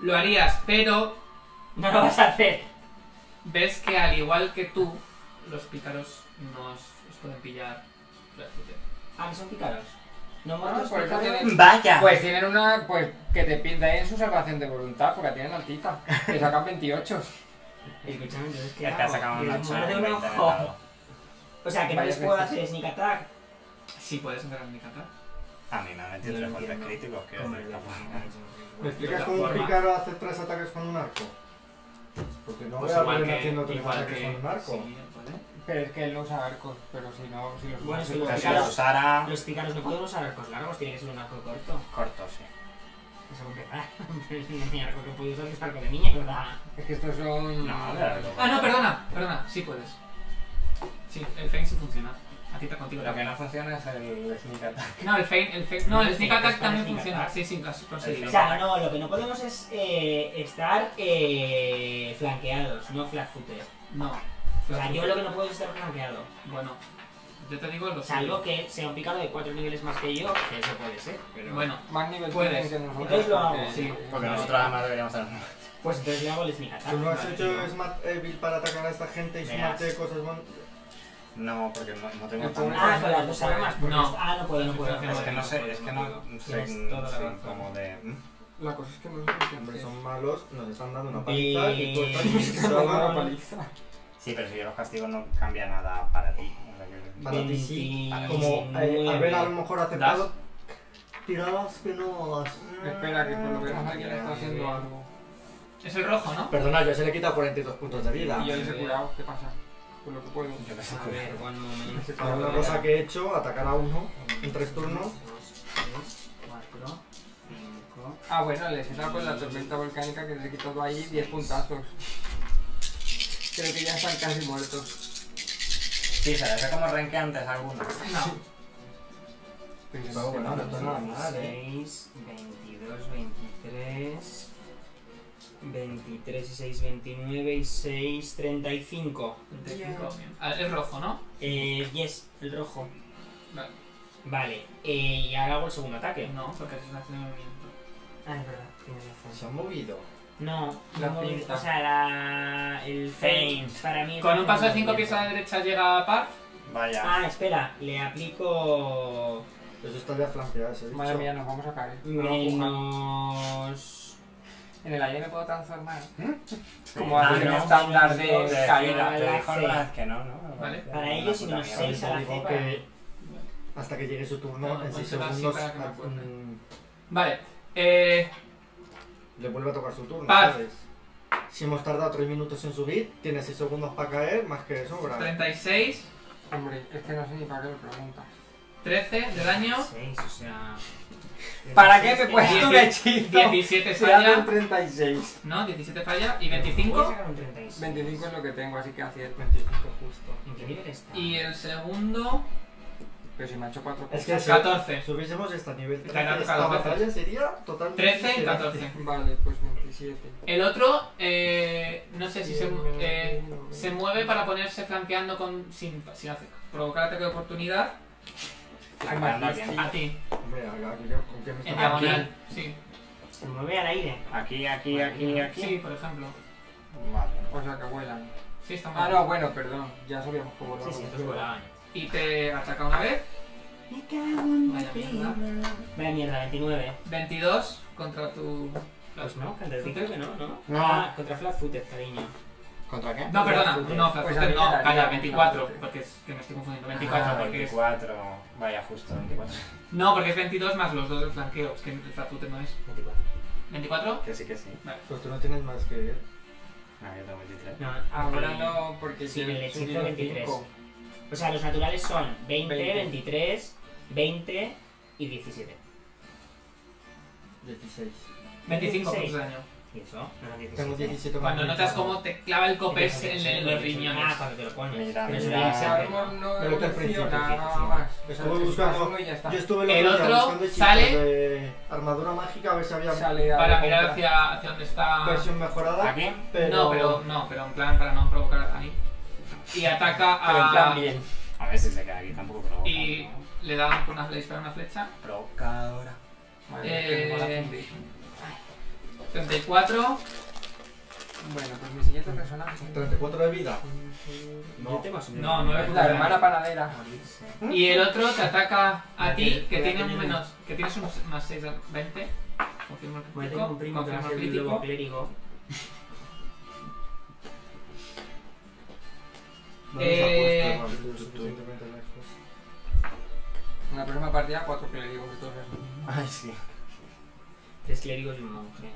Lo harías, pero
No lo vas a hacer.
ves que al igual que tú, los pícaros nos os pueden pillar.
Ah, que son pícaros. No
Ah,
muertos
por eso
pícaros.
tienen-
Vaya.
Pues tienen una, pues que te pinta ahí en su salvación de voluntad, porque la tienen altita. Te sacan 28.
Escúchame, entonces, ¿qué
Ya te has
hago?
sacado un
Les
ocho,
muerde
un
un
20 en el
ojo.
dado.
O sea, que no les
Varias
puedo
veces.
hacer sneak attack.
Sí, puedes entrar en mi cata.
A mí me han metido tres golpes críticos, que
Hombre,
decir, tampoco.
¿Me explicas
De
cómo un
otra forma.
pícaro hace tres ataques con un arco? Porque no voy a
Pues igual
venir
que-
haciendo tres
igual
ataques
que-
con un arco.
sí, vale.
Pero es que él no usa arcos, pero si no, si los
Bueno,
usa,
sí,
O sea,
puede
si los
Claro.
usara
Los pícaros no pueden usar arcos largos, tiene que ser un arco corto.
corto, sí.
Eso es verdad. Mi arco que puedo usar es un arco de mierda.
Es que estos son.
No, pero lo-
Ah, no, perdona, perdona, sí puedes. Sí, el feint sí funciona. A ti te contigo.
Lo que no funciona es el sneak attack.
No, el feint, el feint, no, el sneak attack también
El sneak
funciona.
attack.
Sí, sí, lo has
O
conseguido.
sea, no, lo que no podemos es eh, estar eh, flanqueados, no flatfooted.
No.
O sea, yo lo que no puedo es estar flanqueado.
Bueno, yo te digo lo suyo.
Salvo que sea un pícaro de cuatro niveles más que yo, que eso puede ser. Pero...
Bueno,
Más nivel
Puedes.
tienen que nosotros.
Entonces lo hago,
porque-
sí.
Porque nosotros además deberíamos tener.
Pues entonces le hago el sneak
¿Tú no
attack.
has hecho Smart Evil para atacar a esta gente y
Veas.
sumarte cosas bon-
No, porque no, no tengo
Me pongo-
tanto.
Ah, con las dos armas. porque
No.
es- Ah, no puedo, no puedo.
No.
Es que no sé, es que no, sé,
Tienes toda la
sí,
razón.
como de... ¿Mm?
La cosa es que no sé qué
Hombre,
hacer.
son malos, nos están dando una paliza
Y-
y tú estás
Me pongo una
solo.
paliza.
Sí, pero si yo los castigo no cambia nada para ti. O sea que-
Para ti sí.
Para mí
Como
sí.
eh, haber a lo mejor aceptado
Das.
tiradas que no has...
Espera, que por lo menos alguien está haciendo
Bien.
algo.
Es el rojo, ¿no?
Perdona, yo se le he quitado 42 puntos de vida.
Y yo les he curado, ¿qué pasa? Con lo que puedo.
Yo qué sé.
A ver, one moment.
Les he
Ahora,
curado.
Una cosa que he hecho, atacar a uno en tres turnos.
Dos, tres, cuatro, cinco.
Ah, bueno, les he dado con la tormenta volcánica que les he quitado ahí 10 puntazos. Creo que ya están casi muertos.
Sí, se les ve como renqueantes algunos.
No.
Pero
Pero bueno, no está nada mal, eh.
6, 22, 23, 23 y 6, 29 y 6, 35.
35, bien. Ah, Es rojo, ¿no?
Eh, yes, el rojo.
Vale.
Vale, eh, y ahora hago el segundo ataque.
No, porque es una acción de movimiento.
Ah, es verdad, tienes razón.
Se han movido.
No,
La
no,
pinta.
o sea, la, el feint para mí.
Con un paso de 5
5
pies a la derecha llega a par.
Vaya.
Ah, espera, le aplico
Eso está ya flanqueado, ese bicho.
Madre mía, nos vamos a caer.
menos
En el aire me puedo transformar.
Sí.
Como
Ah,
hacer un
no.
estándar de
Te
caída.
dijo- te dijo
Sí.
la vez que no, ¿no?
Vale.
para ellos y menos
menos
6 a la
Digo
cepa.
que hasta que llegue su turno,
No,
en 6
pónselo así
segundos
para que me
ah,
acuerde.
mm,
Vale. Eh,
le vuelve a tocar su turno,
Paz.
¿sabes? Si hemos tardado 3 minutos en subir, tiene 6 segundos para caer, más que de sobra.
36,
Hombre, es que no sé ni para qué lo preguntas.
13 de daño,
6, o sea.
¿Para qué me
puedes
puedes
tú
un
un
hechizo?
17
Se hace
falla,
un 36.
¿no? 17 falla y
Voy a
25.
sacar un 36.
25 es lo que tengo, así que acierto.
25 justo.
¿En qué nivel está?
Y el segundo,
Pero si me ha hecho 4
Es que si
14.
subiésemos hasta nivel
Te
3,
han
esta
tocado
batalla sería totalmente...
13 y
diferente.
14.
Vale, pues 27.
El otro, eh, no sé si se, mu- eh, se mueve para ponerse flanqueando con, sin, sin hacer- provocar ataque de oportunidad
Ay, más
bien.
a ti,
Hombre, a- a- ¿con quién me
en
está
Ah,
diagonal. Sí,
Se mueve al aire.
Aquí, aquí, aquí, aquí.
sí, por ejemplo.
Vale.
O sea que vuelan.
Sí, está mal.
Ah, no, bueno, perdón. Ya sabíamos que volaban.
Sí, sí, entonces volaban.
Y te ataca una vez.
Me cago en
Vaya mierda.
Vaya mierda, 29.
22 contra tu.
Pues no, contra el Footer que no, ¿no?
No.
Ah, contra Flat Footed, cariño.
¿Contra qué?
No, perdona,
Footer.
no,
Pues
Flash
a mí me
no,
daría
calla,
un
24,
Flash
porque es que me estoy confundiendo,
Ah,
24, porque es...
24. Vaya, justo 24.
No, porque es 22 más los dos del flanqueo, es que el Flatfooter no es.
24.
¿24?
Que sí, que sí.
Pues tú no tienes más que...
No, yo tengo 23.
No,
Ahora
y-
no, porque
Sí,
tiene
el hechizo
subir
23.
cinco.
O sea, los naturales son 20,
20.
23, 20 y 17.
16.
25 puntos
26.
de daño.
¿Y eso? No, no, 17.
Tengo 17
Cuando
más
notas
de-
cómo te clava el copés en, en los
Ah,
riñones.
cuando te lo pones.
Mira,
Pero eso
mira.
tiene que
Ese
ser
árbol no
Pero que al principio,
evoluciona
sí,
nada
sí.
más.
Estuve
O sea,
buscando-
uno y ya está.
Yo estuve el
El
otro día
otro
buscando hechizos
sale-
de armadura mágica a ver si había
Sale a
Para
la
mirar
compra.
hacia, hacia dónde está.
Pues
versión mejorada.
¿Aquí?
Pero...
No, pero no, pero en plan para no provocar a mí. Y ataca
Pero en plan
a.
bien.
A ver si se queda aquí, tampoco provoca.
Y
¿no?
le da una flecha, una flecha.
Provocadora.
Madre, que me mola
Eh,
fundir.
34.
Bueno, pues mi siguiente personaje.
34 de vida.
Yo te voy a subir.
No, nueve
Es la hermana panadera.
Morirse.
Y el otro te ataca a
Vale,
ti, que
voy a
tiene un
tener-
menos. que tienes un más 6 al 20. Confirmo el
Voy a tener
crítico.
un primo que va a
Confirmo
ser
el
el lobo
crítico.
clérigo.
No
Eh,
nos ha puesto, no, suficientemente lejos.
En la próxima partida, cuatro clérigos. entonces.
Ay, sí.
Tres clérigos y un monje.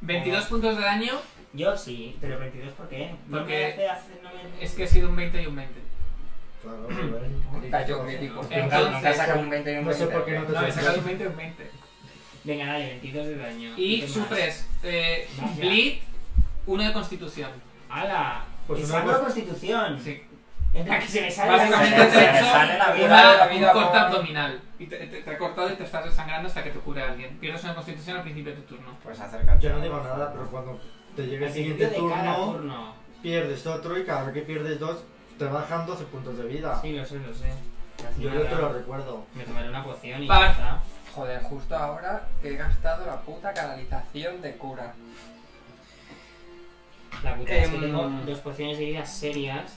22 puntos de daño.
Yo sí, pero 22 ¿por qué? No
Porque
me hace hacer- no me-
Es que he sido un 20 y un 20.
Claro, a ver.
Cayó crítico.
Nunca- Nunca
Entonces-
sacan un 21
No sé por qué no te
No, he
sale.
sacado un 20 y un 20.
Venga, dale, 22 de daño.
Y
¿Qué más?
sufres eh,
Vaya.
bleed, uno de constitución.
¡Hala!
Pues
Pues
una
una
cosa-
constitución.
Sí.
En plan que se me sale la
Básicamente te
sangre.
se
ha
me
hecho
sale la vida,
una-
la vida
un corte
va-
abdominal. Y te, te- te ha cortado y te estás desangrando hasta que te cure alguien. Pierdes una constitución al principio de tu turno.
Pues acércate.
Yo no digo nada, pero cuando te llegue
Al
el siguiente
principio de cada
turno,
turno.
pierdes otro y cada vez que pierdes dos, te bajan 12 puntos de vida.
Sí, lo sé, lo sé. Casi
Yo
nada.
te lo recuerdo.
Me tomaré una poción y
Par.
ya está.
Joder, justo ahora que he gastado la puta canalización de cura.
La putada es que
Em.
tengo dos pociones de heridas serias.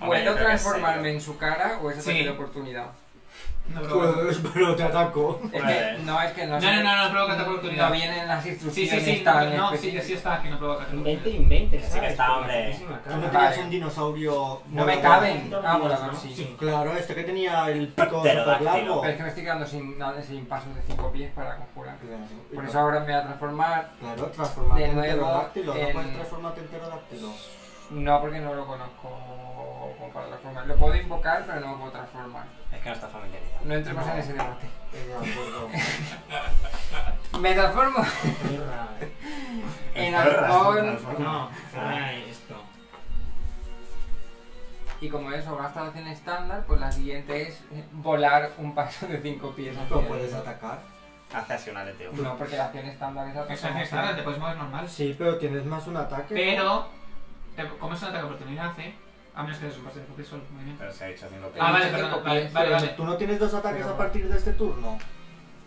Hombre, yo
¿Puedo
creo que es
transformarme
serio.
en su cara o es
Sí.
ataque de oportunidad?
No provoca.
Joder, pero te ataco.
Es
Vale.
que no, es que no
No,
sé-
no, no, no provoca ataque de oportunidad.
No vienen las
Sí,
instrucciones
sí, sí.
tan
No, sí, que
específicas.
sí está aquí, no provoca.
Invente, invente,
Que sí
¿sabes?
que está,
Con la
hombre.
putísima
Tú no
cara.
tenías
Vale.
un dinosaurio.
No me
volador?
caben.
Dos
Ah,
días,
volador,
¿no?
sí.
Sí, claro, este que tenía el pico super
Pterodáctilo.
largo.
Pero es que me estoy quedando sin, nada- sin pasos de 5 pies para conjurar. Por eso
Claro,
ahora me voy a transformar.
Claro, transformarte
De
en
nuevo,
pterodáctilo. No
en-
puedes transformarte en pterodáctilo.
No, porque no lo conozco como para transformar. Lo puedo invocar, pero no lo puedo transformar.
Es que no está familiarizado.
No entremos
No.
en ese debate.
Venga, gordo.
Me transformo
Mierda.
en
Está raro,
halcón.
transforma.
No, ah, esto.
Y como eso, gasta la acción estándar, pues la siguiente es volar un paso de 5 pies. hacia
¿Lo
el-
puedes atacar?
Hace así un aleteo.
No, porque la acción estándar es
Eso pues es
atacar.
estándar, te puedes mover normal.
Ah, Sí, pero tienes más un ataque.
Pero, te- como es un ataque de oportunidad, eh. A menos que des un parte de copia solo, muy bien.
Pero se ha hecho cinco
Ah,
pies.
vale,
Mucho
perdón,
tiempo,
vale,
pies,
vale,
Pero
vale.
tú no tienes dos ataques
Pero-
a partir de este turno.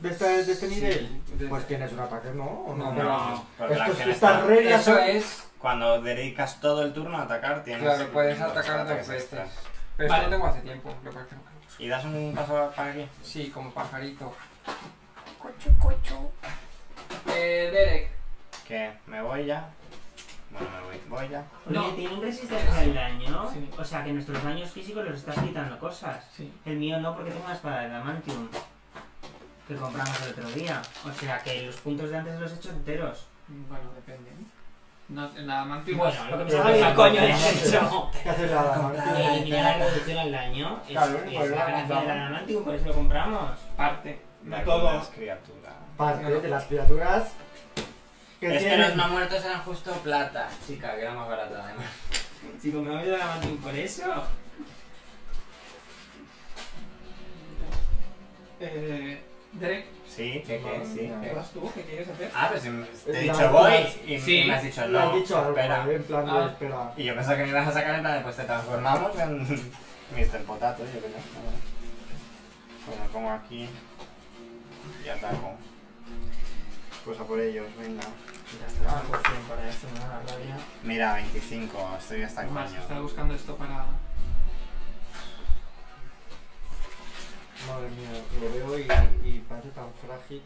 De este, de este
Sí,
nivel.
de-
Pues tienes un ataque, ¿no? ¿O no?
No,
Pero-
No, porque la
Estos-
acción
estas
está.
reglas
Eso
son-
es.
Cuando dedicas todo el turno a atacar, tienes.
Claro, puedes
dos
atacar dos
ataques
veces.
extras.
Pero
Vale.
eso lo tengo hace tiempo. Lo que
Y das un paso para aquí.
Sí, como pajarito. Cocho, cocho. Eh, Derek.
Que me voy ya. Bueno, me voy, voy ya.
Oye,
No.
tienen resistencia al daño.
Sí.
O sea que nuestros daños físicos los estás quitando cosas.
Sí.
El mío no, porque tengo una espada de Damantium que compramos el otro día. O sea que los puntos de antes los he hecho enteros.
Bueno, depende. ¿eh? No, la mantis.
Bueno, lo que me
Pero
salga bien,
pensando
coño,
que
ya
no
he
sé.
hecho.
¿Qué haces la
Eh,
adamante?
Eliminar la reducción al daño es,
Claro,
es
pues
la
la
gracia de
compramos.
la Damantium, por eso lo compramos.
Parte.
No
De
todo.
algunas criaturas.
Parte de las criaturas que
Es que los
tienen.
no muertos eran justo plata, chica, que era más barata además.
Si compramos el Damantium por eso.
Eh, Derek,
Sí, que, que,
Madre
sí.
mía.
¿qué vas tú? ¿Qué quieres hacer?
Ah, pero si me- te he
La-
dicho voy y
Sí.
me has dicho
Le
no.
has dicho algo,
espera.
¿eh? en plan de
Ah.
espera.
Y yo pensaba que me ibas a sacar en plan de, pues te transformamos en Mr. Potato, yo creo. Pues me pongo aquí y ataco. Pues a por ellos, venga.
Ya está, por fin, Ah, pues para eso me da la rabia.
Mira, 25, estoy hasta el
Más,
coño.
estaba buscando esto para.
Madre mía, lo veo y, y parece tan frágil.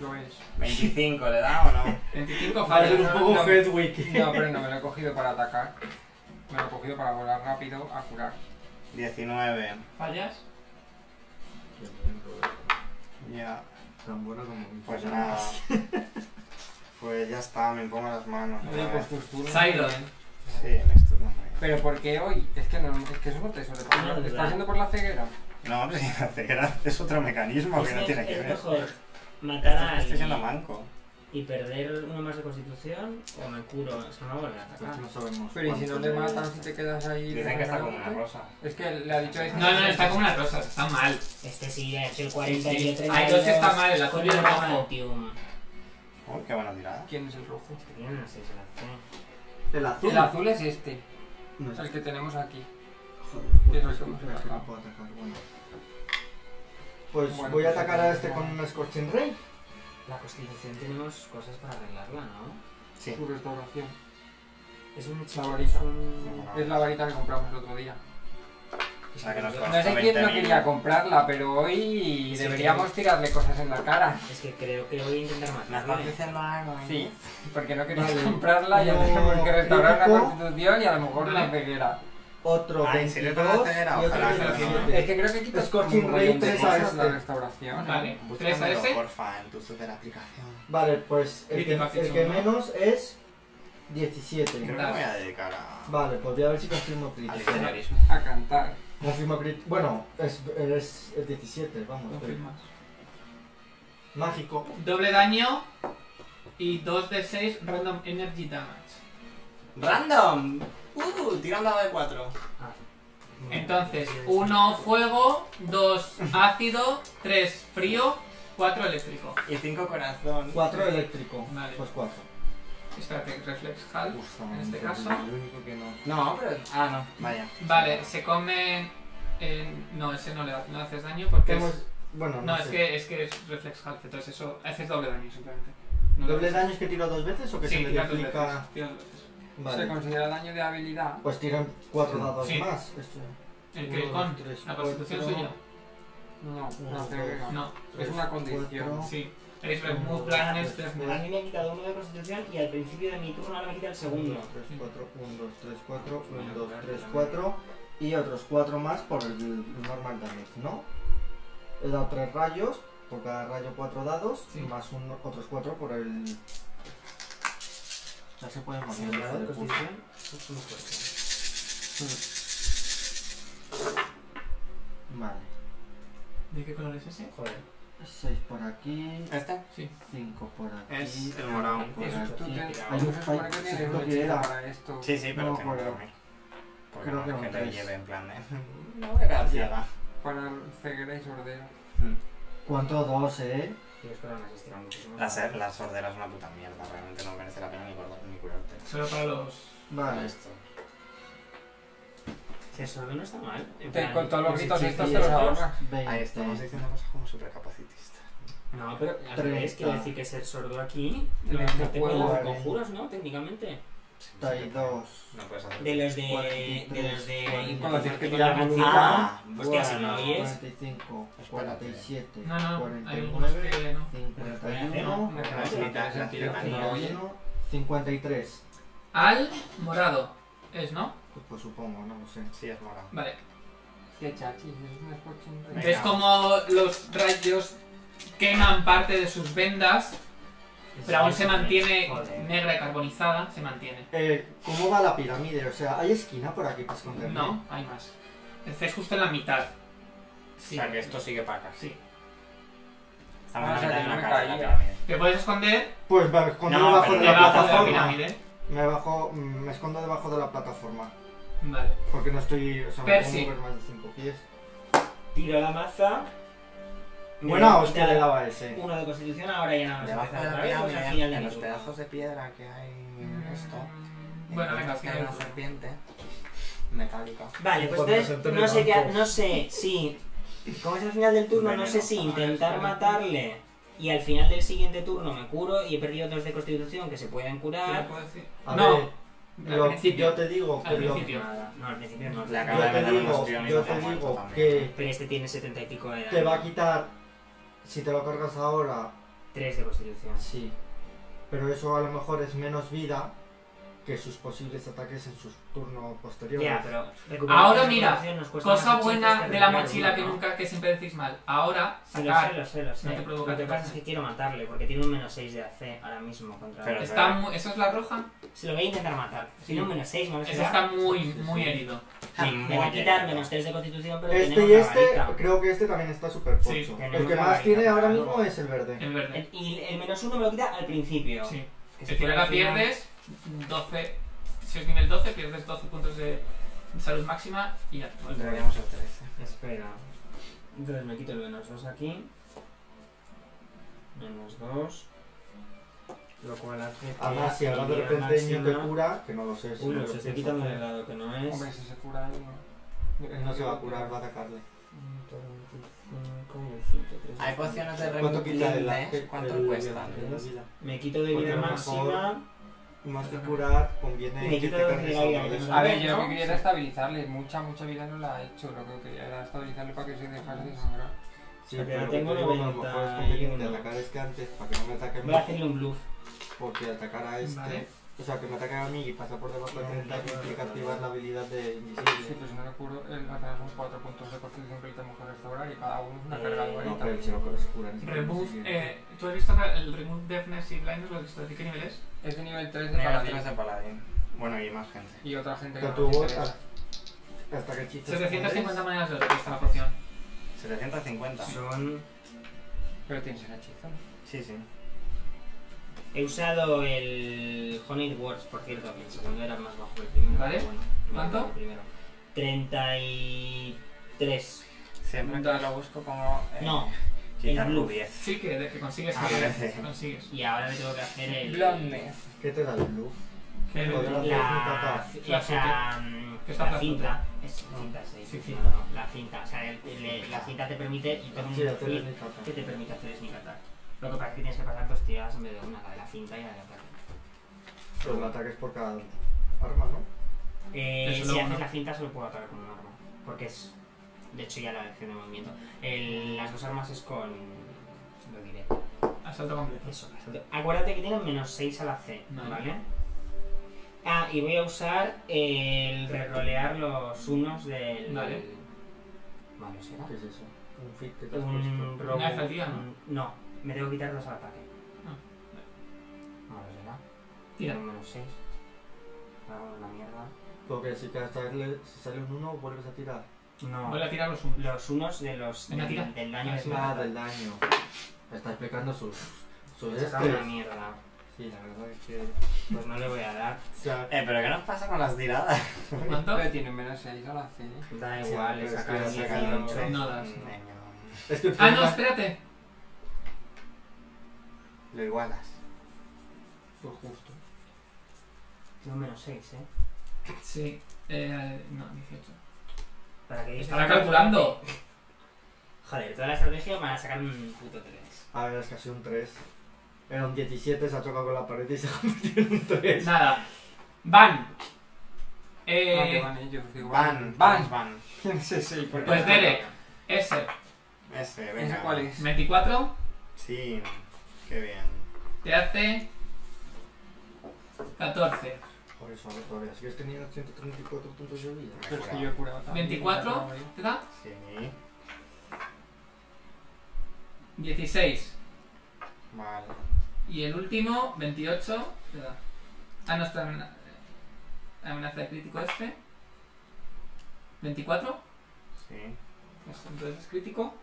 Lo es.
25, ¿le da o no?
25
Parece
fallas.
un poco
no.
Hedwig.
No, pero no me lo he cogido para atacar. Me lo he cogido para volar rápido a curar.
19,
Fallas.
ya.
Tan bueno como un
Pues nada. Pues ya está, me pongo las manos.
Oye,
otra
pues
vez.
tus turnos.
Sidon.
Sí, me estoy
Pero ¿por qué hoy? Es que, no, es que eso no te
No,
sobrepasa.
de
¿Te
verdad.
¿Estás yendo por la ceguera?
No, pues sin ceguera es otro mecanismo que no
Es-
tiene que
es
ver.
mejor
Esto
matar
es
a
que Estoy siendo
alguien
manco.
y perder uno más de constitución o me curo. Es que no me vuelven a atacar.
Pues No sabemos.
Pero ¿y si no
cuánto
te
le-
matan, si te quedas ahí?
pues Dicen que está como una
recargándote?
rosa.
Es que le ha dicho esto.
No, no, está como unas rosas, está mal.
Este sí, es el
Sí,
40 y
sí.
el 30.
Hay dos que está mal, el azul
con
y el
el
rojo.
Damantium.
Oh, qué buena tirada.
¿Quién es el rojo?
Este tiene una seis en la acción.
El azul.
El azul es este,
No
el que tenemos aquí.
Joder,
Tienes
joder,
que
joder, que
atacar.
no puedo atacar, bueno. Pues
Bueno,
voy a
pues
atacar a
ataca.
este con un Scorching Ray.
La constitución tenemos cosas para arreglarla, ¿no?
Sí.
Tu restauración.
Es un
Favorito.
es un-
Es la varita que compramos el otro día.
La que nos
Es
No sé quién no quería comprarla, pero hoy
Sí,
deberíamos tirarle cosas en la cara.
que creo que voy a intentar ¿eh? matarle.
Sí, porque no quería
Vale.
comprarla y
No,
tenemos que restaurar la
crítico.
constitución y a lo mejor la ceguera.
Otro
Ay, si le toca
22
acelerar,
y otro
ojalá que lo
27.
Es que creo que quitas
Scorching
un
Ray
montón de
tres a
cosas la
este.
restauración. ¿eh?
Vale, 3 a ese.
Porfa, en tu super aplicación.
Vale, pues el que,
Crítico
el
afición,
que
¿no?
menos es
Creo
17.
que me voy a dedicar a...
Vale, podría ver si confirmo
al
crítico.
señorismo.
¿eh? A cantar.
Confirmo crítico. Bueno, es, es el 17, vamos.
Confirmas.
pero- Mágico.
Doble daño y 2 de 6 random energy damage.
¡Random! ¡Uh! Tirando a de 4.
Entonces,
pues,
1 fuego, 2 ácido, 3 frío, 4 eléctrico.
Y 5 corazón.
4 eléctrico.
Vale.
Pues 4.
Espérate, reflex half en este caso.
El único que no.
No, pero... Ah, no. Vaya.
Vale, se come... eh, no, ese no le hace, no le haces daño porque
Hemos-
Este es...
Bueno, no,
No,
sé.
es que, es que es reflex half, entonces eso... Haces doble daño simplemente. No le
¿Doble
haces-
daño es que tiro dos veces o que se
Sí,
me
tiras dos
duplica?
veces, tiras dos veces.
Vale.
Se considera daño de habilidad.
Pues tiran cuatro dados
Sí.
más. Este,
El
uno,
que
dos,
con
tres,
la constitución
cuatro,
suya.
No, no
Uno,
se
dos.
agrega.
No,
Es una condición.
cuatro.
sí. Es
Uno,
remove
dos,
planets,
tres,
tres
cuatro.
A mí me ha quitado uno de constitución y al principio de mi turno ahora me quita el segundo.
1, 3, 4, 1, 2, 3, 4, 1, 2, 3, 4 y otros 4 más por el normal damage, ¿no? He dado 3 rayos, por cada rayo 4 dados,
Sí.
más un- otros 4 por el... Ya se pueden mover,
el
¿verdad?
lado de
Pues sí.
constitución, es muy fuerte.
Vale,
¿De qué color es ese?
Joder.
6 por aquí,
¿Este?
5 por aquí...
Es el morado.
por
Eso, tú
aquí.
tienes-
Hay un
se supone que
fight,
tienes
siento
un
que
hechizo
era.
para esto.
Sí, sí, pero
No,
que no
creo-
dormir. Porque
creo
no,
que
que
no
te
es.
lleve en plan de... No era ciega. Mm.
Para ceguera y sordera.
¿Cuánto 2, eh?
Yo espero que me asistieran muchísimo.
La, ser- la sordera es una puta mierda, realmente no merece la pena ni, guardar- ni curarte.
Solo para los.
Vale,
Esto.
Si eso no está mal. En
Te-
plan,
Con todos los
los
gritos estos te
hechizos
los ahorras.
20.
Ahí estamos diciendo cosas como supercapacitista.
No, pero al
Treinta.
revés, quiere decir que ser sordo aquí.
En
No,
este
no tengo
juego,
los
vale.
conjuros, ¿no? Técnicamente.
Sí, sí, que-
32.
No puedes hacer.
De los de. de
43,
los de.
Cuando tienes que
con
tirar
la
voluntad.
canción.
Ah,
Hostia, si no
Bueno,
oyes.
45,
Espérate.
47,
No, no, hay algunos
49,
que no.
51,
No,
las
no, no
citas,
tiene
las
sentido.
citas,
No, Ah, oye.
51, 53.
Al morado. Es, ¿no?
Pues, pues supongo, no lo sé.
Sí, es morado.
Vale.
Qué chachi, es un escochín.
Venga.
Ves como los rayos queman parte de sus vendas, pero aún se mantiene
¿eh? Joder.
negra y carbonizada. Se mantiene.
Eh, ¿Cómo va la pirámide? O sea, ¿hay esquina por aquí pues, para esconderme?
No, hay más. Estáis justo en la mitad.
O sea que esto sigue para acá.
Sí.
Estamos
Ah,
en
o
la
sea, que
mitad de
no
una
me
cara de la
caía.
pirámide.
Te puedes esconder
Pues me escondo
No,
debajo,
pero
debajo de
de la
la
plataforma.
pirámide.
me, bajo, mm, me escondo debajo de la plataforma.
Vale.
Porque no estoy. O sea, me
Percy.
puedo mover más de 5 pies.
Tiro la maza.
Buena
Me
hostia
quita
le daba ese.
Uno de constitución, ahora ya nada más.
Debajo
empezar
de la
otra vez, Ah, o sea, al
pirámide,
final de
en
mi
los
turno.
pedazos de piedra que hay en Mm, esto.
Mm. Bueno, venga,
encuentras que hay
sigue.
una serpiente metálica.
Vale, pues
Cuando se
entonces
entere
no sé, qué,
Marco.
no sé si. Como es al final del turno, no sé
Veneno.
si intentar matarle y al final del siguiente turno me curo y he perdido dos de constitución que se pueden
¿Qué le
curar.
puedo decir?
A
no,
ver,
al
yo,
principio.
yo te digo,
Al
pero.
principio.
Nada, no, al principio no.
Le
Yo
acaba de
te
meter un
digo,
ostión y
yo
no
te
te muerto
digo
también.
que
Pero este tiene setenta y pico de edad.
te va a quitar. Si te lo cargas ahora,
Tres de constitución.
Sí, pero eso a lo mejor es menos vida que sus posibles ataques en sus turnos posteriores.
Ya, pero recuperar
Ahora
la
mira,
constitución nos cuesta
Cosa
más
buena de
hechizos
la
recuperar
mochila
uno,
que
¿no?
nunca, que siempre decís mal. Ahora,
Sí, lo sé,
sacar.
lo sé, lo sé.
No te provoca
lo que
que
pasa
pase.
es que quiero matarle porque tiene un menos 6 de AC ahora mismo contra
Pero-
Está mu- ¿Eso es la roja?
Se lo voy a intentar matar. Tiene un menos 6, más
Ese está muy, muy herido.
Ah, Me va a quitar menos 3 de constitución, pero
Este y
tenemos
este,
la varita.
creo que este también está super pocho.
Sí,
el
tenemos
que
la
más
varita,
tiene ahora
claro.
mismo es el verde.
El verde.
El- y el menos 1 me lo quita al principio.
Sí.
Que
Si
se puede
ahora
al final.
pierdes 12. Si es nivel 12, pierdes 12 puntos de salud máxima y ya.
Deberíamos ser 13.
Espera. Entonces me quito el menos 2 aquí. Menos 2. Lo cual hace. que
Además, si ahora Ah, de
iría
repente Ñu te
máxima-
cura, que no lo sé. si
Uy, pues
no
no,
lo
se está
pienso
quitando
hacer.
el lado que no es.
Hombre, si se cura algo.
Él no se va a curar, va a atacarle.
25, 25,
Hay pociones de
¿Cuánto quita el
¿eh?
remontante. ¿Cuánto
el-
cuestan?
el- el-
Me quito de vida
Porque a lo mejor-
máxima.
Más que curar,
Me
conviene que
quita
te
la
cargues
vida,
algo
vida,
de
vida.
eso.
A ver, yo lo
¿no?
que quería era estabilizarle. Mucha, mucha vida no la ha hecho. Lo que quería era estabilizarle para que se dejase de sangrar.
Sí,
Pero
pero lo que
tengo
te digo, que a lo mejor es conveniente
91.
atacar este antes para que no me ataque
Voy a
más.
hacerle un bluff.
Porque atacar a este.
Vale.
O sea, que me ataque a mí y pasa por debajo de 30 que implica activar la habilidad de
Sí,
invisible.
pero si no lo curo, él apenas son 4 puntos de constitución que le tenemos que restaurar y cada uno es una
Eh,
carga de
No,
varita.
pero si lo corres curan. es
Remove.
imposible.
Eh, ¿Tú has visto acá el Remove Deafness y Blindness? ¿Lo has visto? ¿De qué nivel es?
Es de nivel 3 de
Mega
paladín
3 de paladín. Bueno, y más gente.
y otra gente que no
Pero tú,
nos interesa.
hasta hasta que chistes.
750 monedas de oro cuesta la poción.
750.
Son.
Pero tienes el hechizo.
Sí, sí.
He usado el Honey Wars, por cierto, que el segundo era más bajo que el primero.
¿Vale?
pero bueno,
¿Cuánto?
el primero. 33.
Siempre que lo busco pongo. eh,
No,
Quitar
el blue.
rubiez.
Sí, que, de- que consigues.
Ah,
que-
vale.
que consigues.
y ahora me tengo que hacer el.
Blondness.
¿Qué te da el blue?
Que-
Joder.
La, mm,
La
o sea,
Que está
la
flacuta.
cinta. Es cinta, sí.
Sí,
no,
cinta.
no, la cinta. O sea, el- el- la cinta te permite. Y tengo un
Sí, hacer
perfil
el tata.
que te permite hacer sneak attack. Lo que pasa es que tienes que pasar dos tiradas en vez de una, la de la cinta y la de la
Los ataques por cada uno. arma, ¿no?
Pero
Eh,
solo
si
uno.
haces la cinta solo puedo atacar con un arma. Porque es. De hecho ya la acción de movimiento. El- las dos armas es con. Lo diré.
Asalto completo.
Eso, bastante. Acuérdate que tienen menos 6 a la C,
Vale.
¿vale? Ah, y voy a usar el rerolear los unos del.
Vale. Pues,
Vale, será.
¿Qué es eso? Un fit que te has
Un
puesto.
robo.
Una vez al día, ¿no?
No, me tengo que quitar dos al ataque.
Ah,
Malo será.
Tira.
Tengo menos 6. Hago una mierda.
Porque si cada sale- si sale un 1, vuelves a tirar.
No.
Vuelve a tirar los unos.
Los unos de los
Venga, tira.
del, del daño
Ah,
de
sí.
Nada del daño. Está explicando sus. sus
Es
estes.
una mierda.
Sí, la verdad es que.
Pues no le voy a dar.
O sea,
Eh, pero ¿qué nos pasa con las tiradas?
¿Cuánto?
Pero tiene menos 6 a la C.
Eh,
Da
Sí,
igual,
pero
le
es que
sacan
ya
Las sacan
18.
tres.
No das, no.
Venga,
es que.
Ah, no, espérate.
Lo igualas.
Pues justo.
Tengo menos 6, eh.
Sí. Eh, no, 18.
Para que
Estará calculando.
Joder, toda la estrategia van a sacar un puto 3.
A ver, es que ha sido un 3. Era un 17, se ha chocado con la pared y se ha convertido en un 3.
Nada. Van.
Ah, que
Eh,
van ellos. digo,
Van,
van.
van.
Sí, sí, porque-
Pues Derek. S.
Ese, venga.
¿Ese cuál es?
24.
Sí, qué bien.
Te hace. 14.
Por eso, a ver, todavía. Si que tenía 134 puntos de vida.
Me he
Pero es que
curado.
yo he curado también.
24. ¿Te da?
Sí,
16.
vale.
Y el último, 28. Te da. Ah, no, está amenaza, amenaza de crítico este. 24.
Sí.
Pues entonces es crítico.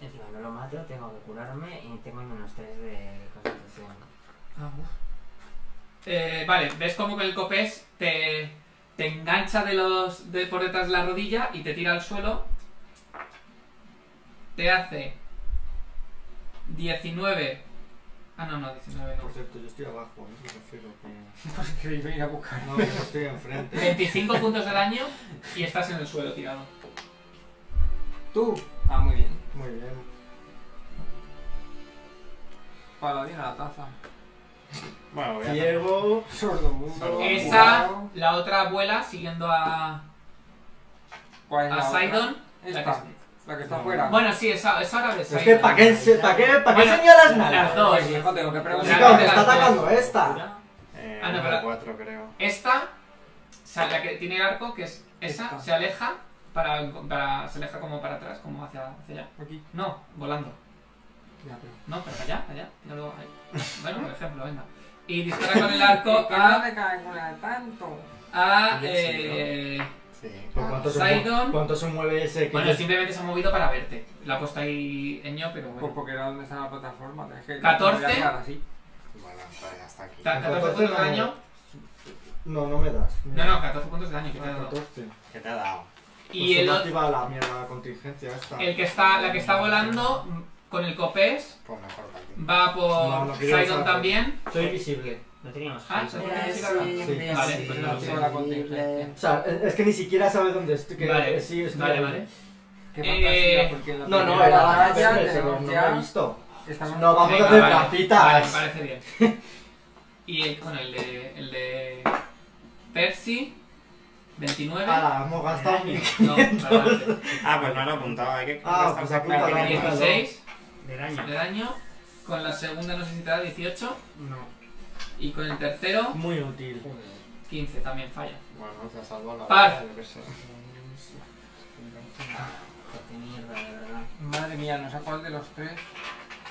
Encima no lo mato, tengo que curarme y tengo el menos 3 de constitución.
Eh, vale, ves como que el copés te, te engancha de los de por detrás de la rodilla y te tira al suelo. Te hace 19. Ah, no, no, 19
Por
no.
cierto, yo estoy abajo, ¿eh? Me refiero que.
Pues que me iba a ir a buscar.
No, que yo estoy enfrente.
25 puntos de daño y estás en el suelo tirado.
Tú. Ah, muy bien.
Muy bien.
Paladín a la taza.
Bueno, voy a
Diego.
Sordo mundo.
Esa, la otra abuela, siguiendo a,
¿Cuál es la
a
otra?
Sidon. la que-
Esta. La que está afuera.
Bueno, sí, esa, esa ahora ves.
Es que, ¿para qué, se- pa' qué, pa' qué
Bueno,
señalas
las
nada?
dos.
Pues, hijo, tengo que preguntar.
Chico, me
las
está
dos.
atacando esta.
Eh,
Ah, no,
número
pero-
cuatro, creo.
Esta, o sea, la que tiene el arco, que es esa,
Esta.
se aleja para, para. Se aleja como para atrás, como hacia, hacia allá.
Aquí.
No, volando.
Ya, pero-
No, pero para allá, para allá. Tira luego ahí. Bueno, por ejemplo, venga. Y dispara con el arco
Que no
a.
te calcula tanto.
a
Sí, sí,
eh,
Sí.
¿Por cuánto se,
Sidon.
mue- ¿Cuánto se mueve ese? que
bueno,
yo-
simplemente se ha movido para verte. La ha puesto ahí ño, pero
Pues
bueno.
porque era donde estaba la plataforma. te dejé-
14.
te voy a dejar así.
Bueno, pues ya está aquí.
Ta- 14
14
puntos de
no.
daño.
No, no me das. Ah,
No, no, 14 puntos de daño que te ha dado.
14.
¿Qué te ha dado?
Y el,
no
otro-
activa la mierda la contingencia esta.
el que está, la que está volando mm, con el copés
Pues mejor para ti.
va por
No, no quería
Sidon
usar.
también.
Soy invisible.
No teníamos
Ah,
hits, ¿no?
sí.
Vale,
pues
Sí,
no lo
sí,
sé.
la contingencia.
O sea, es que ni siquiera sabe dónde estoy. que-
Vale,
sí, estoy
vale,
ahí.
vale.
Qué
Eh,
fantasía, porque en la
No, no,
primera
era la
batalla
batalla, pero
tenemos
no
ya-
lo he visto.
estamos-
No, vamos a
Venga,
hacer
vale. Vale, me
patitas.
parece bien. Y el, bueno, el de, el de Percy, 29.
Ala, hemos gastado mil.
No, para adelante.
Ah, pues no lo he apuntado. Hay que gastar
Ah, pues
esa
apunta
clave.
la mierda.
16
De daño.
de daño. Con la segunda no sé si te da 18.
No.
Y con el tercero,
Muy útil.
15 también falla.
Bueno, te ha salvado la
Par.
vida, yo qué sé.
Qué mierda, de verdad.
Madre mía, no sé cuál de los tres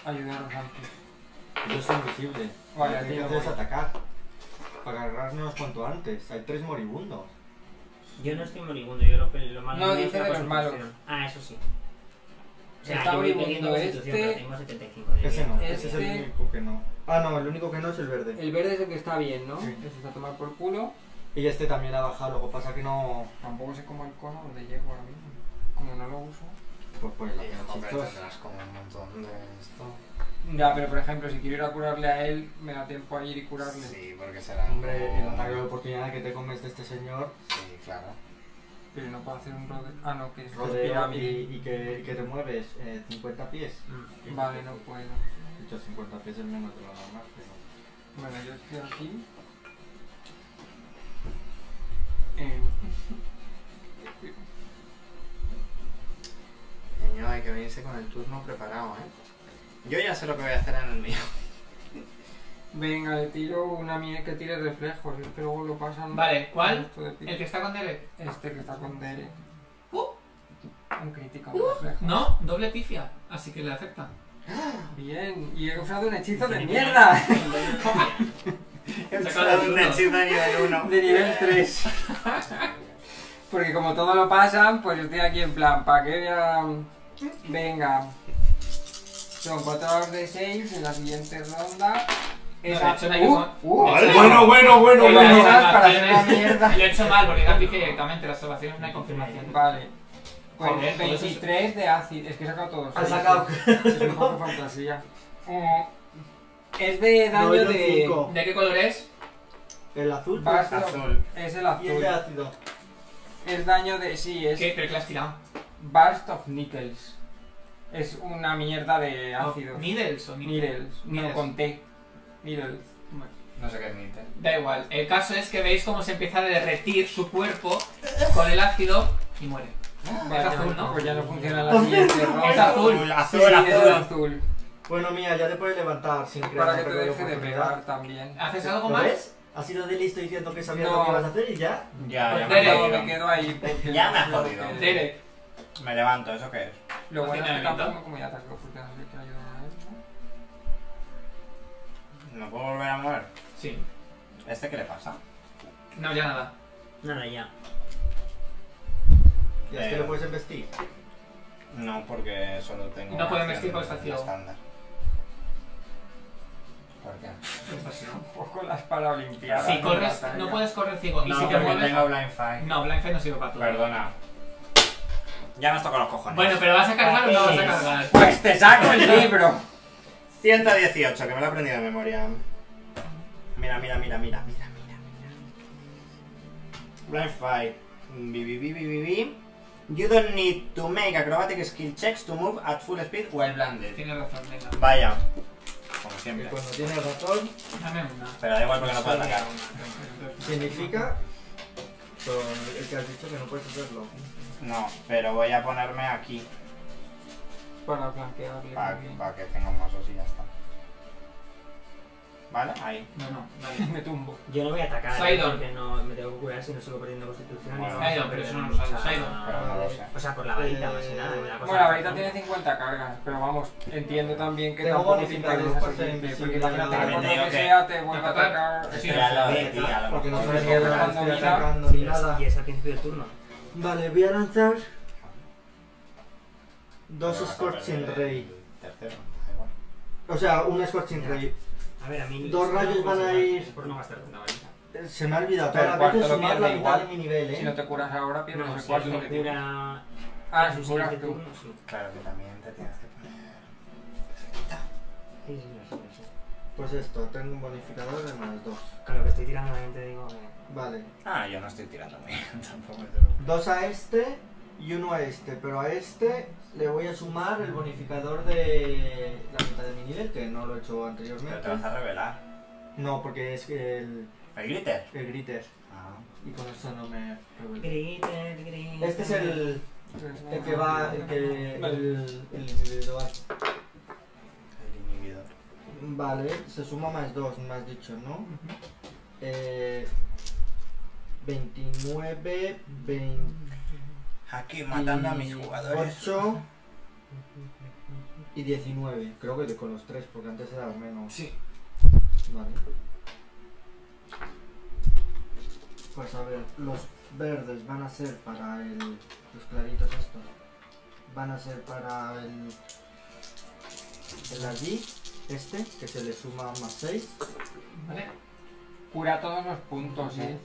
ayudaros antes.
Yo soy invisible.
Vale,
Lo que
aquí
hay que
no
hacer es
voy.
atacar. Para agarrarnos cuanto antes. Hay tres moribundos.
Yo no estoy moribundo, yo lo, que- lo malo
No,
mío es
dice
la
de los
constitución.
malos.
Ah, eso sí. O
Está
yo voy
moribundo
perdiendo constitución,
este.
pero Tengo 75 de vida.
Ese no,
Este-
ese es el único que no. Ah, no, el único que no es el verde.
El verde es el que está bien, ¿no?
Sí.
Ese está a tomar por culo.
Y este también ha bajado, lo que pasa que no.
Tampoco sé cómo el cono donde llego ahora mismo. Como no lo uso.
Pues pues la
Y, joder,
chistosa.
tendrás como un montón de esto.
Ya, pero por ejemplo, si quiero ir a curarle a él, me da tiempo a ir y curarle.
Sí, porque será.
Hombre, el
como-
ataque de oportunidad que te comes de este señor
Sí, claro.
Pero no puedo hacer un rodeo. Ah, no, que es
rodeo y,
pirámide.
y que, y que te mueves eh, 50 pies.
Mm.
Vale, no puedo.
De hecho, 50 pies es menos de lo normal, pero.
Bueno, yo estoy aquí.
Eh,
Niño, hay que venirse con el turno preparado, ¿eh? Yo ya sé lo que voy a hacer en el mío.
Venga, le tiro una mierda que tire reflejos. Es que luego lo pasan.
Vale, ¿cuál?
al resto de pi-
el que está con Derek.
Este que está con Dere.
Uh.
Un crítico de reflejo.
No, doble pifia, así que le afecta.
Bien, y he usado un hechizo de mierda.
Sacado
He
el
usado un
turno.
hechizo de nivel 1.
De nivel 3. Porque como todo lo pasan, pues yo estoy aquí en plan, ¿para qué voy a- Venga. Son 4 dados de 6 en la siguiente ronda.
No, de hecho, no hay que
¡Uh!
con-
¡Uh!
de hecho,
Bueno, bueno, bueno,
En las
bueno.
Esas para hacer una
salvaciones-
mierda.
Lo he hecho mal, porque ya dije directamente, las salvaciones no hay confirmación.
Vale. Pues
Joder, todo eso es-
23 de ácido. Es que he sacado todos.
Ha sacado.
Es un poco fantasía. Eh, es de daño
No, yo
de.
cinco.
¿De qué color es?
El azul
Vas-
Azul.
Es el
y el
azul.
de ácido.
Es daño de. Sí, es.
¿Qué? ¿Pero que la has tirado?
Burst of Nickels. Es una mierda de ácido.
Oh, ¿Needles o needles?
Needles. No,
Needles.
con T. Needles.
No sé qué es Niter.
Da igual. El caso es que veis cómo se empieza a derretir su cuerpo con el ácido y muere.
Vale,
azul, ¿no?
Pues ya no funciona la siguiente ronda.
Ah, Es azul.
Azul,
Sí,
azul.
es el azul.
Bueno, mía, ya te puedes levantar sin creer.
Para
no
que te
perder
deje de
oportunidad.
pegar también.
¿Haces algo
¿Lo
más?
ves? Has sido de listo diciendo que sabías
No.
lo que ibas a hacer y ya.
Ya, ya
Pues
me he
Derek.
No,
jodido.
me quedo ahí. porque
Ya me ha
lo
jodido.
que-
Derek.
Me levanto, ¿eso qué es?
Lo bueno es que
Haciendo
tampoco como ya te acabo, porque no sé qué ayuda a él, ¿no?
¿No puedo volver a mover?
Sí.
¿Este qué le pasa?
No, ya nada.
Nada, ya.
Y es
Eh.
este
que lo puedes investir.
No, porque solo tengo.
No
una
puede
acción
vestir porque está ciego.
estándar. ¿Por qué?
Un poco las paralimpiadas.
Si
¿no?
corres,
Batalla.
no puedes correr ciego. Y
No,
si te
porque
mueves.
tengo blind fight.
No, Blind Faith no sirve para todo.
Perdona. Ya me has tocado los cojones.
Bueno, pero ¿vas a cargar o no vas a cargar?
Pues te saco el libro.
118, que me lo he aprendido de memoria. Mira, mira, mira, mira, mira, mira, mira. Blind fight. Bi, bi, bi, bi, bi, bi. You don't need to make acrobatic skill checks to move at full speed while blinded.
Tienes razón, venga.
Vaya. Como
Y
siempre.
cuando tienes razón,
Dame una.
Pero da igual porque no puedo atacar.
significa. Con el que has dicho que no puedes hacerlo.
No, pero voy a ponerme aquí
Para flanquearle.
para,
muy bien.
que tenga un mazo y ya está. ¿Vale? Ahí.
No, no, vale.
Me tumbo.
Yo no voy a atacar eh,
Sidon.
porque no me tengo que curar si no sigo perdiendo constitución.
Bueno.
y
Sidon, pero eso no lo sabes,
mucha-
Sidon.
Pero no lo sé.
O sea, por la varita más que nada. una cosa
Bueno,
así,
ahorita
¿no?
tiene 50 cargas, pero vamos, entiendo también que
Tengo
tampoco te
bonificadores
interesa
por ser
seguirte, porque
invisible.
imagínate que
También
por
te
lo
digo
que
que-
sea te vuelve a
Atacar.
atacar.
Sí,
Esto ya lo
Voy a
de ti, a
atacar,
lo
Porque no
mejor.
sabes
Estoy
cómo la
atacando
estoy
vida.
atacando
Sí,
ni nada.
Y es al principio del turno.
Vale, voy a lanzar dos
Pero vas a
Scorching
perder
Ray.
el Tercero, da igual.
O sea, un Scorching Ray.
A ver, a mí.
Dos rayos van a ir-
Por no gastar tanta varita.
Eh, Se me ha olvidado.
Pero
Todas
el
las
cuarto
veces
lo
sumar la
pierde
mitad
igual.
de mi nivel,
Si no
eh.
te curas ahora, pierdes
No,
el
si
cuarto
me
que tienes.
cura.
Ah,
en
si
un
curas
siguiente
tú.
turno, sí.
Claro que también te tienes que poner.
Sí, sí, no sé, no sé.
Pues esto, tengo un bonificador de más dos.
Con lo que estoy tirando, también te digo que.
Vale.
Ah, yo no estoy tirando muy bien tampoco. te preocupes.
Dos a este y uno a este. Pero a este le voy a sumar el bonificador de la mitad de mi nivel, que no lo he hecho
Pero
anteriormente.
te vas a revelar.
No, porque es el,
¿El glitter?
el gritter.
Ah.
Y con eso no me revuelvo.
Griter, griter.
Este es el, el que va, el que. El, el individual.
El inhibidor.
Vale, se suma más dos, me has dicho, ¿no? Eh, 29, 28
Aquí matando a mis jugadores.
y 19. Creo que con los tres, porque antes era menos.
Sí.
Vale. Pues a ver, los verdes van a ser para el. Los claritos estos. Van a ser para el. El allí, este, que se le suma más 6.
Vale.
Cura todos los puntos, ¿eh?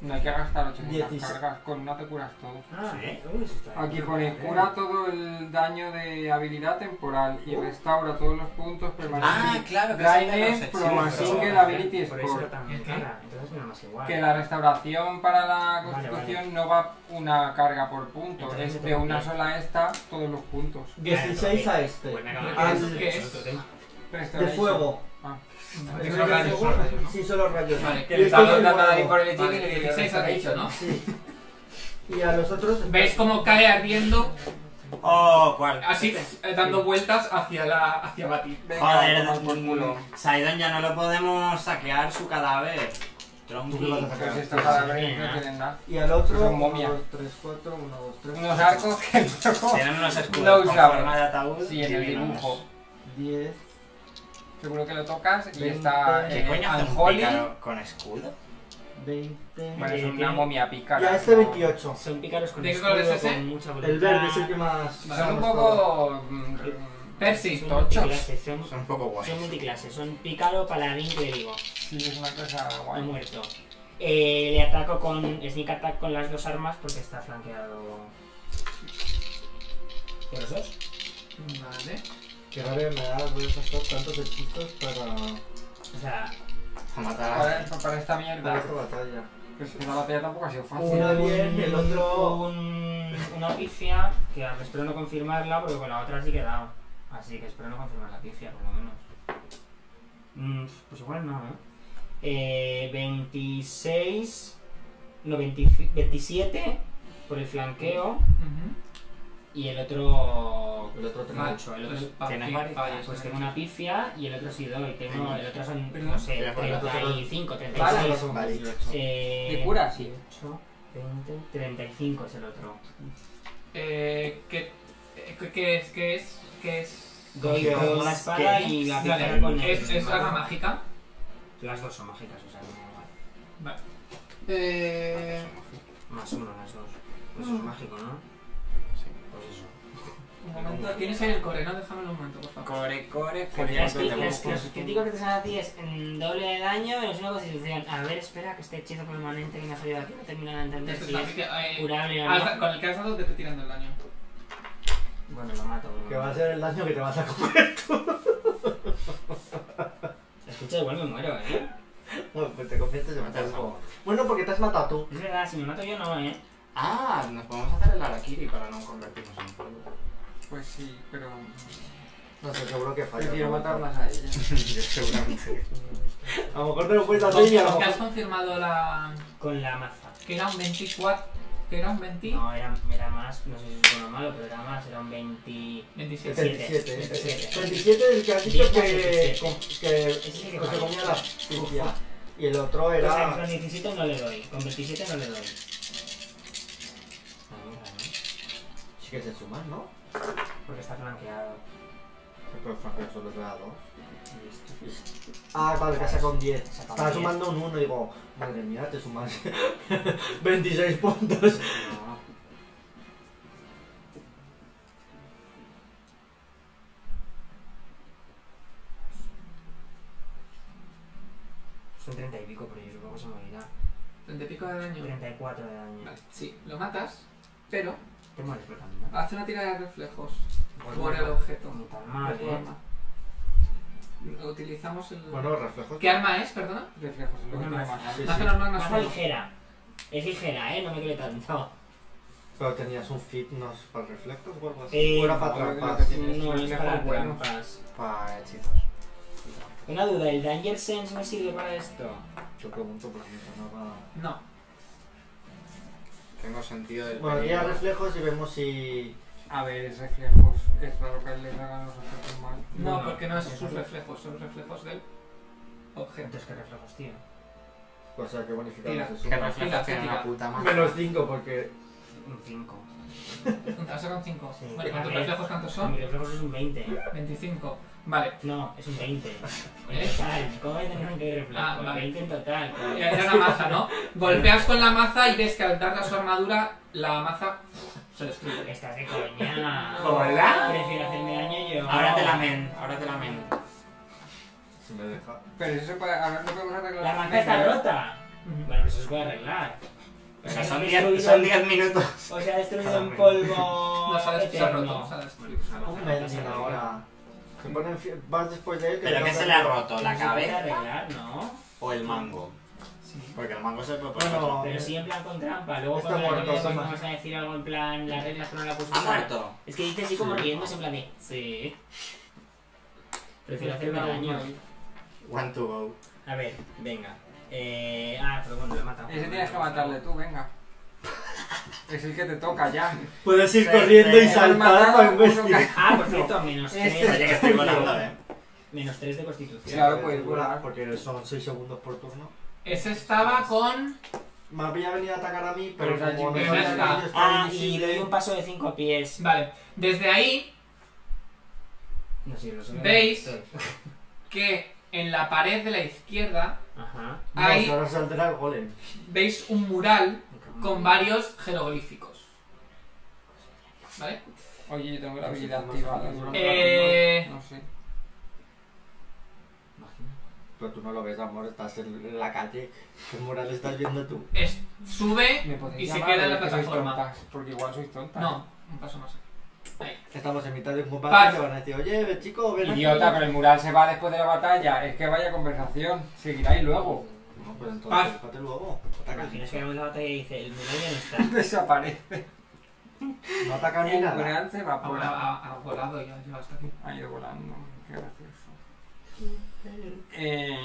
No hay que gastar 800
Dieciséis.
cargas, con no te curas todo.
Ah,
Sí.
uy, eso está
Aquí
bien.
pone cura todo el daño de habilidad temporal y restaura todos los puntos
Ah,
permanentes.
claro, que
Blindness,
es
Pro
el
Machine,
de
que
los
la-
hechizos,
Ability
Por eso
Score.
era tan
¿El qué?
cara, Entonces me da más igual.
Que la restauración para la
Vale,
constitución no va una carga por punto,
Entonces,
es de una
entonces-
sola esta todos los puntos.
16 a este.
Pues me acabo
¿Pero
de
qué
quedar
es?
sin
¿Qué
eso,
¿eh?
es?
otro tema.
De
Restoration.
fuego.
Ah.
Hay que hablar de solo rayos, ¿no?
Sí, solo rayos.
Vale,
Que le está
estoy
dando a
muerto.
Darín por el hechizo
Vale,
y le dice,
16 has dicho, ¿no?
Sí. Y a los otros.
¿Veis cómo cae ardiendo,
Oh, ¿cuál?
así, eh, dando vueltas hacia la hacia Bati?
Venga,
Joder,
tomar por culo.
Saidon ya no lo podemos saquear su cadáver. Tronqui.
¿Tú qué vas a
Pues
sacar?
estos cadáveres no tienen nada.
Y al otro.
Son
1,
momia.
2, 3, 4, 1, 2, 3.
Unos arcos que el loco-
Tienen unos
No
escudos con
usaba.
forma de ataúd.
Sí, en el
divinos.
dibujo.
10.
Seguro que lo tocas y
Veinte.
está
¿Qué
¿Qué
eh,
coño hace un
Unholy.
pícaro con escudo?
20.
Bueno, es
Eh,
una
tiene-
momia pícara.
y a este
¿no?
28.
Son pícaros con
¿De qué color es
escudo,
ese?
con mucha voluntad.
El verde es el que más.
Vale,
Son un
usamos todos.
poco... mm,
Percy,
Percy,
Son
tochos.
multiclases, son,
Son un poco
son
guays.
multiclases, son pícaro, paladín, clérigo.
Sí, es una cosa
Ha
guay.
muerto. Eh, le ataco con sneak attack con las dos armas porque está flanqueado. ¿Por los dos?
Vale.
Que raro me da, voy a pasar tantos hechizos para,
O sea,
A matar
Para, para esta
para
mierda.
esta batalla.
Pues la batalla tampoco ha sido fácil.
Una bien, el otro-
un- una pifia que ahora espero no confirmarla porque con la otra sí que he dado. Así que espero no confirmar la pifia, por lo menos. Mm, pues igual no, ¿eh? Eh, 26. No, 20 27 por el flanqueo
Ujú.
y el otro.
El otro tengo
Vale,
ocho.
Mucho, el otro-
pues, pa-
¿Tienes
sí,
varias?
fallas,
Pues
¿no?
tengo una pifia y el otro sí doy. Tengo, el otro son,
Perdón.
no sé,
Ya, pues, el
otro solo-
35,
Vale,
36.
son
Vale.
18.
Eh,
pues, ¿De cura? Sí.
8, 20, 35 es el otro.
Eh, ¿qué, eh, qué- qué es? ¿Qué es? ¿Qué es?
Doy
Dos,
con la espada
¿qué?
y la
Dale,
pifia con el.
¿Es, es arma mágica?
Las dos son mágicas, o sea, no-
Vale. Eh,
las dos son mágicas. más uno, las dos. Pues eso es mágico, ¿no?
Sí.
Pues eso.
Un momento, tienes ahí el correo, ¿no? Déjame un momento, por favor.
Core, core,
Porque
core.
las cri- las- los críticos que te salen a ti es mm, doble de daño menos una constitución. A ver, espera, que este hechizo permanente que me ha salido aquí no termina de entender
Esto
si
está-
Este es
eh,
curable o
alza-
no.
Con el que has dado te estoy tirando el daño.
Bueno, lo mato. lo
Que va a
mato.
ser el daño que te vas a comer tú.
Escucha, igual me muero, ¿eh?
No, pues te conviertes en
Mata al
polvo. Bueno, porque te has matado tú.
Es verdad, si me mato yo no, ¿eh?
Ah, nos podemos hacer el Arakiri para no convertirnos en polvo.
Pues sí, pero...
No sé, seguro que fallas.
Prefiero
¿no?
matarlas a ellas.
Yo seguramente.
A lo mejor pues, te lo puedes dar tú y a lo
Con- ¿Te has
mejor.
confirmado la...
Con la maza.
que era un 24? ¿Que era un 20?
No, era, era más, no sé si es bueno o malo, pero era más, era un 20...
27.
37.
37.
37 es el que has dicho que.
17.
con- que
Ese que
que se
falla.
comía la pifia. Y el otro
O sea,
era.
con 17 no le doy, con 27 no le doy. Ah, mira, ¿no?
Sí que se suman, ¿no?
Porque está flanqueado.
Pero Franco solo te da dos.
Listo.
Ah, vale, que saca un 10.
Saca un
Estaba
10.
sumando un 1 y digo, madre mía, te sumas 26 puntos.
No. Son 30 y pico, pero yo supongo que se morirá.
30 y pico de daño.
34 de daño.
Vale, sí, lo matas, pero
Te mueres por también.
haz una tira de reflejos
Pues
por el
bueno,
objeto.
Ni tan
de
mal,
tu
eh.
arma. Utilizamos el...
Bueno, reflejos.
¿Qué arma es, perdona?
Reflejos, es lo que
Una
tiene
maza.
más.
Sí,
Más
sí.
que normal, más
Maza
uno.
ligera. Es ligera, eh, no me creo tanto.
Pero tenías un fitness para reflejos o algo así.
Eh,
o era para
no,
trampas.
creo Tienes
No,
un
es
reflejo
para
bueno.
trampas.
Para hechizos.
Una duda, ¿el Danger Sense me sirve para esto?
Yo pregunto porque me sonaba.
No.
Tengo sentido del
Bueno, tira
peligro.
reflejos y vemos si.
A ver, es reflejos. Es raro que les hagan los efectos mal.
No,
No,
porque no es
eso
sus
no.
reflejos, son reflejos del objeto.
Entonces, ¿qué reflejos, tío?
O sea, que
Tira.
bonificamos se
Que
suma.
refleja tiene una puta madre.
Menos 5 porque.
Un 5.
Has sacado un 5.
Sí.
Bueno, ¿cuántos
A ver.
reflejos cuántos son?
Mi reflejos es un 20.
25. Vale.
No, es un 20.
¿Eh?
En total. ¿Cómo voy a tener que reflejos?
Ah, vale.
20 en total.
Y
coño.
Era una maza, ¿no? Golpeas con la maza y ves que al darle a su armadura, la maza se destruye.
Estás de coña.
Hola.
Prefiero hacerme daño yo.
Ahora te lamento, ahora te lamento.
Si me deja.
Pero eso se puede... Ahora no podemos arreglar...
La
el
manta está
primero.
rota. Bueno, pues eso se puede arreglar. O
Pero
sea, no
son
he
10
destruido-
son 10 minutos.
O sea, he destruido en
Claramente.
polvo.
No se ha destruido, se ha roto. Se ha
eterno.
destruido. se ha roto.
Un mendigo Ah, ahora. Que ponen fi- Vas después de él. que
Pero
te
que se
toca-
le ha roto, la
Eso se puede
cabeza
arreglar, ¿no?
o el mango.
Sí.
Porque el mango se puede
Bueno,
otro.
Pero sí en plan con trampa. Luego
Está
cuando
muerto,
la pues,
toma.
vamos a decir algo en plan las reglas que no la puse.
Ha muerto.
Es que dice así como
Sí.
riéndose en plan de. Sí. Prefiero hacerme daño.
One to go.
A ver, venga. Eh, ah, pero bueno, lo he matado.
Ese tienes que matarle tú, venga. Es el que te toca ya.
Puedes ir
Sí,
corriendo
sí.
y saltar
Matado,
para un
uno
bestia.
ca-
Ah, por cierto, menos
Este
3
Oye, que estoy volando, eh.
menos tres de constitución.
Claro, puedes volar.
Porque son 6 segundos por turno.
Ese estaba con.
Me había venido a atacar a mí, pero,
Pero ya
como
llegué,
no
ya
sabía
está.
que yo estaba
Ah, y
invisible-
le doy un paso de 5 pies.
Vale, desde ahí
No sé, lo sé.
¿Veis? que en la pared de la izquierda
Ajá.
No,
ahí-
se ahora se altera el golem.
veis un mural con varios jeroglíficos. ¿Vale?
Oye, yo tengo la habilidad activada.
Eh.
No sé.
Pero tú no lo ves, amor, estás en la calle. ¿Qué mural estás viendo tú?
Es- sube
Me podéis
y se
llamar
queda en la
porque sois
plataforma.
tontas, Porque igual sois tonta.
No, un paso más.
Estamos en mitad de un
Paz.
combate y te van a decir, oye, ve, chico, ven. aquí".
Idiota, pero el mural se va después de la batalla. Es que vaya conversación. Seguiráis luego.
No, pues entonces,
Paz.
espérate luego.
¿Te
Ataca.
imaginas que hagamos la batalla y dice el mural ya no está?
Desaparece.
No ataca ni
El
nada.
mural se va
Ha,
por
volado- ha- ha volado ya, ya hasta aquí.
Ha ido volando. Qué gracioso. Eh,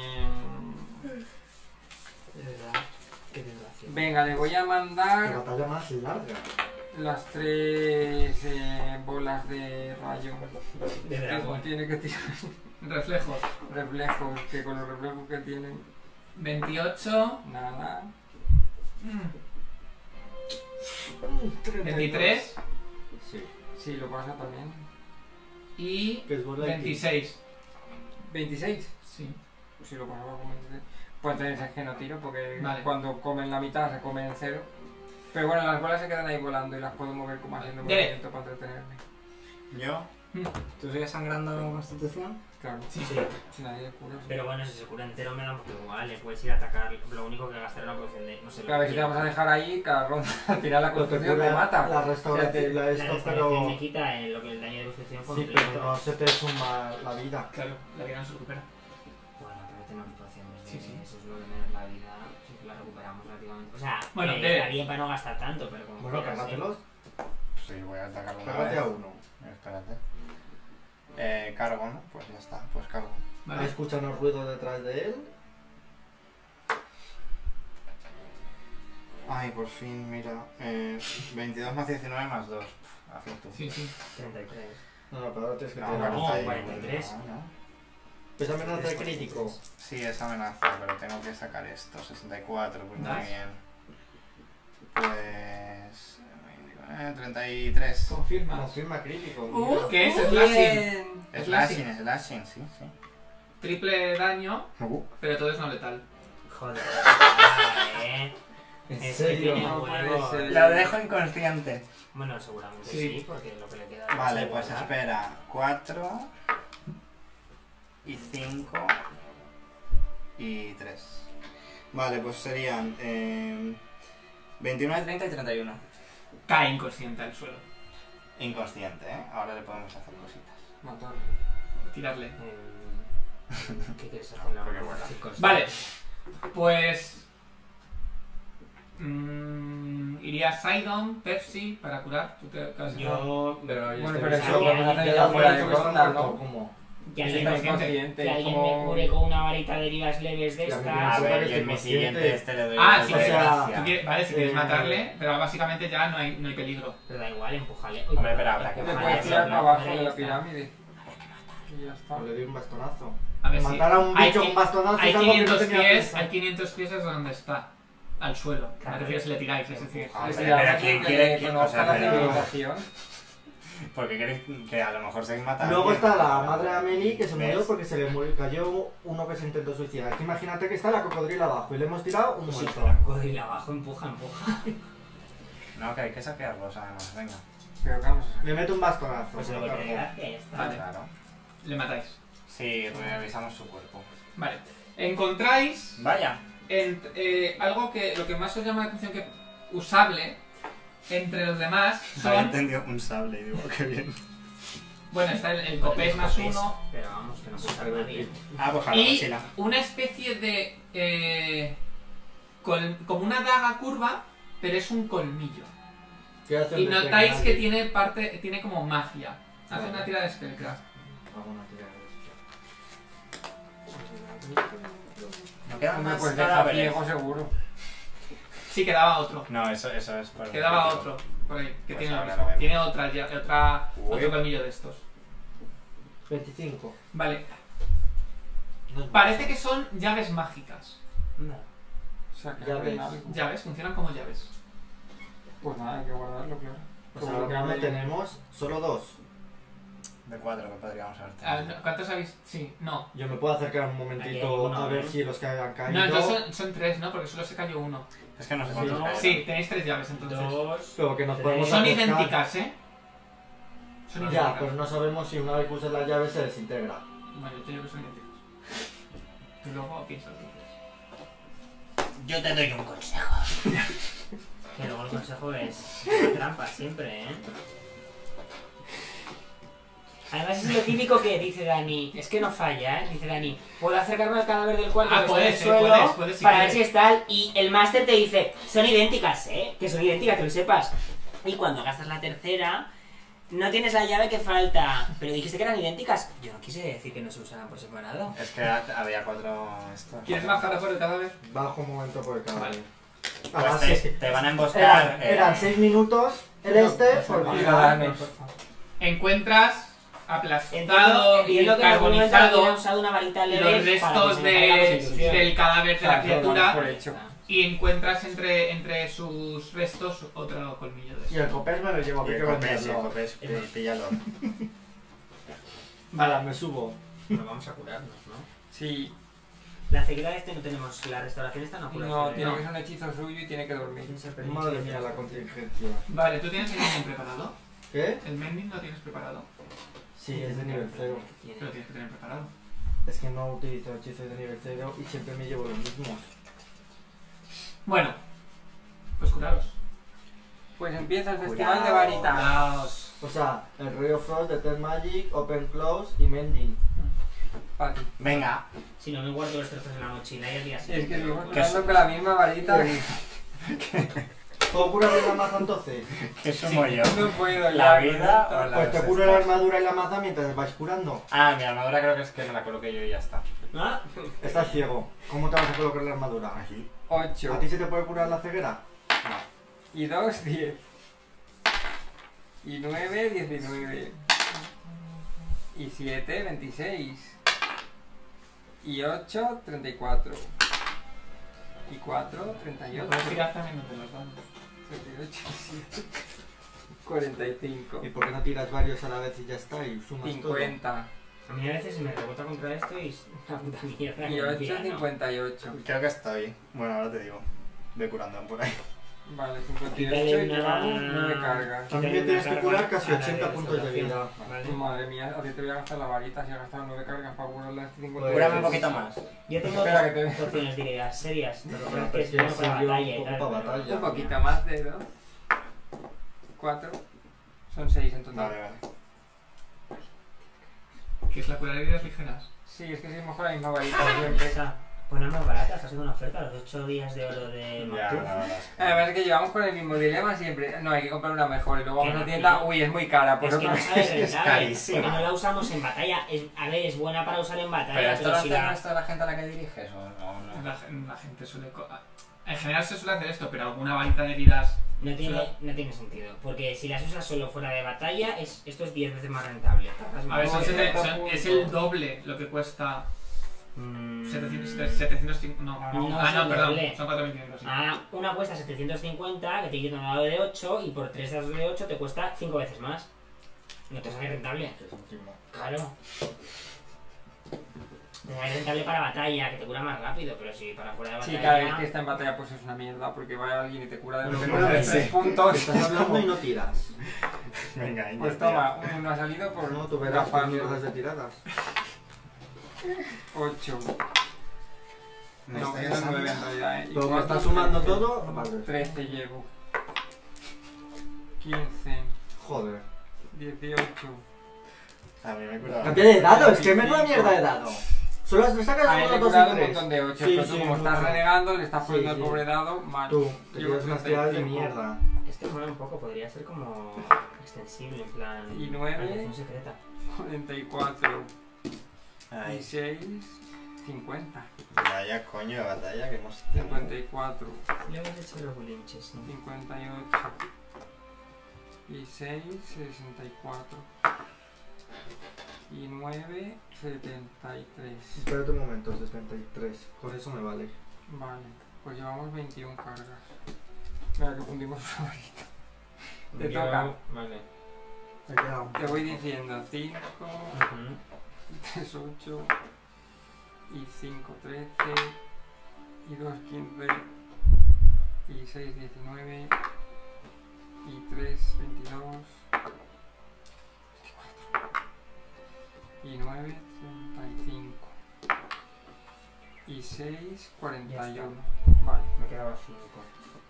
De verdad, qué desgracia.
venga, le voy a
La
mandar
batalla más larga.
las tres eh, bolas de rayo.
De
Que
dragón.
tiene que tirar
Reflejos.
reflejos, que con los reflejos que tienen,
28.
nada.
mm,
Mm, 32.
23
Sí.
Sí, lo pasa también.
y
Que es bola de
26.
26.
Sí.
Si lo pasaba con 26. Pues entonces es que no tiro porque
Vale.
cuando comen la mitad se comen cero. Pero bueno, las bolas se quedan ahí volando y las puedo mover como haciendo
Dele.
movimiento para entretenerme.
Yo.
¿Tú sigues sangrando con constitución?
Claro,
Sí, sí.
si nadie pues. cura. sí.
Pero bueno, si se cura entero me da un poco igual, le puedes ir a atacar, lo único que gastará una poción de... No sé,
Pero a ver si te vamos a dejar ahí cada ronda. Al final la construcción te mata.
La
O sea,
restauración,
te-
la
La
esto,
restauración
pero...
me quita el, lo que el daño de destrucción
Sí,
completo.
pero no se te suma la vida.
Claro, la vida no se recupera.
Bueno, pero tenemos pociones de...
Sí, sí.
Eso es lo de menos la vida, sí que la recuperamos relativamente. O sea,
Bueno,
eh,
de-
la vida para no gastar tanto, pero como...
Bueno,
quieras, ¿eh?
cárgatelos.
Sí, voy a atacar una
Pégate
vez.
a uno.
Espérate. Eh, cargo, ¿no? Pues ya está, pues cargo.
Vale.
Escuchan los ruidos detrás de él.
Ay, por fin, mira. Eh, 22 más 19 más 2. Haces tú.
Sí, sí.
33.
No, no, pero ahora tienes que
No,
tirar.
claro,
no,
está ahí.
43.
Ah, ¿no?
Pues amenaza de
33,
crítico.
43.
Sí, es amenaza, pero tengo que sacar esto. 64, pues muy
Nice.
bien. Pues. eh, 33.
Confirma.
Confirma crítico.
Uh,
mira.
¿Qué es? Slashing.
Bien.
Slashing, slashing, sí, sí.
Triple daño,
Uh,
pero todo es no letal.
Joder, ah, eh.
¿En
Es
serio?
que tiene
No puede
huevos.
ser.
La dejo inconsciente.
Bueno, seguramente
Sí.
sí. porque lo que le queda...
Vale,
es
pues
guardar.
espera. 4 y 5 y 3. Vale, pues serían eh, 29, 30 y 31.
Cae inconsciente al suelo.
Inconsciente, ¿eh? Ahora le podemos hacer cositas.
Motor.
Tirarle.
Eh, ¿Qué quieres hacer?
No, porque vuela.
Chicos,
Vale. Pues. mm, iría Sidon, Pepsi para curar. Tú te acabas de-
Yo...
Pero yo
Bueno,
estoy
pero
pensando
eso lo vamos a
que
hacer
ya
ya
fuera
fuera
de
de
ronda,
ronda,
¿no?
¿no? Como...
Que
Está
alguien,
Estás
inconsciente.
consciente,
que
es
alguien me
como-
cure con una varita de heridas leves de
Ya,
estas.
mira,
A
Eso
ver,
parece
yo en mi
consciente.
siguiente este le doy
Ah,
un
sí,
golpe de
o sea,
gracia.
Tú quieres- vale, si quieres
Eh,
matarle, pero básicamente ya no hay, no hay peligro.
Pero da igual, empujale.
Hombre, pero habrá que
Te
Vale,
puedes
sí,
tirar
no,
para abajo de la pirámide. Y ya está.
Pues le di un bastonazo.
A ver si.
Matar a un
hay
bicho
qui-
con bastonazo
Hay
es algo que no
500
tenía
pies,
pensado.
hay 500 pies es donde está. Al suelo. Me
Claro.
refiero si le tiráis, es decir.
Ah,
Es
pero-
que la
pero
gente
¿quién
Pues que
quiere- quién-
conozca
o sea,
la
pero-
civilización.
Porque queréis que a lo mejor se mata.
Luego
a alguien.
está la madre de Amelie que se
¿Ves?
murió porque se le murió, cayó uno que se intentó suicidar. Es que imagínate que está la cocodrila abajo y le hemos tirado un
Sí,
muerto.
cocodrilo abajo, empuja, empuja.
No, que hay que saquearlos además, venga.
Pero vamos a
Le meto un bastonazo.
Pues se
¿no?
lo golpea de
Claro.
gracia y ya está.
Vale.
Claro.
Le matáis.
Sí, revisamos su cuerpo.
Vale. Encontráis
Vaya.
ent- eh, algo que lo que más os llama la atención que usable entre los demás
Había
son.
entendido un sable y digo, qué bien.
Bueno, está el, el copés más
Copés,
uno.
Pero vamos, que no puede estar nadie.
Ah, pues a la
Y
mochila.
una especie de. eh, col- como una daga curva, pero es un colmillo.
¿Qué hace el
Y
detective?
notáis que tiene parte. tiene como magia. Hace
Vale.
una tira de Spellcraft.
Hago una tirada de esto.
No queda
Hombre,
más
pues deja
cadáveres.
ciego seguro.
Sí, quedaba otro.
No, eso, eso es para.
Quedaba otro por ahí, que
Pues
tiene lo
ahora
mismo.
lo vemos.
Tiene otra, ya- otra,
Uy.
otro colmillo de estos.
25.
Vale,
No es
parece que son llaves mágicas.
No.
O sea, que
Ya
no hay
ves.
nada.
Llaves, funcionan como llaves.
Pues nada, hay que guardarlo, claro.
O sea,
Seguro
Pues ahora
que no
mismo
hay-
tenemos solo dos.
De cuatro que podríamos haber
Ah,
tenido.
no, ¿Cuántos habéis...? Sí, no.
Yo me puedo acercar un
Aquí hay
momentito
uno,
a ver
¿no?
si los que han caído.
No, entonces son, son tres, ¿no? Porque solo se cayó uno.
Es que no sé cuántos
Sí.
caen.
Sí, tenéis tres llaves entonces.
Dos. pues
Pero que nos
tres.
podemos
Son
acercar.
idénticas, ¿eh? Son
Ya,
idénticas.
pero no sabemos si una vez que uses la llave se desintegra.
Bueno, yo te digo que son idénticas. Y luego piensas. dices.
Yo te doy un consejo.
Que luego el consejo es una trampa siempre, ¿eh? Además es lo típico que dice Dani, es que no falla, ¿eh? Dice Dani, puedo acercarme al cadáver del cuarto
Ah,
que
puedes,
está en el
eh,
suelo
puedes, puedes, si
para
quieres.
ver si es tal y el máster te dice, son idénticas, ¿eh? Que son idénticas, que lo sepas. Y cuando gastas la tercera, no tienes la llave que falta, pero dijiste que eran idénticas. Yo no quise decir que no se usaran por separado.
Es que ha- había cuatro. estos.
¿Quieres bajar a por el cadáver?
Bajo un momento por el Ah, canal.
Vale.
Además,
Pues te,
es que
te van a
eran,
emboscar. eh,
eran 6 minutos el
No,
este
no se
por
olvida,
final.
Dani, por favor.
Encuentras aplastado
Entiendo-
y
entiendo que en algún momento habían
carbonizado
usado una varita leve
los
para que
restos
se me caiga la
de,
constitución.
del cadáver de la
Claro, lo damos
criatura
Por hecho.
y encuentras entre, entre sus restos otro colmillo de
Y
estos.
el copés me lo llevo, que
Y
hay
el
que
copés, y el
venderlo.
copés, pi- píllalo.
Vale, me subo.
Bueno, vamos a curarnos, ¿no?
Sí,
La ceguera este no tenemos, la restauración esta no cura.
no,
ceguera,
tiene que ser un hechizo suyo y tiene que dormir.
Madre mía, la contingencia.
Vale, ¿tú tienes el mending preparado?
¿Qué?
El mending lo tienes preparado.
Sí, es de nivel 0.
Pero lo tienes que tener preparado.
Es que no utilizo hechizos de nivel 0 y siempre me llevo los mismos.
Bueno, pues curaros.
Pues empieza el festival
Cuidado.
de varita.
Curaos.
O sea, el Ray of Frost, Death Magic, Open Close y Mending.
Para ti.
Venga,
Si no me guardo los trozos en la mochila y el día
Es que
siguiente.
estoy
lo-
¿Qué es?
jugando con la misma varita.
¿Puedo curarme la maza entonces?
¿qué sumo yo?
No puedo.
¿La
ya,
vida
con
o
esto.
la
Pues te
respuesta?
curo la armadura y la maza mientras vais curando.
Ah, mi armadura creo que es que me la coloqué yo y ya está.
¿Ah?
Estás ciego. ¿Cómo te vas a colocar la armadura?
Aquí.
¿A
8
ti se te puede curar la ceguera?
y 2, 10. Y 9, 19. Y 7, 26. Y 8, 34. Y 4,
Yo
38.
voy a tirar también donde los dados.
38, 45.
¿Y por qué no tiras varios a la vez y ya está? Y sumas todo.
50.
A mí a veces se me rebota contra esto y es una puta mierda.
Y
que me
8,
envía, ¿no?
58.
Creo que estoy. Bueno, ahora te digo. De curando por ahí.
Vale,
Quítale
58 y
una- Ah.
llevamos 9 cargas.
A mí me
Quítale
tienes que
una carga
curar casi
a la de
80 puntos de vida.
Vale.
Madre mía, a ti te voy a gastar la varita si has gastado 9 cargas para curar las 50.
Cúrame un poquito más.
Yo tengo
Espera
dos
que te-
dos opciones de ideas serias.
No,
pero
pero
es que es
prefiero
bueno para
ser yo un
batalla y
poco
tal.
para
pero-
batalla.
Un poquito más de 2. 4. Son 6 en total.
Vale, vale.
Que es la curar heridas ligeras.
Sí, es que si mejor la misma varita siempre.
Esa, Pues nada más barata, está haciendo una oferta, los 8 días de oro de
Ya,
Matú.
la verdad es que-
Además es que llevamos con el mismo dilema siempre. No, hay que comprar una mejor y luego vamos a la
Qué
tienda.
maravilla.
Uy, es muy cara. Pues
Es que
otra
no
vez.
sabes
es
rentable,
carísima.
porque no la usamos en batalla. Es, a ver, es buena para usar en batalla,
¿Pero
pero,
esto lo
si
hace el
la...
resto de la gente a la que diriges o no? no?
La, la gente suele... co- ah, En general se suele hacer esto, pero alguna varita de heridas...
No tiene,
Claro.
no tiene sentido, porque si las usas solo fuera de batalla, es, esto es 10 veces más rentable.
A ver, son
No,
sete-
no,
son-
no.
es el doble lo que cuesta...
Mm.
700, 705, no.
No, no,
ah,
es
no,
el
perdón,
doble.
son 4500. sí.
Ah, una cuesta 750, que te quita un dado de 8, y por 3 dados de 8 te cuesta 5 veces más. No te sale rentable. Claro. Te sale rentable para batalla, que te cura más rápido, pero si para fuera de batalla...
Sí, cada vez que está en batalla pues es una mierda porque va alguien y te cura de
Lo
repente
que no
de
sé.
3 puntos.
Estás hablando y no tiras.
Venga, Iñaki.
Pues toma, uno no ha salido por
No, tú verás
gafar.
cuántas mierdas de tiradas.
8.
Me
No,
estoy
es
dando-
9 en realidad, ¿eh? Y
Como
cuatro,
está sumando
trece.
todo, vale.
13 llevo. 15,
Joder.
18.
A mí me he curado.
Cambia de dado, es que menuda mierda de dado. Solo has- me
A
sacas
ver, le he
uno, dos
curado
y
un
tres.
montón de 8.
Sí,
pero tú,
sí,
como
mucho.
estás renegando, le estás
Sí,
poniendo
sí.
el pobre dado mal.
Tú, que
Llevo
tienes unas tiradas de
35.
mierda.
Este mola un poco, podría ser como extensible, en plan...
Y nueve.
alineación secreta.
44.
Ay,
16. 50.
Vaya coño de batalla que hemos tenido.
54.
Le hemos hecho los linches, ¿no?
58. Y 6, 64. Y 9, 73.
Espérate un momento, 73. Con eso me vale.
Vale, pues llevamos 21 cargas. Mira que fundimos favorito. Te
Yo-
toca.
Vale.
Me queda un.
Te voy diciendo 5, 3, 8 y 5, 13 y 2, 15 y 6, 19 y 3, 22 24 y 9, 35 y 6, 41. Vale.
Me quedaba 5.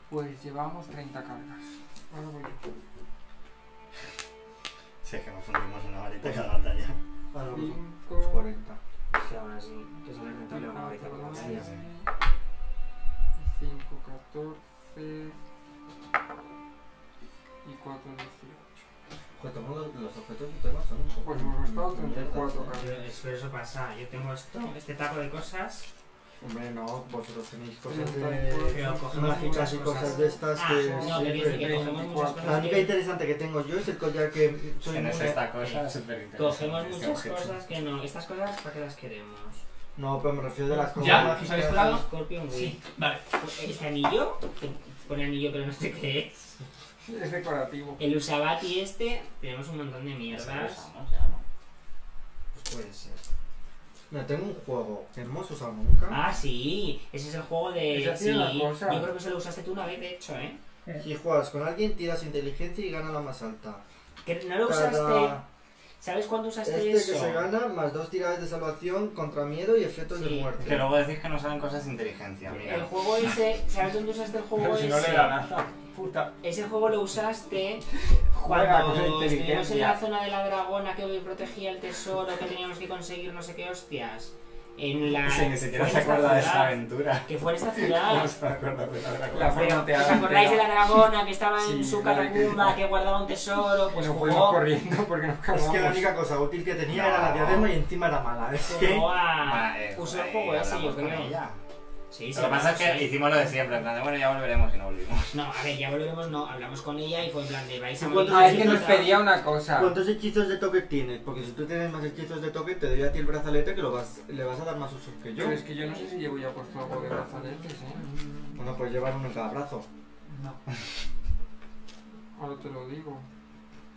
Pues llevamos 30 cargas. Ahora voy yo.
Si es que nos fundimos una
Pues
horita cada batalla.
Ah, no, pues, pues
5,
40.
Que aún así, que sale rentable una horita por la
Sí, sí.
5, 14 y 4, 18.
Joder, tomo los, Pues los objetos de tema son un poco.
Pues me ha costado
mierdas,
34
¿eh?
cada
Yo- es que eso pasa. Yo tengo esto, este taco de cosas.
Hombre, no, vosotros tenéis cosas
que
de.
34.
lo cogemos
Mágicas
muchas
y cosas de estas
Ah,
que.
no, que quiere decir que
sirven.
cogemos
La
muchas cosas.
única
Que,
interesante que tengo yo es el collar que soy
Tienes
muy-
esta cosa súper
Pues
este
cogemos
Este
muchas cosas que no. Estas cosas, ¿para qué las queremos?
No, pero me refiero de las cosas
¿Ya?
mágicas.
¿Os habéis curado?
Scorpion Wing.
Sí, vale.
Este anillo, que pone anillo pero no sé qué es.
Es decorativo.
El Usabati este, tenemos un montón de mierdas. Pues puede ser.
Mira, tengo un juego que no hemos usado nunca.
Ah, sí, ese es el juego de...
Esa ha
sí,
sido la cosa.
yo creo que se lo usaste tú una vez, de hecho, ¿eh?
Si juegas con alguien, tiras inteligencia y gana la más alta.
Que no lo usaste...
Cada-
¿Sabes cuándo usaste
Este que
este, eso?
se gana, más dos tiradas de salvación contra miedo y efectos de
Sí.
Que
muerte.
luego decís que no saben cosas de inteligencia,
El
mira.
juego ese, ¿sabes dónde usaste el juego ese?
nada. Puta.
Ese juego lo usaste
Juega con
cuando estuvimos en
inteligencia.
la zona de la dragona que protegía el tesoro, que teníamos que conseguir no sé qué hostias. En la...
Sí, ni siquiera se
fue en esta
acuerda de esta
ciudad.
aventura.
Que fue en esta ciudad.
No se acuerda pues, de la dragona.
La forma te
¿Os acordáis de la dragona que estaba
Sí,
en su
la de
catacumba, que guardaba un tesoro?
Pues
Pues
nos fuimos
jugó,
corriendo porque nos
Es
cagamos.
que la única cosa útil que tenía era la
No.
diadema y encima era mala. Es que.
jugó a...
Vale,
Usó Ah, el
ahí
juego ese, yo
hablamos con
creo.
ella.
Sí, sí.
Lo que pasa es
sí.
que hicimos lo de siempre, en plan de bueno, ya volveremos y no volvimos.
No, a ver, ya volvemos, no. Hablamos con ella y fue en plan de... ¿Vais a
¿Y
morir?
cuántos
Ah, es que
hechizos
nos pedía una cosa.
¿Cuántos hechizos de toque tienes? Porque si tú tienes más hechizos de toque, te doy a ti el brazalete que lo vas, le vas a dar más usos que yo.
Pero es que yo no sé si llevo ya puesto algo de brazaletes, ¿eh?
Bueno, pues llevar uno en cada brazo.
No. Ahora te lo digo.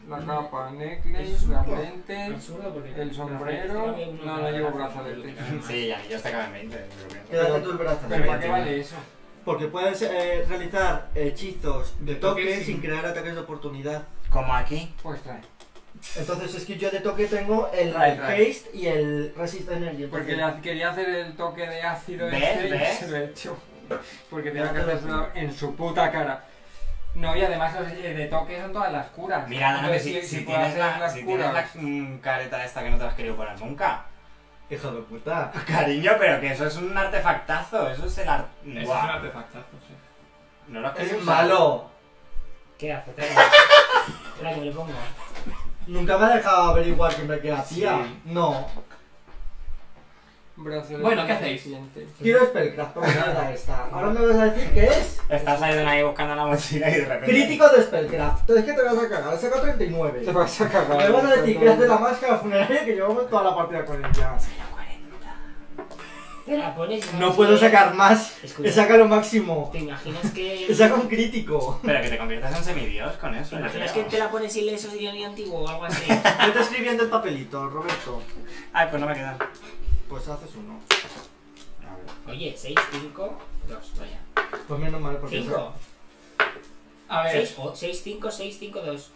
La capa, necklace,
Es
la
un-
lente.
Absurdo porque...
El sombrero, no, no llevo brazalete.
Sí, ya, yo hasta acaba en 20. yo creo.
Quédate tú el
¿Pero
brazalete.
para qué vale eso?
Porque puedes eh, realizar hechizos de
De
toque,
toque, sí.
sin crear ataques de oportunidad.
Como aquí.
Pues trae.
Entonces es que yo de toque tengo el
Right,
Right Haste y el Resist Energy.
Porque
entonces-
le ha- quería hacer el toque de ácido
¿Ves?
este y
¿Ves?
se lo he hecho. Porque tenía que hacerlo en su puta cara. No, y además los eh, de toque son todas las curas.
Mira, Dana, que
Entonces,
si, si
puedo
tienes,
hacer
la,
las
si tienes
curas.
la mm, careta esta que no te la has querido poner nunca.
Hijo de puta.
Cariño, pero que eso es un artefactazo. Eso es el ar...
Eso
Buah,
es un artefactazo, sí.
No lo has querido
Es
usar.
malo.
¿Qué hace? Espera, Espera, que me lo pongo.
Nunca me ha dejado averiguar qué me queda, tía.
Sí.
No.
Brazalete
Bueno, ¿qué hacéis?
deficiente.
Quiero Spellcraft, ¿cómo mierda esta? Ahora me vas a decir que es
Estás saliendo ahí buscando la mochila y de repente.
crítico de Spellcraft. Entonces, ¿qué te vas a cagar? He sacado
Te
39.
vas a cagar.
Me vas a decir que es de
Fernando.
la máscara funeraria que llevamos toda la partida con ella.
Te la pones... y
No puedo sacar más.
Escucha.
He sacado lo máximo.
¿Te imaginas que...?
He sacado un crítico.
Pero que te conviertas en semidios con eso.
¿Te
yo
imaginas que
creo.
te la pones ileso de guión antiguo o algo así?
¿Qué está escribiendo el papelito, Roberto?
Ay, pues no me quedan.
Pues haces uno.
A ver.
Oye, 6, 5, 2, vaya.
Pues menos mal porque...
5.
A ver,
6, 5, 6, 5, 2.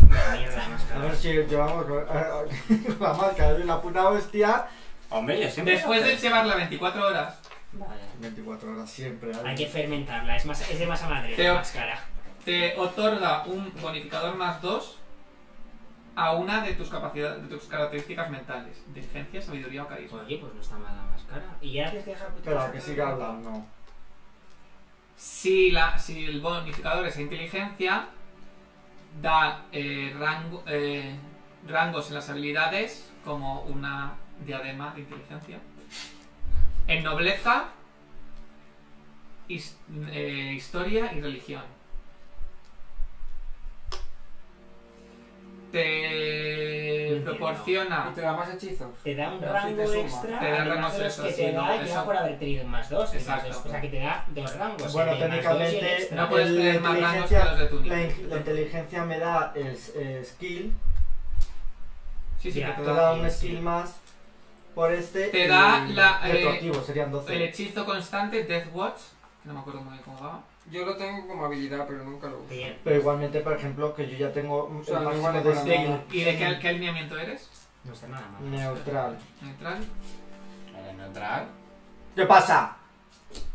Mierda, más
A
caro.
ver si llevamos a- a- la marca de una puta hostia.
Hombre, yo siempre.
después de llevarla 24 horas,
Vale.
24 horas siempre. ¿eh?
Hay que fermentarla, es, más, es de masa madre,
Teo.
es más cara.
te otorga un bonificador más 2 a una de tus capacidades, de tus características mentales, inteligencia, sabiduría o carisma.
Oye, pues no está mal la más cara. Y ya te deja...
Espera, que siga hablando.
Si, la, si el bonificador es a inteligencia, da eh, rango, eh, rangos en las habilidades, como una diadema de inteligencia. En nobleza, his- eh, historia y religión. Te
entiendo.
proporciona
¿Y te da más hechizos?
Te da un
Pero si
rango
te suma.
extra.
Te da
además
rangos
de los
extra,
que
sí,
te
no,
da ya
exacto.
por haber tenido un más dos.
Exacto.
entonces, O sea, que te da dos rangos.
Bueno,
el de más dos y el
técnicamente,
extra.
No puedes
El-
tener más rangos que
inteligencia-
los de tu
La,
nivel.
in- la inteligencia me da es, eh, skill,
Sí, Ah, sí,
Ya,
que
te
te da.
da un skill más por este.
Te da
y
la, eh,
retroactivo, serían 12.
El hechizo constante, Death Watch, que no me acuerdo muy bien cómo va.
Yo lo tengo como habilidad, pero nunca lo uso.
pues, Bien.
Pero igualmente, por ejemplo, que yo ya tengo un-
O sea,
el
no
máximo
vale
de
para
skill
nada.
¿Y de qué, qué alineamiento eres?
No está nada
Mm.
mal.
neutral.
Neutral.
¿Eres neutral?
¿Qué pasa?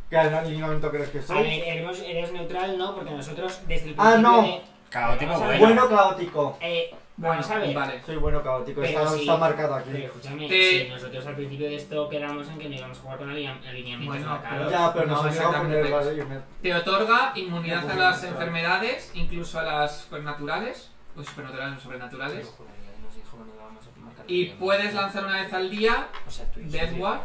¿Qué alineamiento crees que
A
soy?
ver, eres, eres neutral, no, porque nosotros desde el principio.
Ah, no.
de-
Caótico,
Bueno.
Bueno caótico.
eh, vamos a ver.
Vale.
Soy bueno caótico,
Pero
está,
sí.
está marcado aquí.
Pero escúchame,
Te-
si nosotros al principio de esto quedamos en que no íbamos a jugar con aline- alineamientos
Bueno,
marcados.
Ya, pero
No,
nos han llegado a
exactamente.
poner vale, yo me-
Te otorga inmunidad a
Neutral.
las enfermedades, incluso a las supernaturales, o supernaturales o sobrenaturales.
Yo juraría que nos dijo que no íbamos a marcar
Y
alineamientos.
puedes lanzar una vez al día
O sea, tú y yo
Death
sí,
Ward.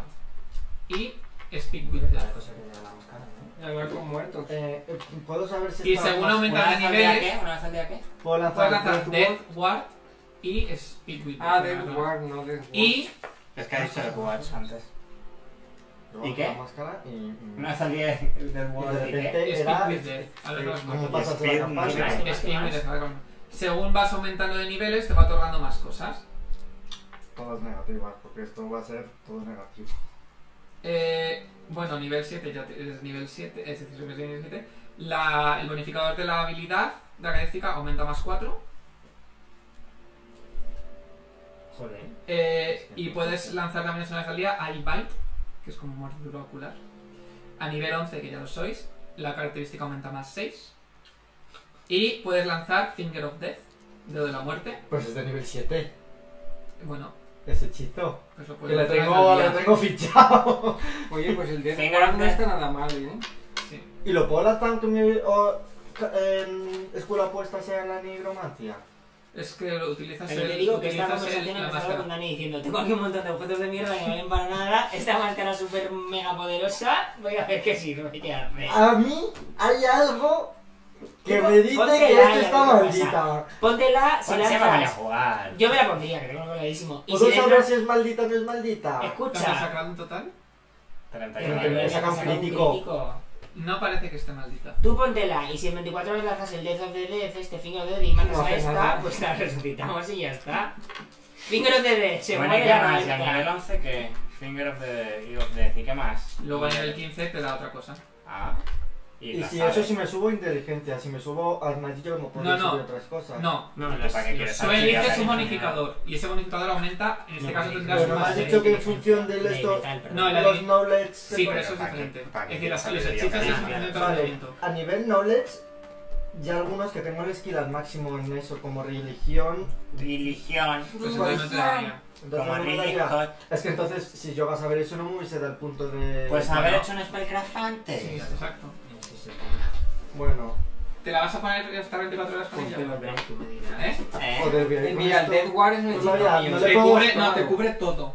¿no?
y Speak with
La
Death.
cosa que le da la más cara, ¿no?
Hablar con muertos.
Eh, eh, ¿Puedo saber si
Y
está
según
más-
aumenta-
¿Una
de
vez al día
niveles.
qué? ¿Una vez al día qué?
¿Puedo
Puedes
lanzar
lanzar
Breath Wall?
Death Ward y Speak with
Ah,
Death.
Death Ward, no Death Ward.
Y
Es que ha dicho de Watch antes.
Luego
qué?
la máscara y...
Una salida del
y de
World de
repente era...
Speak with Death. A los dos
¿Cómo
muertos.
pasa toda la
Speed, no
campaña?
sé.
Speak with Death, ahora con- Según vas aumentando de niveles, te va otorgando más cosas.
Todas negativas, ah, porque esto va a ser todo negativo.
Eh, bueno, nivel 7, ya te- eres nivel 7, es decir, subes de nivel 7. La- el bonificador de la habilidad, de la característica, aumenta más 4.
Joder.
Eh, y puedes lanzar también una vez al día Eye Bite, que es como un mordedura ocular. A nivel 11, que ya lo sois, la característica aumenta más 6. Y puedes lanzar Finger of Death, dedo de la muerte.
Pues es de nivel 7,
Bueno,
ese hechizo.
pues lo
Que
puedes
le
lanzar una
tengo,
vez
le
al día.
tengo fichado.
Oye, pues el Death
Venga,
Ward no
Death.
está nada mal, ¿eh?
Sí.
¿Y lo puedo lanzar aunque mi o, ca- en escuela puesta sea la nigromancia?
Es que lo utilizas
Pero
el-
te digo que esta
utilizas el-
conversación ha
la
empezado
máscara.
con Dani diciendo Tengo aquí un montón de objetos de mierda que no valen para nada Esta máscara super mega poderosa Voy a ver qué sirve, qué hace
A mí hay algo que me dice
Ponte
que esto
la y
está
a ver qué
maldita.
Póntela, si
se van a
lanzas
jugar?
Yo me la pondría, que tengo coladísimo Y
¿Puedo
si
saber
lanzas,
si es maldita o no es maldita?
¿Cuánto has
escucha eh,
sacado en total?
Pero que
39.
me
le
saca un crítico.
crítico
No parece que esté maldita.
Tú póntela, y si en 24 horas lanzas el Death of the Death, este Finger of the Death y matas
No
a
hace
esta
nada.
Pues la resucitamos y ya está Finger of the Death, se
bueno, ¿y
muere
qué más?
la
¿Y a
maleta.
nivel 11 que Finger of the y of Death. ¿Y qué más?
Luego a nivel 15 te da otra cosa.
Ah. Y,
Y
la
si
sale.
eso si me subo inteligencia, si me subo al maldito como puedo
No, no.
subir otras cosas.
No,
No,
Entonces, ¿para qué quieres
tú
saber?
eliges
Sí,
un
ya,
bonificador y ese bonificador aumenta, en este
No,
caso
no,
tendrás
Pero me
más
has
de-
dicho que en función del
De
esto,
metal, perdón.
No, la-
los knowledge...
Sí,
se
pero
pueden-
eso es
Para que-
diferente.
para que
Es decir, las- los
sabiduría
hechizos es
caliente.
un elemento de
Vale,
alineamiento.
a nivel knowledge, ya algunos que tengo el skill al máximo en eso, como religión...
Religión.
Pues entonces no te daría.
entonces
Como
no me
Ridley
daría-
Scott.
Es que entonces, si yo vas a ver eso, no me hubiese dado el punto de...
Pues
Bueno.
haber hecho un spellcraft antes.
Sí, exacto.
Bueno,
¿Te la vas a poner y estar 24 horas con ella?
Póntelo.
¿Eh?
¿Eh?
joder, bien,
Eh,
con
Mira, el
esto-
Death Ward es un
Pues
hechizo.
vaya,
mío.
no
Te
le pongo
cubre, no,
claro.
te cubre todo.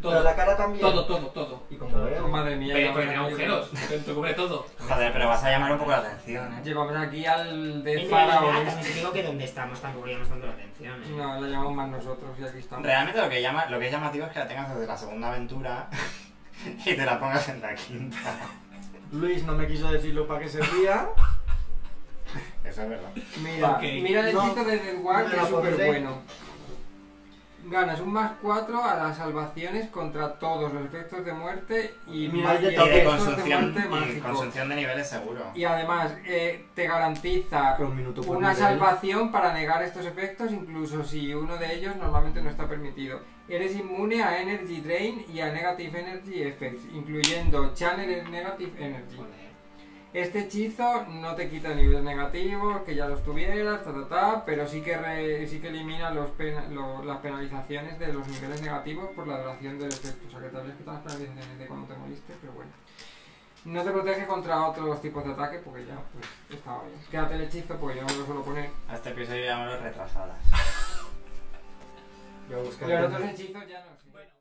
Pero
Todo,
la cara también.
todo, todo, todo.
Y como veo...
Madre mía,
Pero
llevamos
tiene
aquí-
agujeros, te te cubre todo.
Joder, pero vas a llamar un poco la atención, ¿eh?
Llevamos aquí al
En
Death
realidad,
Pharaoh.
también te digo que donde estamos tampoco llamamos tanto la atención. ¿eh?
No, lo llamamos más nosotros y aquí estamos.
Realmente lo que, llama, lo que es llamativo es que la tengas desde la segunda aventura y te la pongas en la quinta.
Luis no me quiso decirlo para qué servía.
Eso es verdad.
Mira,
Ok.
Mira el
No,
hechizo de Death Ward
me
que
la
es súper
pondré.
bueno. Ganas un más 4 a las salvaciones contra todos los efectos de muerte y
Mira,
más
yo
diez
Y de
efectos de
construcción,
muerte
y
mágicos.
construcción de niveles seguro.
Y además eh, te garantiza
con un minuto por
una
nivel.
salvación para negar estos efectos, incluso si uno de ellos normalmente no está permitido. Eres inmune a Energy Drain y a Negative Energy Effects, incluyendo Channel Negative Energy. Este hechizo no te quita niveles negativos, que ya los tuvieras, ta, ta, ta, pero sí que, re- sí que elimina los pena- lo- las penalizaciones de los niveles negativos por la duración del efecto. O sea que tal vez quitas las penalizaciones de cuando te moriste, pero bueno. No te protege contra otros tipos de ataques porque ya pues, estaba bien. Quédate el hechizo porque yo no me lo suelo poner.
A este episodio llamarlo retrasadas.
Voy a buscar.
Los otros hechizos ya no sé.
Bueno.